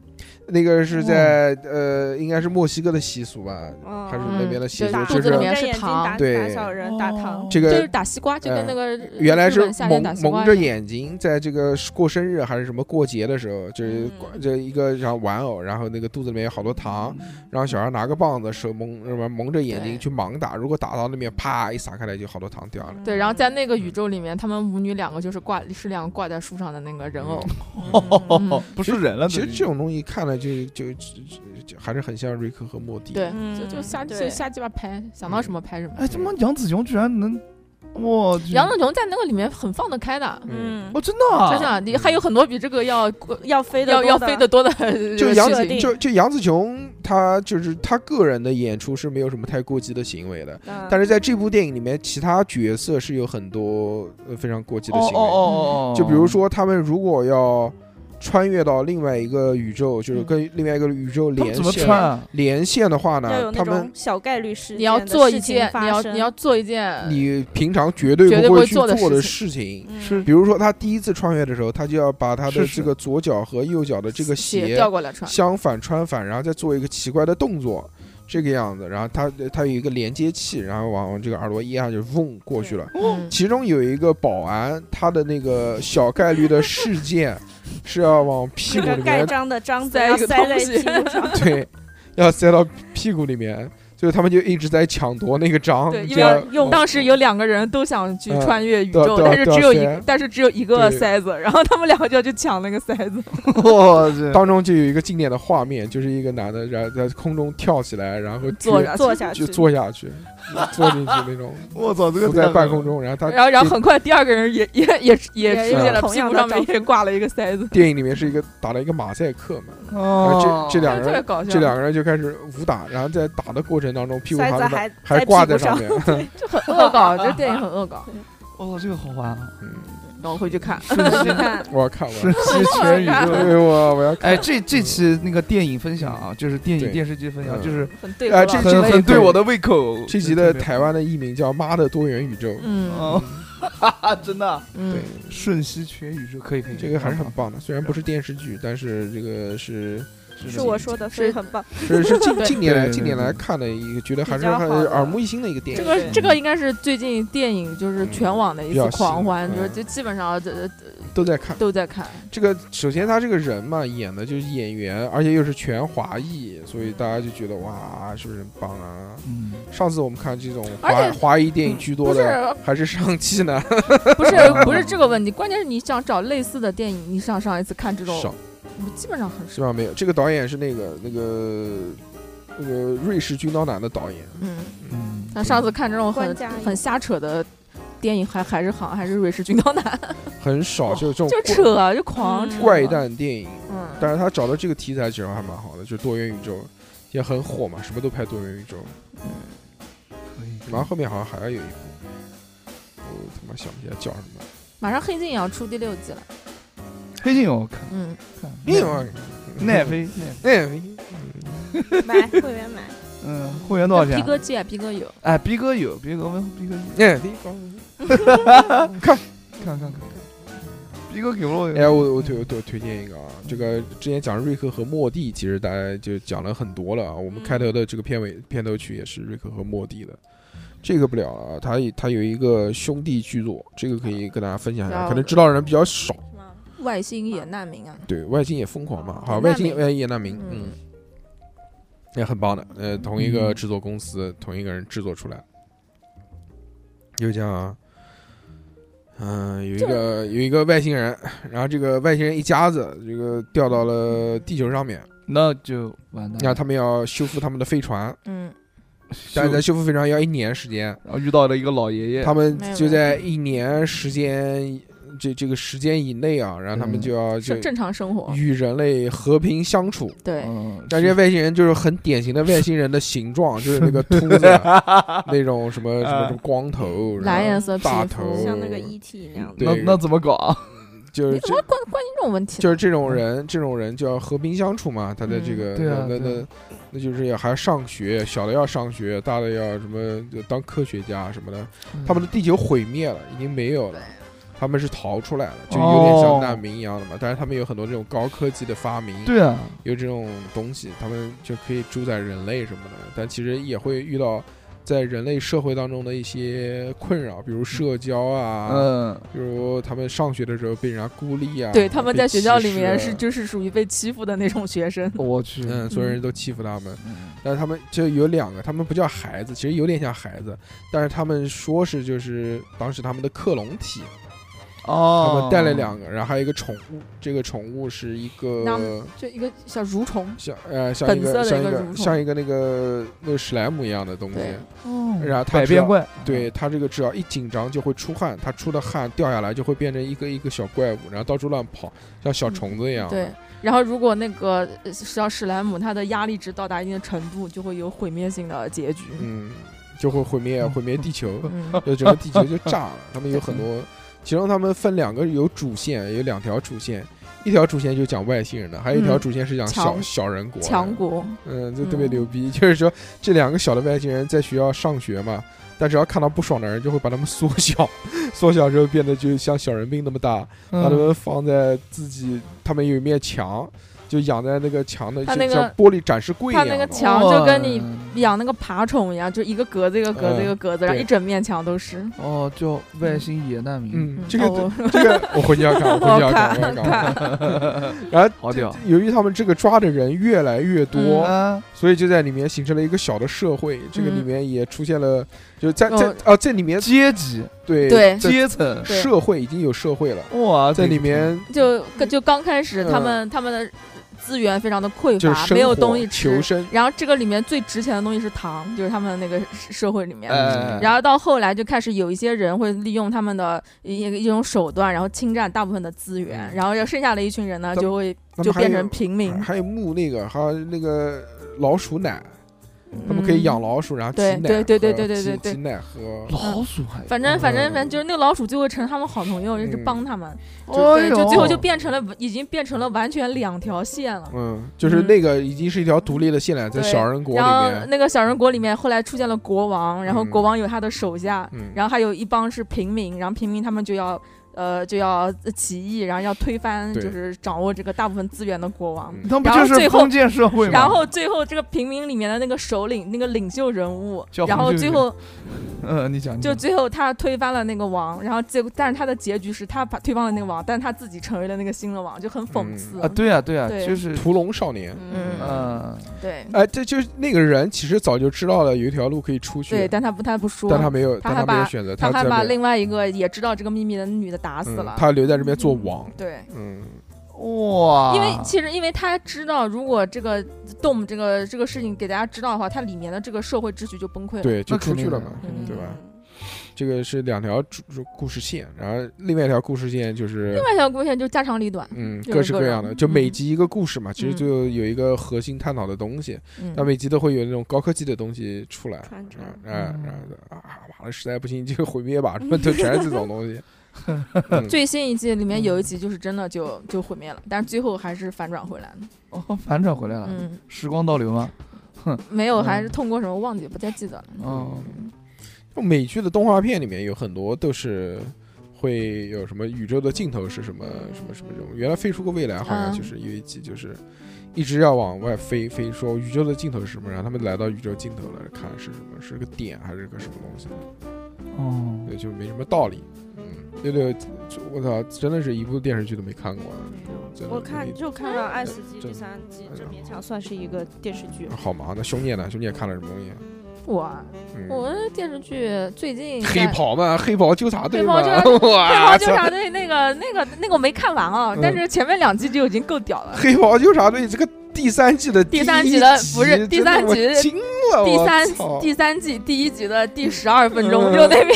A: 那个是在呃，应该是墨西哥的习俗吧，
C: 嗯
A: 还是
D: 嗯
A: 那边的习
D: 就
A: 俗
D: 打，
A: 就
D: 肚子里
A: 是
D: 面
C: 睁
D: 是
C: 着眼睛
D: 糖哦
C: 打打
A: 对
C: 小人打
B: 哦
C: 糖，
A: 这
D: 就是
A: 个
D: 打西瓜，就跟那个
A: 哎原来
D: 日
A: 是
D: 本夏
A: 蒙
D: 天打西瓜
A: 蒙着
D: 一样
A: 眼睛，在这个过生日还是什么过节的时候，就是
D: 嗯
A: 管这一个然后玩偶，然后那个肚子里面有好多糖，让小孩拿个棒子，手蒙什么蒙着眼睛
D: 对
A: 去盲打，如果打到那边啪一撒开来，就好多糖掉了。
D: 对，然后在那个宇宙里面，他们母女两个就是挂是两个挂在树上的那个人偶， 嗯
B: 哦不是人了，
A: 其实
B: 等于
A: 这种东西看了就就就就还是很像瑞克和莫蒂。
D: 对，
C: 嗯
D: 就就瞎就
C: 对
D: 瞎鸡巴拍，想
A: 嗯
D: 到什么拍什么
B: 哎，。他妈杨紫琼居然能，哇！
D: 杨紫琼在那个里面很放得开的，
A: 嗯
C: 嗯，
B: 我真的啊
D: 真的，你还有很多比这个要
C: 要飞的
D: 要要
C: 多
D: 飞得多的
A: 就
D: 事
A: 杨
C: 设
A: 紫
C: 定
D: 情
A: 就就杨紫琼，她就是她个人的演出是没有什么太过激的行为的，
C: 嗯
A: 但是在这部电影里面，其他角色是有很多呃非常过激的
B: 哦
A: 行为。
B: 哦哦哦，
A: 就比如说，他们如果要穿越到另外一个宇宙，就是跟另外一个宇宙
B: 嗯他们
A: 连
B: 怎么
A: 线、
B: 穿啊？
A: 连线的话
C: 要
A: 呢，
C: 有那
A: 他
C: 种
A: 们
C: 小概率事件的
D: 你要做一
C: 事情
D: 件，
C: 发
D: 你要
C: 生
D: 你要做一件，
A: 你平常绝对
D: 呃绝对
A: 不
D: 不会
A: 去
D: 做的
A: 做的
D: 事
A: 事情。
C: 嗯
B: 是
A: 比如说，他第一次穿越的时候，他就要把他的
B: 是是
A: 这个左脚和右脚的这个
D: 血
A: 鞋
D: 掉过来穿，
A: 相反穿反，然后再做一个奇怪的动作，这个样子。然后他他有一个连接器，然后往这个耳朵一按就嗡过去了。
D: 嗯
A: 其中有一个保安，他的那个小概率的事件是要往屁
C: 那
A: 股
C: 个
A: 里
C: 盖
A: 面，
C: 章的章子
D: 塞一
C: 要塞
D: 个
C: 在
D: 东西
C: 屁 股上，
A: 对，要塞到屁股里面。所以他们就一直在抢夺那个章，
D: 对因
A: 就
D: 为
A: 要
C: 用
A: 往
D: 当时有两个人都想去
A: 哦嗯
D: 穿越宇
A: 对啊
D: 宙，
A: 对啊
D: 但是
A: 对啊
D: 只有一
A: 谁
D: 个，但是只有一个
A: 对
D: 塞子，然后他们两个就要去抢那个塞子。
B: 我去，
A: 当中就有一个经典的画面，就是一个男的，然后在空中跳起来，然后
D: 坐
A: 就
D: 着
C: 坐下去
A: 就，坐下去，坐进去那 种，
B: 我操，这个
A: 浮在
B: 太
A: 半空中，然后他
D: 然后，然后
A: 这
D: 很快第二个人也也也也
C: 也
D: 出现了，
C: 同
D: 屁
C: 样
D: 股
C: 的
D: 上面
C: 照
D: 也挂了一个塞子，
A: 电影里面是一个打了一个马赛克嘛，然
B: 哦
A: 后，啊这这 两个
D: 特别
A: 人
D: 搞笑。
A: 这两个人就开始武打，然后在打的过程当中，屁股
C: 塞子
A: 上
C: 还
A: 还
C: 在
A: 挂
C: 屁股
A: 在上面，
D: 就很 恶搞，这电影很恶搞，
B: 我操，这个好玩 啊！
A: 嗯，
D: 那我回去看。
B: 瞬息
C: 你 看，
A: 我要看
B: 瞬
A: 完，
B: 息全 宇
A: 哎
B: 宙。
A: 呦我我要看，
B: 哎，这这期那个电影分享啊，就是电
A: 对
B: 影电视剧分享，
A: 嗯
B: 就是
D: 很对
A: 哎
D: 付
A: 这
D: 了
A: 这
B: 很
A: 这
B: 很对
A: 对
B: 我的胃口。
A: 这集的台湾的译名叫《妈的多元宇宙》，
D: 嗯
B: 哦，哈哈，真的啊
D: 嗯
A: 对，，
B: 瞬息全宇宙，可以可以，
A: 这个还是很
B: 棒
A: 棒的，虽然不是电视剧，但是这个是
C: 是我说的，所以
D: 是
C: 很 棒。
A: 是是近
D: 对
A: 近年来
B: 对对
A: 近年来
B: 对
A: 看的一个，觉得还
C: 比
A: 是
C: 较
A: 很
C: 好的
A: 耳目一新的一个电
D: 这
A: 影。
D: 个
C: 对
D: 这个应该是最近电影就是全网的一
A: 嗯比较
D: 次
A: 新
D: 狂欢，
A: 嗯
D: 就是就基本上这
A: 都在看
D: 都在看。
A: 这个，首先他这个人嘛，演的就是演员，而且又是全华裔，所以大家就觉得哇，是不是很棒啊？
B: 嗯，
A: 上次我们看这种
D: 而
A: 华
D: 且
A: 华裔电影居多
D: 不
A: 的，
D: 是
A: 还是上汽呢？
D: 不 是不是这个问题，关键是你想找类似的电影，你想上一次看这种，
A: 少，
D: 基本上很
A: 基
D: 少。
A: 本上没有。这个导演是那个那个那个瑞士军刀男的导演，
D: 嗯，
B: 嗯
D: 但上次看这种很
C: 关家有
D: 很瞎扯的电影，还还是好像还是瑞士军刀男，
A: 很少就这种
D: 哦 就
A: 怪
D: 扯啊就狂扯
A: 怪，诞电影。
D: 嗯，
A: 但是他找到这个题材其实还蛮好的，就是多元宇宙也很火嘛，什么都拍多元宇宙。
B: 可以，
A: 然后后面好像还要有一部，我他妈想不起来叫什么。
D: 马上黑镜也要出第六季了，
B: 黑镜我看
D: 嗯，
B: 看，
A: 另外，
B: 奈飞奈飞，
A: 奈飞，
C: 买会员买，
B: 嗯，会员多少
D: 逼
B: 钱啊？
D: 哥借，逼哥有，
B: 哎，逼哥有，逼哥问逼哥有，
A: 奈飞，
B: 看看看看，一个给我。
A: 哎，我我推我推推荐一个啊，这个之前讲瑞克和莫蒂，其实大家就讲了很多了啊。我们开头的这个片尾片头曲也是瑞克和莫蒂的，这个不了了啊。他他有一个兄弟剧作，这个可以跟大家分享一下，
E: 叫
A: 可能知道的人比较少。
D: 外星野难民啊，
A: 对外星也疯狂嘛，好，
D: 也
A: 外
D: 哦难
A: 星
D: 民
A: 外星也难民，
D: 嗯
A: 嗯，也很棒的。呃，同一个
B: 嗯
A: 制作公司，同一个人制作出来，又讲啊。嗯、有一个有一个外星人，然后这个外星人一家子，这个掉到了地球上面，
B: 那就完蛋
A: 然后
B: 了。
A: 他们要修复他们的飞船，
D: 嗯，
A: 但是在修复飞船要一年时间，
B: 然后遇到了一个老爷爷，
A: 他们
D: 没有
A: 就
D: 问
A: 在一年时间这这个时间以内啊，然后他们
B: 嗯
A: 就要就是
D: 正常生活，
A: 与人类和平相处，
D: 对，
B: 嗯，
A: 但这些外星人就是很典型的外星人的形状，就是那个秃子，啊 那种什么什
B: 啊
A: 么什么光头，然
D: 蓝
A: 后
D: 颜色皮
A: 大头
D: 肤，
C: 像那个 ET 那样的。
A: 哦对
B: 那那怎么搞啊？
A: 就是
D: 你怎么
A: 这
D: 关关心这种问题呢？
A: 就是这种人，这种人就要和平相处嘛。他的这
D: 嗯
A: 个
B: 对啊
A: 那
B: 对
A: 那那就是要还要上学，小的要上学，大的要什么就当科学家什么的。
B: 嗯
A: 他们的地球毁灭了，已经没有了。他们是逃出来了，就有点像
B: 哦
A: 难民一样的嘛。但是他们有很多这种高科技的发明，
B: 对啊，
A: 有这种东西，他们就可以主宰人类什么的，但其实也会遇到在人类社会当中的一些困扰，比如社交啊，
B: 嗯，
A: 比如他们上学的时候被人家孤立啊，
E: 对，他们
A: 被
E: 在学校
A: 歧
E: 里
A: 视啊
E: 面是就是属于被欺负的那种学生。
B: 我去，
A: 嗯，所有人都欺负他们，
B: 嗯
A: 但是他们就有两个，他们不叫孩子，其实有点像孩子，但是他们说是就是当时他们的克隆体，他
B: 哦，
A: 们带了两个，然后还有一个宠物，这个宠物是一个
D: 那。就一个小蠕虫，
A: 像呃像
D: 粉
A: 一个
D: 色的
A: 像
D: 一
A: 一
D: 个
A: 个
D: 蠕虫
A: 像一个那个那个史莱姆一样的东西，
D: 对嗯
B: 哦，
A: 然后它
B: 百
A: 只
B: 变
A: 要，
B: 怪，
A: 对它这个只要一紧张就会出汗，它出的汗掉下来就会变成一个一个小怪物，然后到处乱跑，像小虫子一样。
D: 嗯对。然后如果那个呃像史莱姆，它的压力值到达一定的程度，就会有毁灭性的结局。
A: 嗯，就会毁灭毁 灭地球，
D: 嗯，
A: 就整个地球就炸了。他们有很多，其中他们分两个有主线，有两条主线。一条主线就讲外星人的，还有一条
D: 嗯
A: 主线是讲小、
D: 强
A: 小人国的
D: 强国，
A: 嗯，就特别
D: 嗯
A: 牛逼， 就是说这两个小的外星人在学校上学嘛，但只要看到不爽的人，就会把他们缩小， 缩小之后变得就像小人兵那么大，
B: 嗯，
A: 把他们放在自己，他们有一面墙，就养在那个墙的，
D: 他
A: 就
D: 那个
A: 像玻璃展示柜一
D: 它
A: 样
D: 那
A: 的。
D: 个墙
B: 哇
D: 就跟你养那个爬虫一样，就一个格子一个格子一个格子，然后
A: 嗯对
D: 一整面墙都是。
B: 哦叫外星野难民，
A: 嗯
D: 嗯，
A: 这个、
D: 哦
A: 这个我回去要看，我回去要看，我
D: 我
A: 要看。 然后
B: 好屌，
A: 由于他们这个抓的人越来越多，
B: 啊，
A: 所以就在里面形成了一个小的社会。这个里
D: 嗯
A: 面也出现了，就在在
D: 哦
A: 啊，在里面
B: 阶级
A: 对
D: 对
A: 在
B: 阶层，
D: 对
A: 社会已经有社会了，
B: 哇，
A: 在
B: 这
A: 里面
D: 就跟就刚开始
A: 嗯
D: 他们他们的资源非常的匮
A: 就是
D: 乏，
A: 生
D: 没有
A: 活
D: 东西
A: 求
D: 吃。
A: 生，
D: 然后这个里面最值钱的东西是糖，就是他们那个社社会里面。
A: 呃嗯
B: 哎，
D: 然后到后来就开始有一些人会利用他们的一一一种手段，然后侵占大部分的资源，然后剩下的一群人呢
A: 嗯他们
D: 就会
A: 他们
D: 就
A: 还
D: 变
A: 有哎
D: 成平民，
A: 还有木那个，还有那个老鼠奶，他们可以
D: 嗯
A: 养老鼠，然后挤
D: 对
A: 奶喝，
D: 对对对对对
A: 挤
D: 对对
A: 挤奶喝。
B: 老鼠还
D: 反正反正
A: 嗯
D: 反正就是那个老鼠最后成他们好朋友，一直
A: 嗯
D: 帮他们，
B: 哦
D: 对，就最后就变成了已经变成了完全两条线了。
A: 嗯，就是那个已经是一条独立的线了，在
D: 对
A: 小人国里
D: 然后
A: 面，
D: 那个小人国里面后来出现了国王，然后
A: 嗯
D: 国王有他的手下，
A: 嗯，
D: 然后还有一帮是平民，然后平民他们就要呃就要起义，然后要推翻
A: 对
D: 就是掌握这个大部分资源的国王。
A: 嗯
B: 他不就是封建社会吗？
D: 然后最后这个平民里面的那个首领那个领袖人物
B: 叫，
D: 然
B: 红
D: 后
B: 军
D: 最
B: 人
D: 后
B: 嗯，你讲，
D: 就最后他推翻了那个王，然后结果但是他的结局是他把推翻了那个王，但他自己成为了那个新的王，就很讽
A: 嗯
D: 刺。
B: 啊，对啊，对啊，
D: 对
B: 就是
A: 屠龙少年。
D: 嗯
B: 嗯，
D: 对
A: 哎，这就是那个人，其实早就知道了有一条路可以出
D: 对，
A: 去，
D: 但他不他不说，
A: 但他没有，
D: 他
A: 但
D: 还
A: 他没有
D: 把
A: 选择，
D: 他还
A: 在
D: 把
A: 那
D: 另外一个也知道这个秘密的女的打死
A: 嗯
D: 了。
A: 他留在这边做王。
D: 对，
A: 嗯，
B: 哇，
A: 啊
D: 因为其实因为他知道，如果这个动这个这个事情给大家知道的话，它里面的这个社会秩序就崩溃了。
A: 对，就
B: 那
A: 出
B: 肯
A: 去
B: 定
A: 了
B: 的
A: 嘛，
D: 嗯
A: 对吧？这个是两条主主故事线，然后另外一条故事线就是
D: 另外一条故事线就是家长里短，
A: 嗯
D: 就是
A: 各式
D: 各
A: 各
D: 种
A: 样的，就每
D: 嗯
A: 集一个故事嘛，其实
D: 嗯
A: 就有一个核心探讨的东西，
D: 嗯
A: 那，每集都会有那种高科技的东西出来，
C: 穿插
A: 嗯然然后啊，完了实在不行就毁灭吧，什么都全是这种东西。嗯
D: 最新一季里面有一集就是真的就就毁灭了，但是最后还是反转回来了。
B: 哦，反转回来
A: 啊
B: 了，
D: 嗯，
B: 时光倒流吗？
D: 没有，
B: 嗯
D: 还是通过什么忘记不太记得了。
B: 嗯，
A: 就美剧的动画片里面有很多都是会有什么宇宙的尽头是什么什么什么这种。原来飞出个未来好像
D: 嗯
A: 就是有一集就是一直要往外飞飞，说宇宙的尽头是什么，然后他们来到宇宙尽头了，看是什么，是个点还是个什么东西，
B: 哦，
A: 对，就没什么道理。嗯，对对，就我操，真的是一部电视剧都没看过啊，真的
C: 我看
A: 没
C: 就看了《爱死机》
A: 这
C: 第三季，
A: 哎
C: 这
A: 呀
C: 勉强算是一个电视剧。
A: 好忙。那兄弟呢？兄弟也看了什么东西？
D: 我啊
A: 嗯，
D: 我电视剧最近
A: 黑
D: 在
A: 袍嘛，黑袍纠察队
D: 黑
A: 嘛，
D: 袍纠察队黑
A: 哇
D: 袍纠
A: 操！
D: 察队那个那个那个我没看完啊
A: 嗯，
D: 但是前面两季就已经够屌了。
A: 黑袍纠察队这个第三季的
D: 第
A: 一
D: 三集的不是
A: 真
D: 第三
A: 的我
D: 集
A: 惊了，
D: 第
A: 我
D: 三
A: 操
D: 第三季第一集的第十二分钟
A: 嗯
D: 就那边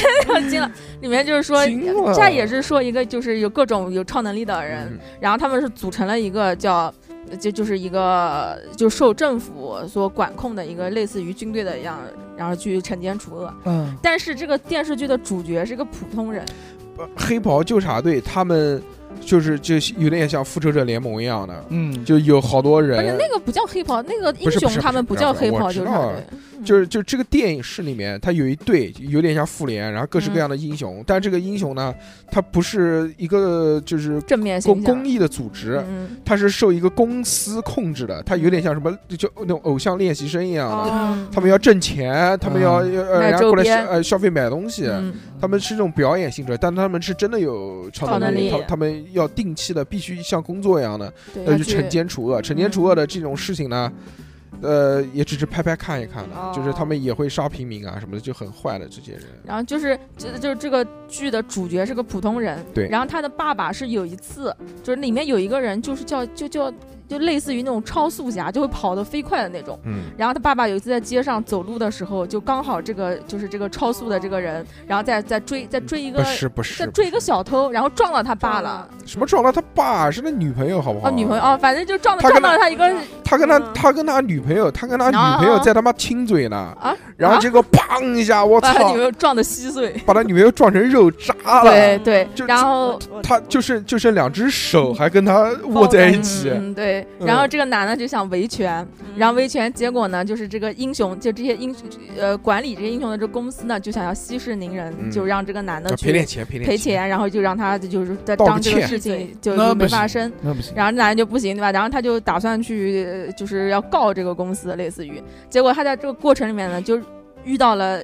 D: 就进了，里面就是说
A: 惊了，
D: 这也是说一个就是有各种有超能力的人，
A: 嗯
D: 然后他们是组成了一个叫，就就是一个就受政府所管控的一个类似于军队的一样，然后去惩奸除恶。
B: 嗯，
D: 但是这个电视剧的主角是个普通人，
A: 黑袍纠察队，他们就是就是有点像复仇者联盟一样的，
B: 嗯，
A: 就有好多
D: 不是
A: 人。
D: 那个不叫黑袍，那个
A: 不
D: 英
A: 是
D: 雄
A: 不是
D: 他们
A: 不是
D: 叫
A: 不是
D: 黑
A: 我
D: 袍
A: 知
D: 纠
A: 道
D: 察
A: 啊
D: 队，嗯
A: 就是就这个电影室里面，它有一队，有点像复联，然后各式各
D: 嗯
A: 样的英雄，但这个英雄呢，他不是一个就是
D: 正面
A: 公
D: 形象
A: 公。益的组织，
D: 嗯
A: 他是受一个公司控制的，他有点像什么就那种偶像练习生一样
C: 哦
A: 的，
D: 嗯
A: 他们要挣钱，他们要、
B: 嗯
A: 要呃，
D: 买
A: 然后
D: 周
A: 过来消
D: 边
A: 呃消费买东西。
D: 嗯
A: 他们是这种表演性质，但他们是真的有超
D: 超
A: 能
D: 能
A: 力，
D: 力
A: 他他们要定期的，必须像工作一样的
D: 对，
A: 要
D: 要
A: 去惩奸除恶。惩奸除
D: 嗯
A: 恶的这种事情呢，呃，也只是拍拍看一看的，
C: 哦
A: 就是他们也会杀平民啊什么的，就很坏的这些人。
D: 然后就是就就是这个剧的主角是个普通人，
A: 对
D: 然后他的爸爸是有一次，就是里面有一个人就是叫就叫就类似于那种超速侠，就会跑得飞快的那种。
A: 嗯，
D: 然后他爸爸有一次在街上走路的时候，就刚好这个就是这个超速的这个人，然后再再追再追一个
A: 不是不
D: 再
A: 是，
D: 追一个小偷，然后撞到他爸了。
A: 什么撞到他爸是那女朋友好不好？
D: 哦，女朋友，哦，反正就撞到
A: 他跟
D: 撞到他一个
A: 他跟他
C: 嗯
A: 他跟他女朋友，他跟他
D: 啊
A: 女朋友在他妈亲嘴呢，
D: 啊，
A: 然后结果砰一下，我
D: 把他
A: 操
D: 女朋，友撞得稀碎。
A: 把他女朋友撞成肉渣了。
D: 对嗯对
A: 就，
D: 然后
C: 我
A: 他就剩就剩两只手还跟他握在一起，
D: 嗯，
A: 嗯
D: 对。然后这个男的就想维权，
C: 嗯
D: 然后维权，结果呢，就是这个英雄，就这些英呃管理这些英雄的这公司呢，就想要息事宁人，
A: 嗯
D: 就让这个男的
A: 啊
D: 去
A: 赔点钱，赔点
D: 赔钱，然后就让他就是在
A: 道
D: 当
A: 个
D: 这个
A: 歉
D: 事情就
B: 那
D: 就
B: 不
D: 没
B: 行
D: 发生。
B: 那不行，
D: 然后这男人就不行，对吧？然后他就打算去，呃就是要告这个公司，类似于。结果他在这个过程里面呢，就遇到了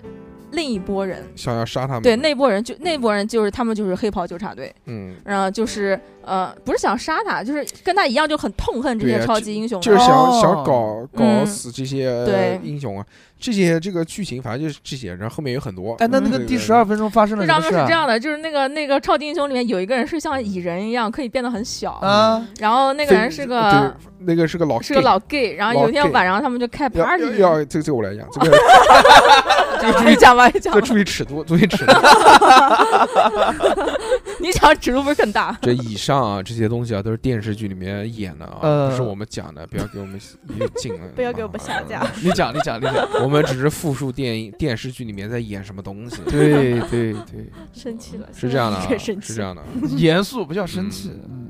D: 另一波人，
A: 想要杀他们。
D: 对，那波人就那波人就是他们就是黑袍纠察队，
A: 嗯，
D: 然后就是呃，不是想杀他，就是跟他一样就很痛恨这
A: 对
D: 些
A: 啊
D: 超级英雄
A: 就是
D: 嘛。
A: 想、
B: 哦
A: 想搞搞
D: 嗯
A: 死这些
D: 对
A: 英雄啊，这些这个剧情反正就是这些，然后后面有很多。
B: 哎，那那
A: 嗯
B: 个
A: 对
B: 第
A: 对
B: 十二分钟发生了
D: 这
B: 什
D: 他
B: 么
D: 们
B: 事
D: 是
B: 啊
D: 这？样的，就是那个那个超级英雄里面有一个人是像蚁人一样可以变得很小，
B: 啊，
D: 然后那
A: 那
D: 个人是个
A: 对那个是个老
D: 是个
A: gay
D: 老 gay，然后有
A: 老
D: 一天
A: gay
D: 晚上他们就开
A: 要
D: party，
A: 要要这个这个我来讲，这个这个注
D: 你
A: 意
D: 讲吧，你
A: 这
D: 讲
A: 个
D: 吧，
A: 注意尺度，注意尺度。
D: 你讲尺度不是更大？
A: 这以上啊这些东西啊都是电视剧里面演的啊，
B: 呃
A: 不是我们讲的，不要给我 们有劲啊，
C: 不要给我们下架
A: 嗯
B: 你讲，你讲，你讲，
A: 我们只是复述电影电视剧里面在演什么东西。
B: 对对对，
C: 生气了，
A: 是这样的啊，
C: 太生气
A: 是这样的啊，
B: 严肃不叫生气，嗯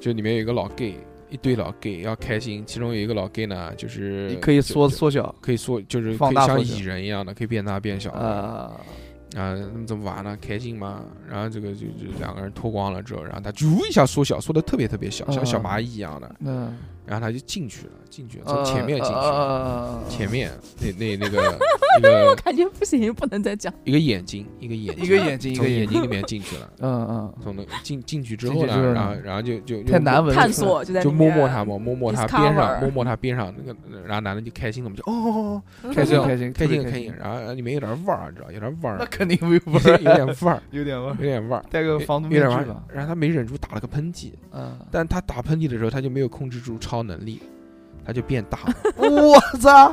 A: 就里面有一个老 gay，一堆老 gay 要开心，其中有一个老 gay 呢，就是
B: 你可以缩
A: 就就
B: 缩小，
A: 可以缩，就是可
B: 放
A: 以
B: 大
A: 像
B: 缩小
A: 蚁人一样的，可以变大变小的啊，
B: 呃，
A: 那么怎么玩呢？开心吗？然后这个就就两个人脱光了之后，然后他啾一下缩小，缩的特别特别小，像小
B: 嗯
A: 蚂蚁一样的，
B: 嗯，
A: 然后他就进去了，进去了，从前面进去了，
B: 呃
A: 前面那那那 个一个
D: 感觉不行，不能再讲。
A: 一个眼睛，一个眼睛，
B: 一个眼睛一
A: 从
B: 个
A: 眼
B: 眼睛，
A: 睛里面进去了。
B: 嗯嗯，
A: 从 那进进去之
B: 进
A: 后
B: 去之
A: 呢，
B: 后
A: 然后
B: 呢
A: 然后就就
B: 太
A: 用
B: 难闻了，
D: 探索就在
A: 就
D: 里
A: 摸
D: 面
A: 摸他嘛，摸摸他边上，
D: Discover
A: 摸摸他边上那个，然后男的就开心了嘛，就哦哦哦，
B: 开心
A: 嗯
B: 开心
A: 开心
B: 特别
A: 开心，然后里面有点味儿，啊你知道，有点味儿
B: 那，肯定没有味
A: 有
B: 儿，
A: 点味儿，
B: 有点味儿，
A: 有点味儿，
B: 带个防毒
A: 有
B: 面
A: 点味
B: 具
A: 儿
B: 吧，，
A: 然后他没忍住打了个喷嚏，
B: 嗯，
A: 但他打喷嚏的时候他就没有控制住超能力，他就变大了，
B: 我操，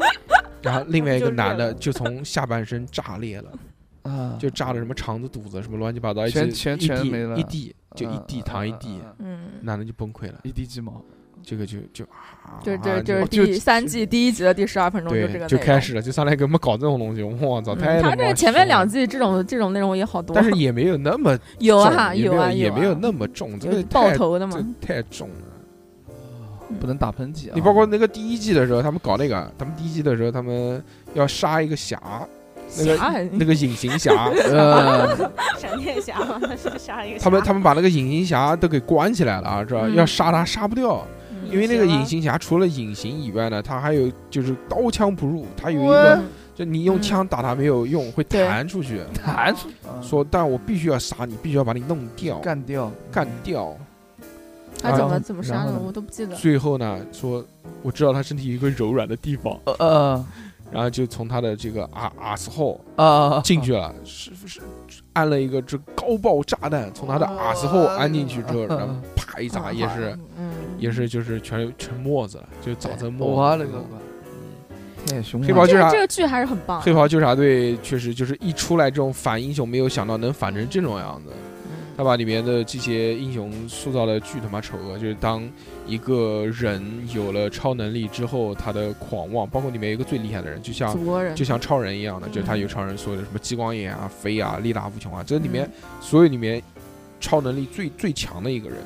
A: 然后另外一个
C: 就热
A: 男的
C: 了
A: 就从下半身炸裂 了，
B: 啊，
A: 就炸了什么肠子、肚子什么乱七八糟，一
B: 全
A: 起
B: 全
A: 一
B: 全
A: 地
B: 没了
A: 一地
B: 嗯
A: 就一地淌一地，
D: 嗯，
A: 男的就崩溃了，
B: 一地鸡毛，
A: 这个就就啊，
D: 就是就
A: 就
D: 是就是
B: 就
D: 第三季第一集的第十二分钟，就这
A: 对
D: 个
A: 就
D: 内
A: 开
D: 容
A: 始了，就上来给我们搞这种东西，我操，
D: 嗯
A: 太他
D: 他
A: 妈
D: 这前
A: 凶
D: 面
A: 了
D: 两季这种这种内容也好多，
A: 但是也没有那么
D: 有
A: 重
D: 啊
A: 也没
D: 啊
A: 也
D: 啊
A: 没有那么重，这个
D: 有爆
A: 太
D: 头的嘛
A: 这，太重了。
B: 不能打喷嚏啊，
A: 你包括那个第一季的时候，他们搞那个，他们第一季的时候，他们要杀一个侠，那个
E: 侠很
D: 嗯
A: 那个隐形 侠，
B: 呃，
C: 闪电侠嘛，那是杀一个侠。
A: 他们他们把那个隐形侠都给关起来了啊，是吧？
E: 嗯
A: 要杀他杀不掉，
C: 嗯
A: 因为那个隐
C: 行
A: 形侠除了隐形以外呢，他还有就是刀枪不入，他有一
B: 喂
A: 个
B: 嗯
A: 就你用枪打他没有用，会
D: 对
A: 弹出去。
B: 弹出
A: 说，但我必须要杀你，必须要把你弄掉，干
B: 干掉，
A: 掉。
D: 他
A: 嗯
D: 怎
A: 然
D: 么
A: 后
D: 怎么
B: 然
D: 杀
B: 后
D: 的
B: 呢
D: 我都不记得。
A: 最后呢，说我知道他身体有一个柔软的地方，
B: 呃呃
A: 然后就从他的这个耳耳丝后
B: 呃，
A: 进去了，是是安了一个这高爆炸弹，从他的耳丝后安进去之后，
B: 哦
A: 然后啪一砸，
D: 嗯
A: 也
D: 好
A: 是
D: 嗯，
A: 也是就是全全沫子了，就早成沫。
B: 我勒个乖，太凶了！啊
A: 黑袍
D: 这
A: 纠
D: 个
A: 察
D: 这个剧还是很棒。
A: 黑袍纠察队确实就是一出来这种反英雄，没有想到能反成这种样子。他把里面的这些英雄塑造的巨他妈丑恶，就是当一个人有了超能力之后，他的狂妄，包括里面有一个最厉害的人，就像
D: 嗯祖国人嗯
A: 就像超人一样的，就是他有超人所有的什么激光眼啊、飞啊、力大无穷啊，这里
D: 嗯
A: 面所有里面超能力最最强的一个人，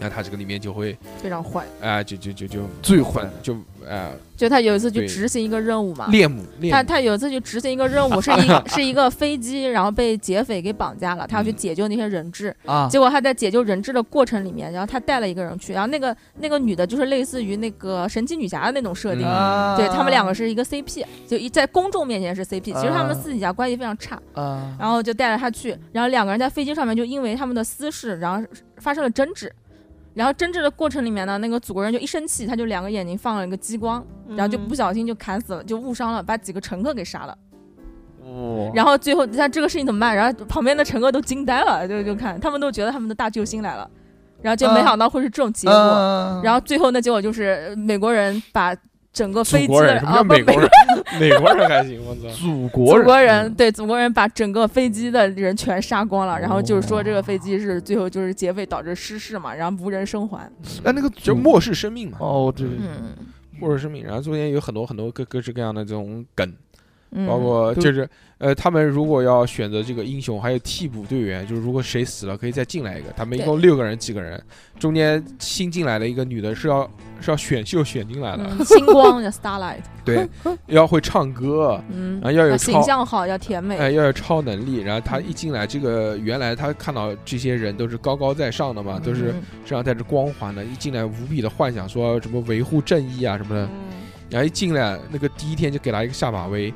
A: 那他这个里面就会
D: 非常坏，
A: 哎、就就就就
B: 最坏，
A: 就哎
D: 就他有一次去
A: 对
D: 执行一个任务嘛，
A: 恋母恋
D: 啊他
A: 母，
D: 他有一次去执行一个任务，是一是一个飞机，然后被劫匪给绑架了，他要去
A: 嗯
D: 解救那些人质。
B: 啊，
D: 结果他在解救人质的过程里面，然后他带了一个人去，然后那个那个女的就是类似于那个神奇女侠的那种设定，
B: 嗯
A: 啊
D: 对他们两个是一个 CP，就一在公众面前是 CP，其实他们
B: 啊
D: 私底下关系非常差。
B: 啊，
D: 然后就带着他去，然后两个人在飞机上面就因为他们的私事，然后发生了争执。然后争执的过程里面呢，那个祖国人就一生气，他就两个眼睛放了一个激光，
C: 嗯
D: 然后就不小心就砍死了，就误伤了，把几个乘客给杀了。
B: 后
D: 然后最后，你看这个事情怎么办？然后旁边的乘客都惊呆了，就就看他们都觉得他们的大救星来了，然后就没
B: 嗯
D: 想到会是这种结果。
B: 后
D: 然后最后那结果就是呃美国人把整个
A: 祖
D: 飞机
A: 国
D: 的
A: 人什么
D: 啊
A: 叫
D: 不
A: 美
D: 美
A: 国人？美国人还行，我操！
B: 祖
D: 祖
B: 国
D: 国人对祖国人把整个飞机的人全杀光了，然后就是说这个飞机是最后就是劫匪导致失事嘛，然后无人生还。
A: 那那个就漠视生命嘛，
B: 哦，对对，
D: 嗯，
A: 漠视生命，然后中间有很多很多各各式各样的这种梗，
D: 嗯
A: 包括
B: 都
A: 就是呃，他们如果要选择这个英雄，还有替补队员，就是如果谁死了，可以再进来一个。他们一
D: 对
A: 共六个人，几个人，中间新进来的一个女的是要是要选秀选进来的，
D: 嗯星光叫 Starlight，
A: 对，要会唱歌，
D: 嗯
A: 然，后要有
D: 形
A: 超。
D: 象嗯好，要甜美，
A: 哎，要有超能力，然后他一进来，这个原来他看到这些人都是高高在上的嘛，都
D: 嗯
A: 是身上带着光环的，一进来无比的幻想，说什么维护正义啊什
C: 嗯
A: 么的，然后一进来，那个第一天就给他一个下马威，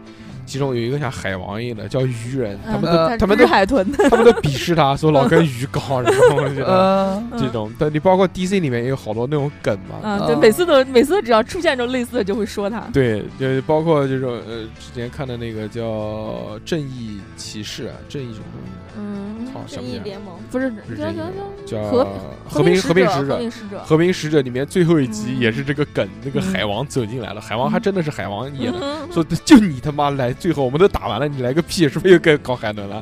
A: 其中有一个像海王一样的叫鱼人，
D: 嗯
A: 他们都、
B: 呃
A: 他们
D: 是
A: 都
D: 海豚，
A: 他们都鄙视他，说老跟鱼搞什么东西的。
B: 呃，
A: 这种，但你包括 DC 里面也有好多那种梗嘛，
D: 嗯，对，每次都每次只要出现这种类似的就会说他，
A: 对，就是包括这种呃，之前看的那个叫《正义骑士》啊，正义什么东
D: 嗯
A: 西，，操什
C: 正
A: 么
C: 义
A: 呀？
C: 联盟，
D: 不是啊
A: 不是
D: 叫
A: 正义
D: 叫
A: 联盟叫
D: 和
A: 和平
D: 和
A: 平
D: 使
A: 使
D: 和
A: 者，
D: 平使者，
A: 和平使者里面最后一集
D: 嗯
A: 也是这个梗，那个海王走进来了，海王还真的是海王演的，
D: 嗯
A: 说就你他妈来，最后我们都打完了，你来个屁，是不是又该搞海豚了？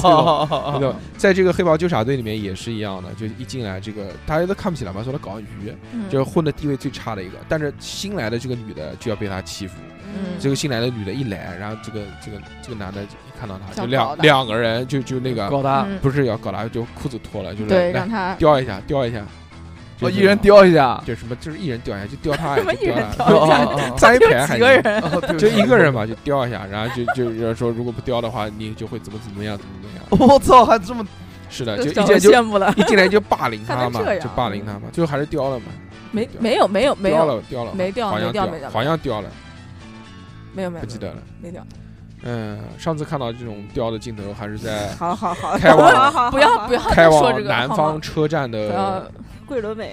A: 对吧
B: 哦，？
A: 在这个黑袍纠察队里面也是一样的，就一进来这个大家都看不起他嘛，说他搞鱼，
D: 嗯
A: 就是混的地位最差的一个。但是新来的这个女的就要被他欺负，
D: 嗯
A: 这个新来的女的一来，然后这个这个这个男的一看到他，
D: 想
A: 就
D: 搞
A: 两
D: 他
A: 两个人就就那个
B: 高达，
D: 嗯
A: 不是要搞他，就裤子脱了，就是
D: 对，
A: 来
D: 让他
A: 叼一下，叼哦一下，
B: 我
A: 就
B: 哦一人，叼一下，
A: 就什么就是一人叼一下，就叼 他，就
D: 么一
A: 叼
D: 人
A: 他
D: 叼
B: 一下
A: 站一排还啊
D: 几个
A: 行
D: 人。
B: 哦
A: 就一个人，嘛，就叼一下，然后就就就说如果不叼的话，你就会怎么怎么样，怎么怎么样。
B: 我操，还这么
A: 是的，就一
D: 小
A: 见就
D: 羡慕了，
A: 一进来就霸凌他嘛
D: 看他这，样
A: 就霸凌他嘛，最后还是叼了嘛，
D: 没没有没有没
A: 叼
D: 有
A: 了叼了，
D: 没掉
A: 好像
D: 没掉没掉
A: 好像叼了，
D: 没有没有
A: 不记得了。
D: 没掉，
A: 嗯，上次看到这种叼的镜头还是在
C: 好好好，
A: 开往
C: 好好
D: 不要不要
A: 开
D: 再说这
A: 往
D: 个呃
A: 南
D: 好吗
A: 方车站
D: 不
A: 的
D: 要
A: 啊、
C: 桂纶镁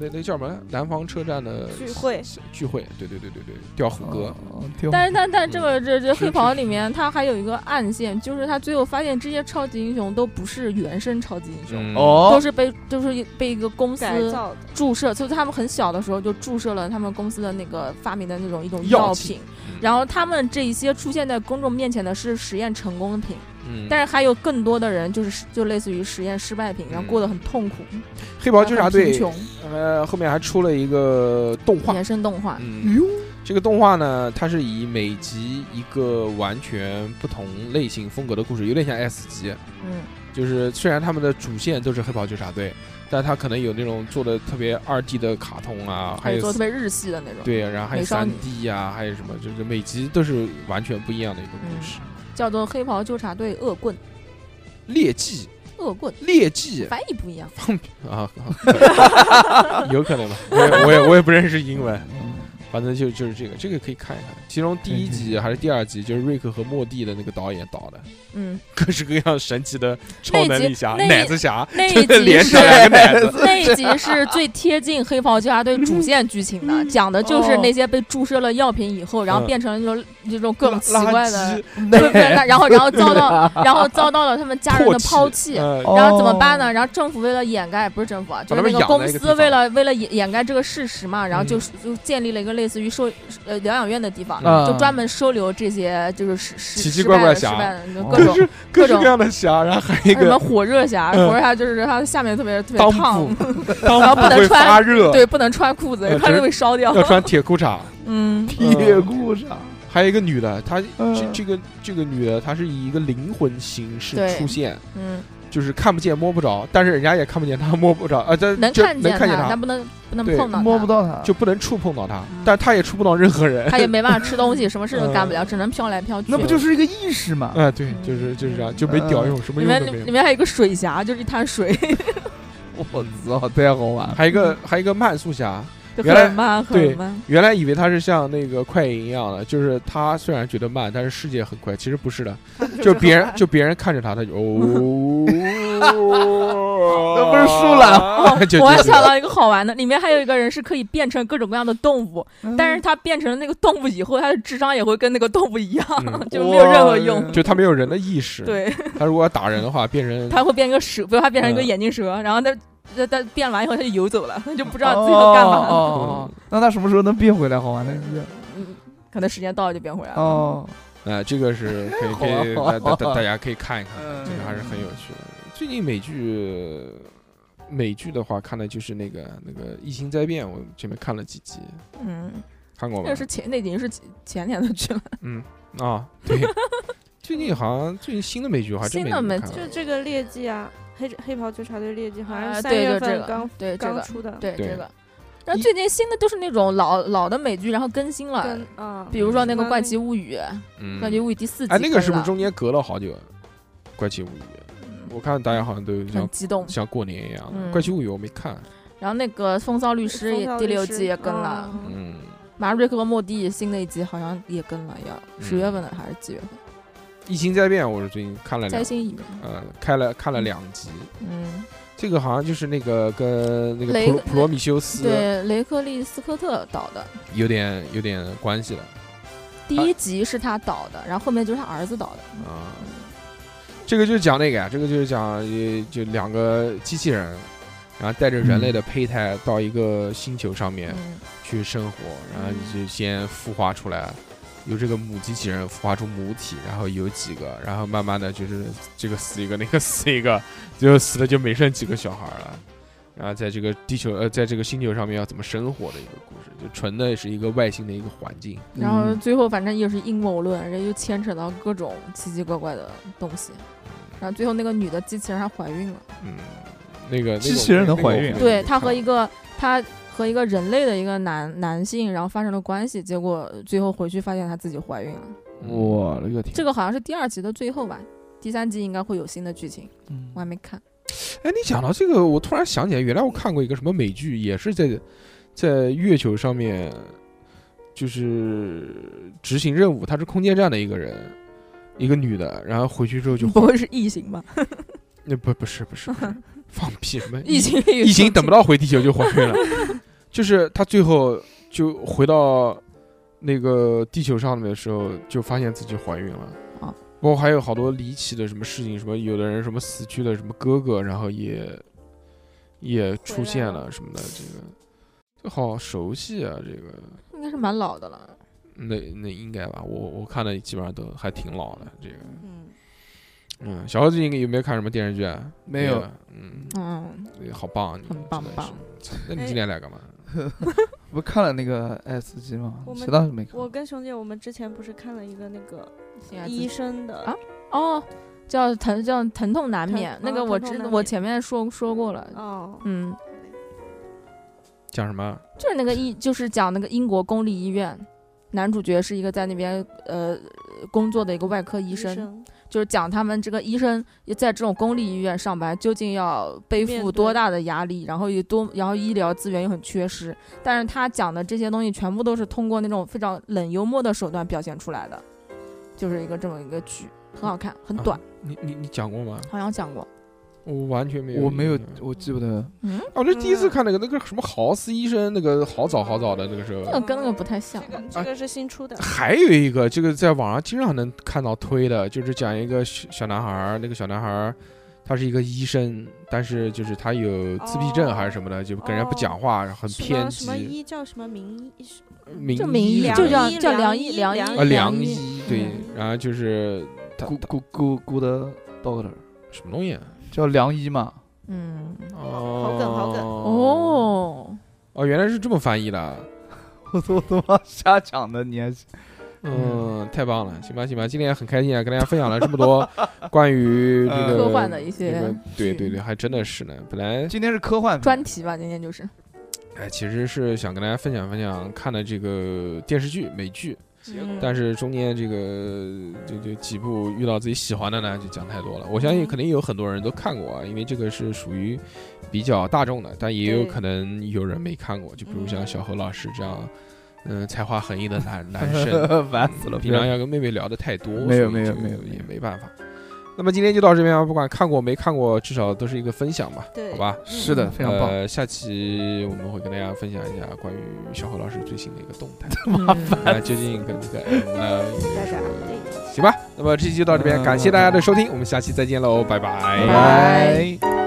A: 那那叫什么？南方车站的
C: 聚会，
A: 聚会，对对对对对，叼胡
D: 哦
B: 哦
A: 歌，
D: 但是但但
A: 嗯
D: 这个这这
A: 是
D: 黑袍里面，它还有一个暗线，就是他最后发现这些超级英雄都不是原生超级英雄，
A: 嗯，
B: 哦
D: 都，是被就是被一个公司
C: 改造的，
D: 注射，就是他们很小的时候就注射了他们公司的那个发明的那种一种
A: 药
D: 药
A: 剂
D: 品，然后他们这一些出现在公众面前的是实验成功的品，
A: 嗯，
D: 但是还有更多的人就是就类似于实验失败品，
A: 嗯
D: 然后过得很痛苦，
A: 黑袍纠
D: 然后
A: 察
D: 很贫
A: 队
D: 穷，
A: 呃后面还出了一个动画，
D: 延伸动画，
A: 嗯，这个动画呢，它是以每集一个完全不同类型风格的故事，有点像 S 级，
D: 嗯，
A: 就是虽然他们的主线都是黑袍纠察队，但它可能有那种做的特别二 D 的卡通啊，还
D: 还有
A: 有
D: 做得特别日系的那种，
A: 对，然后还有
D: 美少
A: 三
D: 女
A: D 呀，还有什么，就是每集都是完全不一样的一个故事。
D: 叫做《黑袍纠察队恶棍》，
A: 劣迹，
D: 恶棍
A: 劣迹
D: 翻译不一样，
A: 啊， 啊有可能吧？我也我也我也不认识英文，反正就就是这个，这个可以看一看。其中第一集还是第二集，就是瑞克和莫蒂的那个导演导的，
D: 嗯，
A: 各式各样神奇的超能力侠、
D: 那一
A: 奶子侠，
D: 那一
A: 这个
D: 集
A: 连
D: 是
A: 上两个奶 子，
D: 那一集是最贴近黑袍纠察队主线剧情的，讲的就是那些被注射了药品以后，然后
A: 哦嗯
D: 变成了那种那种各种奇
A: 垃
D: 怪
A: 圾，
D: 的 对不对？那然后然后遭到然后遭到了他们家人的抛弃。
A: 呃
B: 哦
D: 然后怎么办呢？然后政府为了掩盖，不是政府啊，就是那
A: 哦把他们养在
D: 个公
A: 一个地
D: 司
A: 方嗯
D: 为了为了掩掩盖这个事实嘛，然后就就建立了一个类似于收呃疗养院的地方，
B: 嗯
D: 就专 门收留这些就是失失
A: 奇奇
D: 失
A: 怪
D: 败
A: 怪
D: 的失
A: 侠
D: 败的那种
B: 哦
D: 各
A: 各
D: 种
A: 式各式
D: 种
A: 各样的侠，然后还有一
D: 什么
A: 个
D: 火热侠，
A: 嗯
D: 火热侠就是他的下面特别特别
A: 裆
D: 烫
A: 部，， 裆
D: 后
A: 部
D: 不能
A: 会
D: 穿
A: 发 热，
D: 对，不能穿裤子
A: 呃，
D: 穿
A: 只
D: 了就被烧掉。
A: 要穿铁裤衩。
D: 嗯，
B: 铁裤衩，
A: 还有一个女的，她这
B: 嗯
A: 这个这个女的，她是以一个灵魂形式
D: 对
A: 出现，
D: 嗯，
A: 就是看不见摸不着，但是人家也看不见她摸不着，啊，这
D: 能
A: 就
D: 看
A: 能
D: 见
A: 看见
D: 他，
A: 她
D: 但，不能不能
A: 对
D: 碰到他，
B: 摸不，到它，
A: 就不能触碰到她，
D: 嗯
A: 但她也触不到任何人。
D: 他也没办法吃东西，什么事都干不
A: 嗯
D: 了，只能飘来飘去。
B: 那不就是一个意识嘛？
A: 啊，对，就是就是这样，就没屌用，什么
D: 里
A: 用都
D: 面
A: 没
D: 里
A: 有。
D: 面还有一个水侠，就是一滩水，
B: 我操，太好玩了！
A: 还有一
D: 嗯
A: 个还有一个慢速侠，
D: 就
A: 原来
D: 很慢
A: 对
D: 很慢。
A: 原来以为他是像那个快银一样的，就是他虽然觉得慢，但是世界很快，其实不是的，就别人就别人看着他， 他就哦，
B: 那不是树 懒
A: 就
D: 哦我还
A: 就
D: 想到一个好玩的，里面还有一个人是可以变成各种各样的动物，
A: 嗯
D: 但是他变成了那个动物以后，他的智商也会跟那个动物一样，
A: 嗯
D: 就没有任何
B: 哇
D: 用。
A: 就他没有人的意识，
D: 对，
A: 他如果要打人的话，变成
D: 他会变一个蛇，不是他变成一个
A: 嗯
D: 眼镜蛇，然后他他他变完以后他就游走了，他就不
B: 不
D: 知道自己要干嘛
B: 哦
D: 了，
B: 哦哦，那他什么时候能变回来？好玩的是
D: 可能时间到了就变回来了。
B: 哦，
A: 呃，这个是可以可 以
D: 啊
A: 大大大大家可以看一看，这个还是很有趣的。最近美剧美剧的话，看的就是那个那个《异星灾变》，我前面看了几集，
D: 嗯，
A: 看过吗
D: 那？是前那已经是前前年的剧了。
A: 嗯啊，对。最近好像最近新的美剧我还真
D: 新
A: 没
D: 的
A: 怎么
D: 美
A: 看
D: 剧
A: 过
C: 就这个劣迹啊，黑黑袍纠察队劣迹，好像
D: 啊
C: 是三
D: 对
C: 月
D: 对这
C: 份
D: 个
C: 刚
D: 对这
C: 刚
D: 个，
C: 出的，
D: 对
A: 对
D: 这个。然
A: 一
D: 后最近新的都是那种老老的美剧，然后更新了
C: 跟，啊，
D: 比如说那个
C: 嗯
D: 《怪奇物语》，《怪奇
A: 嗯，
D: 物语》第四季
A: 哎，那个是不
D: 更
A: 是
D: 了嗯
A: 中间隔了好久？《啊怪奇物语》，我看大家好像都像
D: 很激动？
A: 像过年一样，《
D: 嗯
A: 怪奇物语》我没看，
D: 然后那个《风骚律师》也第六季也更了，，
C: 嗯
A: 嗯，
D: 马瑞克和莫蒂新的一季好像也更了，要
A: 嗯
D: 十月份的还是几月份？
A: 《异星灾变》我是最近看了两
D: 摘，星蚁人，
A: 呃，开了看了两集，
D: 嗯，
A: 这个好像就是那个跟那个
D: 雷
A: 普
D: 克
A: 普罗米修斯
D: 对，雷克利斯科特导的，
A: 有点有点关系了
D: 第一集是他导的，然后后面就是他儿子导的，
A: 啊。这个就是讲那个呀，这个就是讲呃就两个机器人，然后带着人类的胚胎到一个星球上面
D: 嗯，
A: 去生活，然后就先孵化出来。由这个母机器人孵化出母体，然后有几个，然后慢慢的就是这个死一个，那个 死一个，最后死了就没剩几个小孩了。然后在这个地球呃，在这个星球上面要怎么生活的一个故事，就纯的是一个外星的一个环境。
D: 然后
B: 嗯
D: 最后反正又是阴谋论，人家又牵扯到各种奇奇怪怪的东西，然后最后那个女的机器人还怀孕了，
A: 嗯，那个
B: 机器人能怀孕啊
D: 对她和
A: 个
D: 一个她和一个人类的一个男男性，然后发生了关系，结果最后回去发现她自己怀孕了，
B: 嗯
A: 我
B: 我勒个天！
D: 这个好像是第二集的最后吧，第三集应该会有新的剧情，我还没看，
A: 哎，你讲到这个，我突然想起来，原来我看过一个什么美剧，也是在在月球上面，就是执行任务，她是空间站的一个人，一个女的，然后回去之后就
D: 不会是异形吧？
A: 那不不是不是不是放屁什么
D: 异形
A: 疫情嗯等不到回地球就怀孕了，就是她最后就回到那个地球上面的时候，就发现自己怀孕了
D: 啊。
A: 包括还有好多离奇的什么事情，什么有的人什么死去的什么哥哥，然后也也出现了什么的，这个这好熟悉啊，这个
D: 应该是蛮老的了，
A: 那那应该吧，我我看的基本上都还挺老的，这个
C: 嗯，
A: 嗯，小何最近有没有看什么电视剧啊？
B: 没有，
A: 嗯，
D: 嗯，
A: 好棒啊，你
D: 很棒
A: 真的
D: 棒
A: 是。那你今天来干嘛？
B: 嗯不看了那个爱斯基吗
C: 我？们
B: 其他是没看。
C: 我跟熊姐我们之前不是看了一个那个
D: 性爱自
C: 医生的
D: 啊哦，叫疼叫疼痛难
C: 疼
D: 免，那
C: 嗯
D: 个
C: 疼
D: 我
C: 痛
D: 知
C: 难
D: 我
C: 免
D: 前面说说过了，
C: 哦，
D: 嗯，
A: 讲什么？
D: 就是那个医，就是讲那个英国公立医院，男主角是一个在那边呃工作的一个外科医
C: 医
D: 生，就是讲他们这个医生在这种公立医院上班究竟要背
C: 面
D: 负
C: 对
D: 多大的压力，然后有多，然后医疗资源又很缺失，但是他讲的这些东西全部都是通过那种非常冷幽默的手段表现出来的，就是一个这么一个剧，很好看，很短，
A: 啊你你你讲过吗？
D: 好像讲过，
A: 我完全没有，
B: 我没有，我记不得。
D: 嗯，
A: 啊，我这第一次看那个那个什么豪斯医生，那个好早好早的那个时候
D: 这。个跟那个不太像啊
C: 这，个这个是新出的，
A: 还有一个，这个在网上经常能看到推的，就是讲一个小小男孩儿，那个小男孩儿他是一个医生，但是就是他有自闭症
C: 哦
A: 还是什么的，就跟人家不
C: 哦
A: 讲话，很
C: 什么
A: 偏
C: 什么
A: 激。
C: 医叫什么名医是
A: 名
D: 就名医
A: 医
D: 就
A: 什么
D: 叫
C: 医
D: 叫
C: 良
D: 医
C: 医
D: 良
C: 良
A: 啊
C: 医
A: 良
D: 医，
A: 医，对
D: 嗯，
A: 然后就是他
B: 咕咕咕咕的 doctor
A: 什么东西啊？
B: 叫良医嘛？
D: 嗯，
A: 哦，
C: 梗好梗
A: 哦
D: 哦，
A: 哦，原来是这么翻译的。啊
B: 我我他妈瞎讲的，你还
A: 嗯，太棒了，行吧行吧，今天很开心啊，跟大家分享了这么多关于这个
D: 科幻的一些
A: 呃那个对
D: 剧
A: 对对，还真的是呢。本来
B: 今天是科幻
D: 专
B: 题，
D: 题吧，今天就是，
A: 哎，其实是想跟大家分享分享看的这个电视剧美剧，
D: 嗯
A: 但是中间这个这这几部遇到自己喜欢的呢，就讲太多了。我相信肯定有很多人都看过啊，因为这个是属于比较大众的，但也有
C: 对
A: 可能有人没看过，就比如像小何老师这样，嗯、才华横溢的男 男生。
B: 烦死了。
A: 平常要跟妹妹聊的太多，
B: 嗯没有
A: 所以
B: 没有
A: 这个
B: 没有没
A: 也
B: 有
A: 没办法。那么今天就到这边啊，不管看过没看过，至少都是一个分享吧，
C: 对
A: 好吧？
B: 是的，非常棒。
A: 呃，下期我们会跟大家分享一下关于小何老师最新的一个动 态，
D: 嗯
A: 啊，究竟跟这个呃 M 呢 有没有
C: 大
A: 什
C: 家
A: 么
C: 对。
A: 行吧？那么这期就到这边，感谢大家的收听，我们下期再见喽，拜
D: 拜
B: 拜。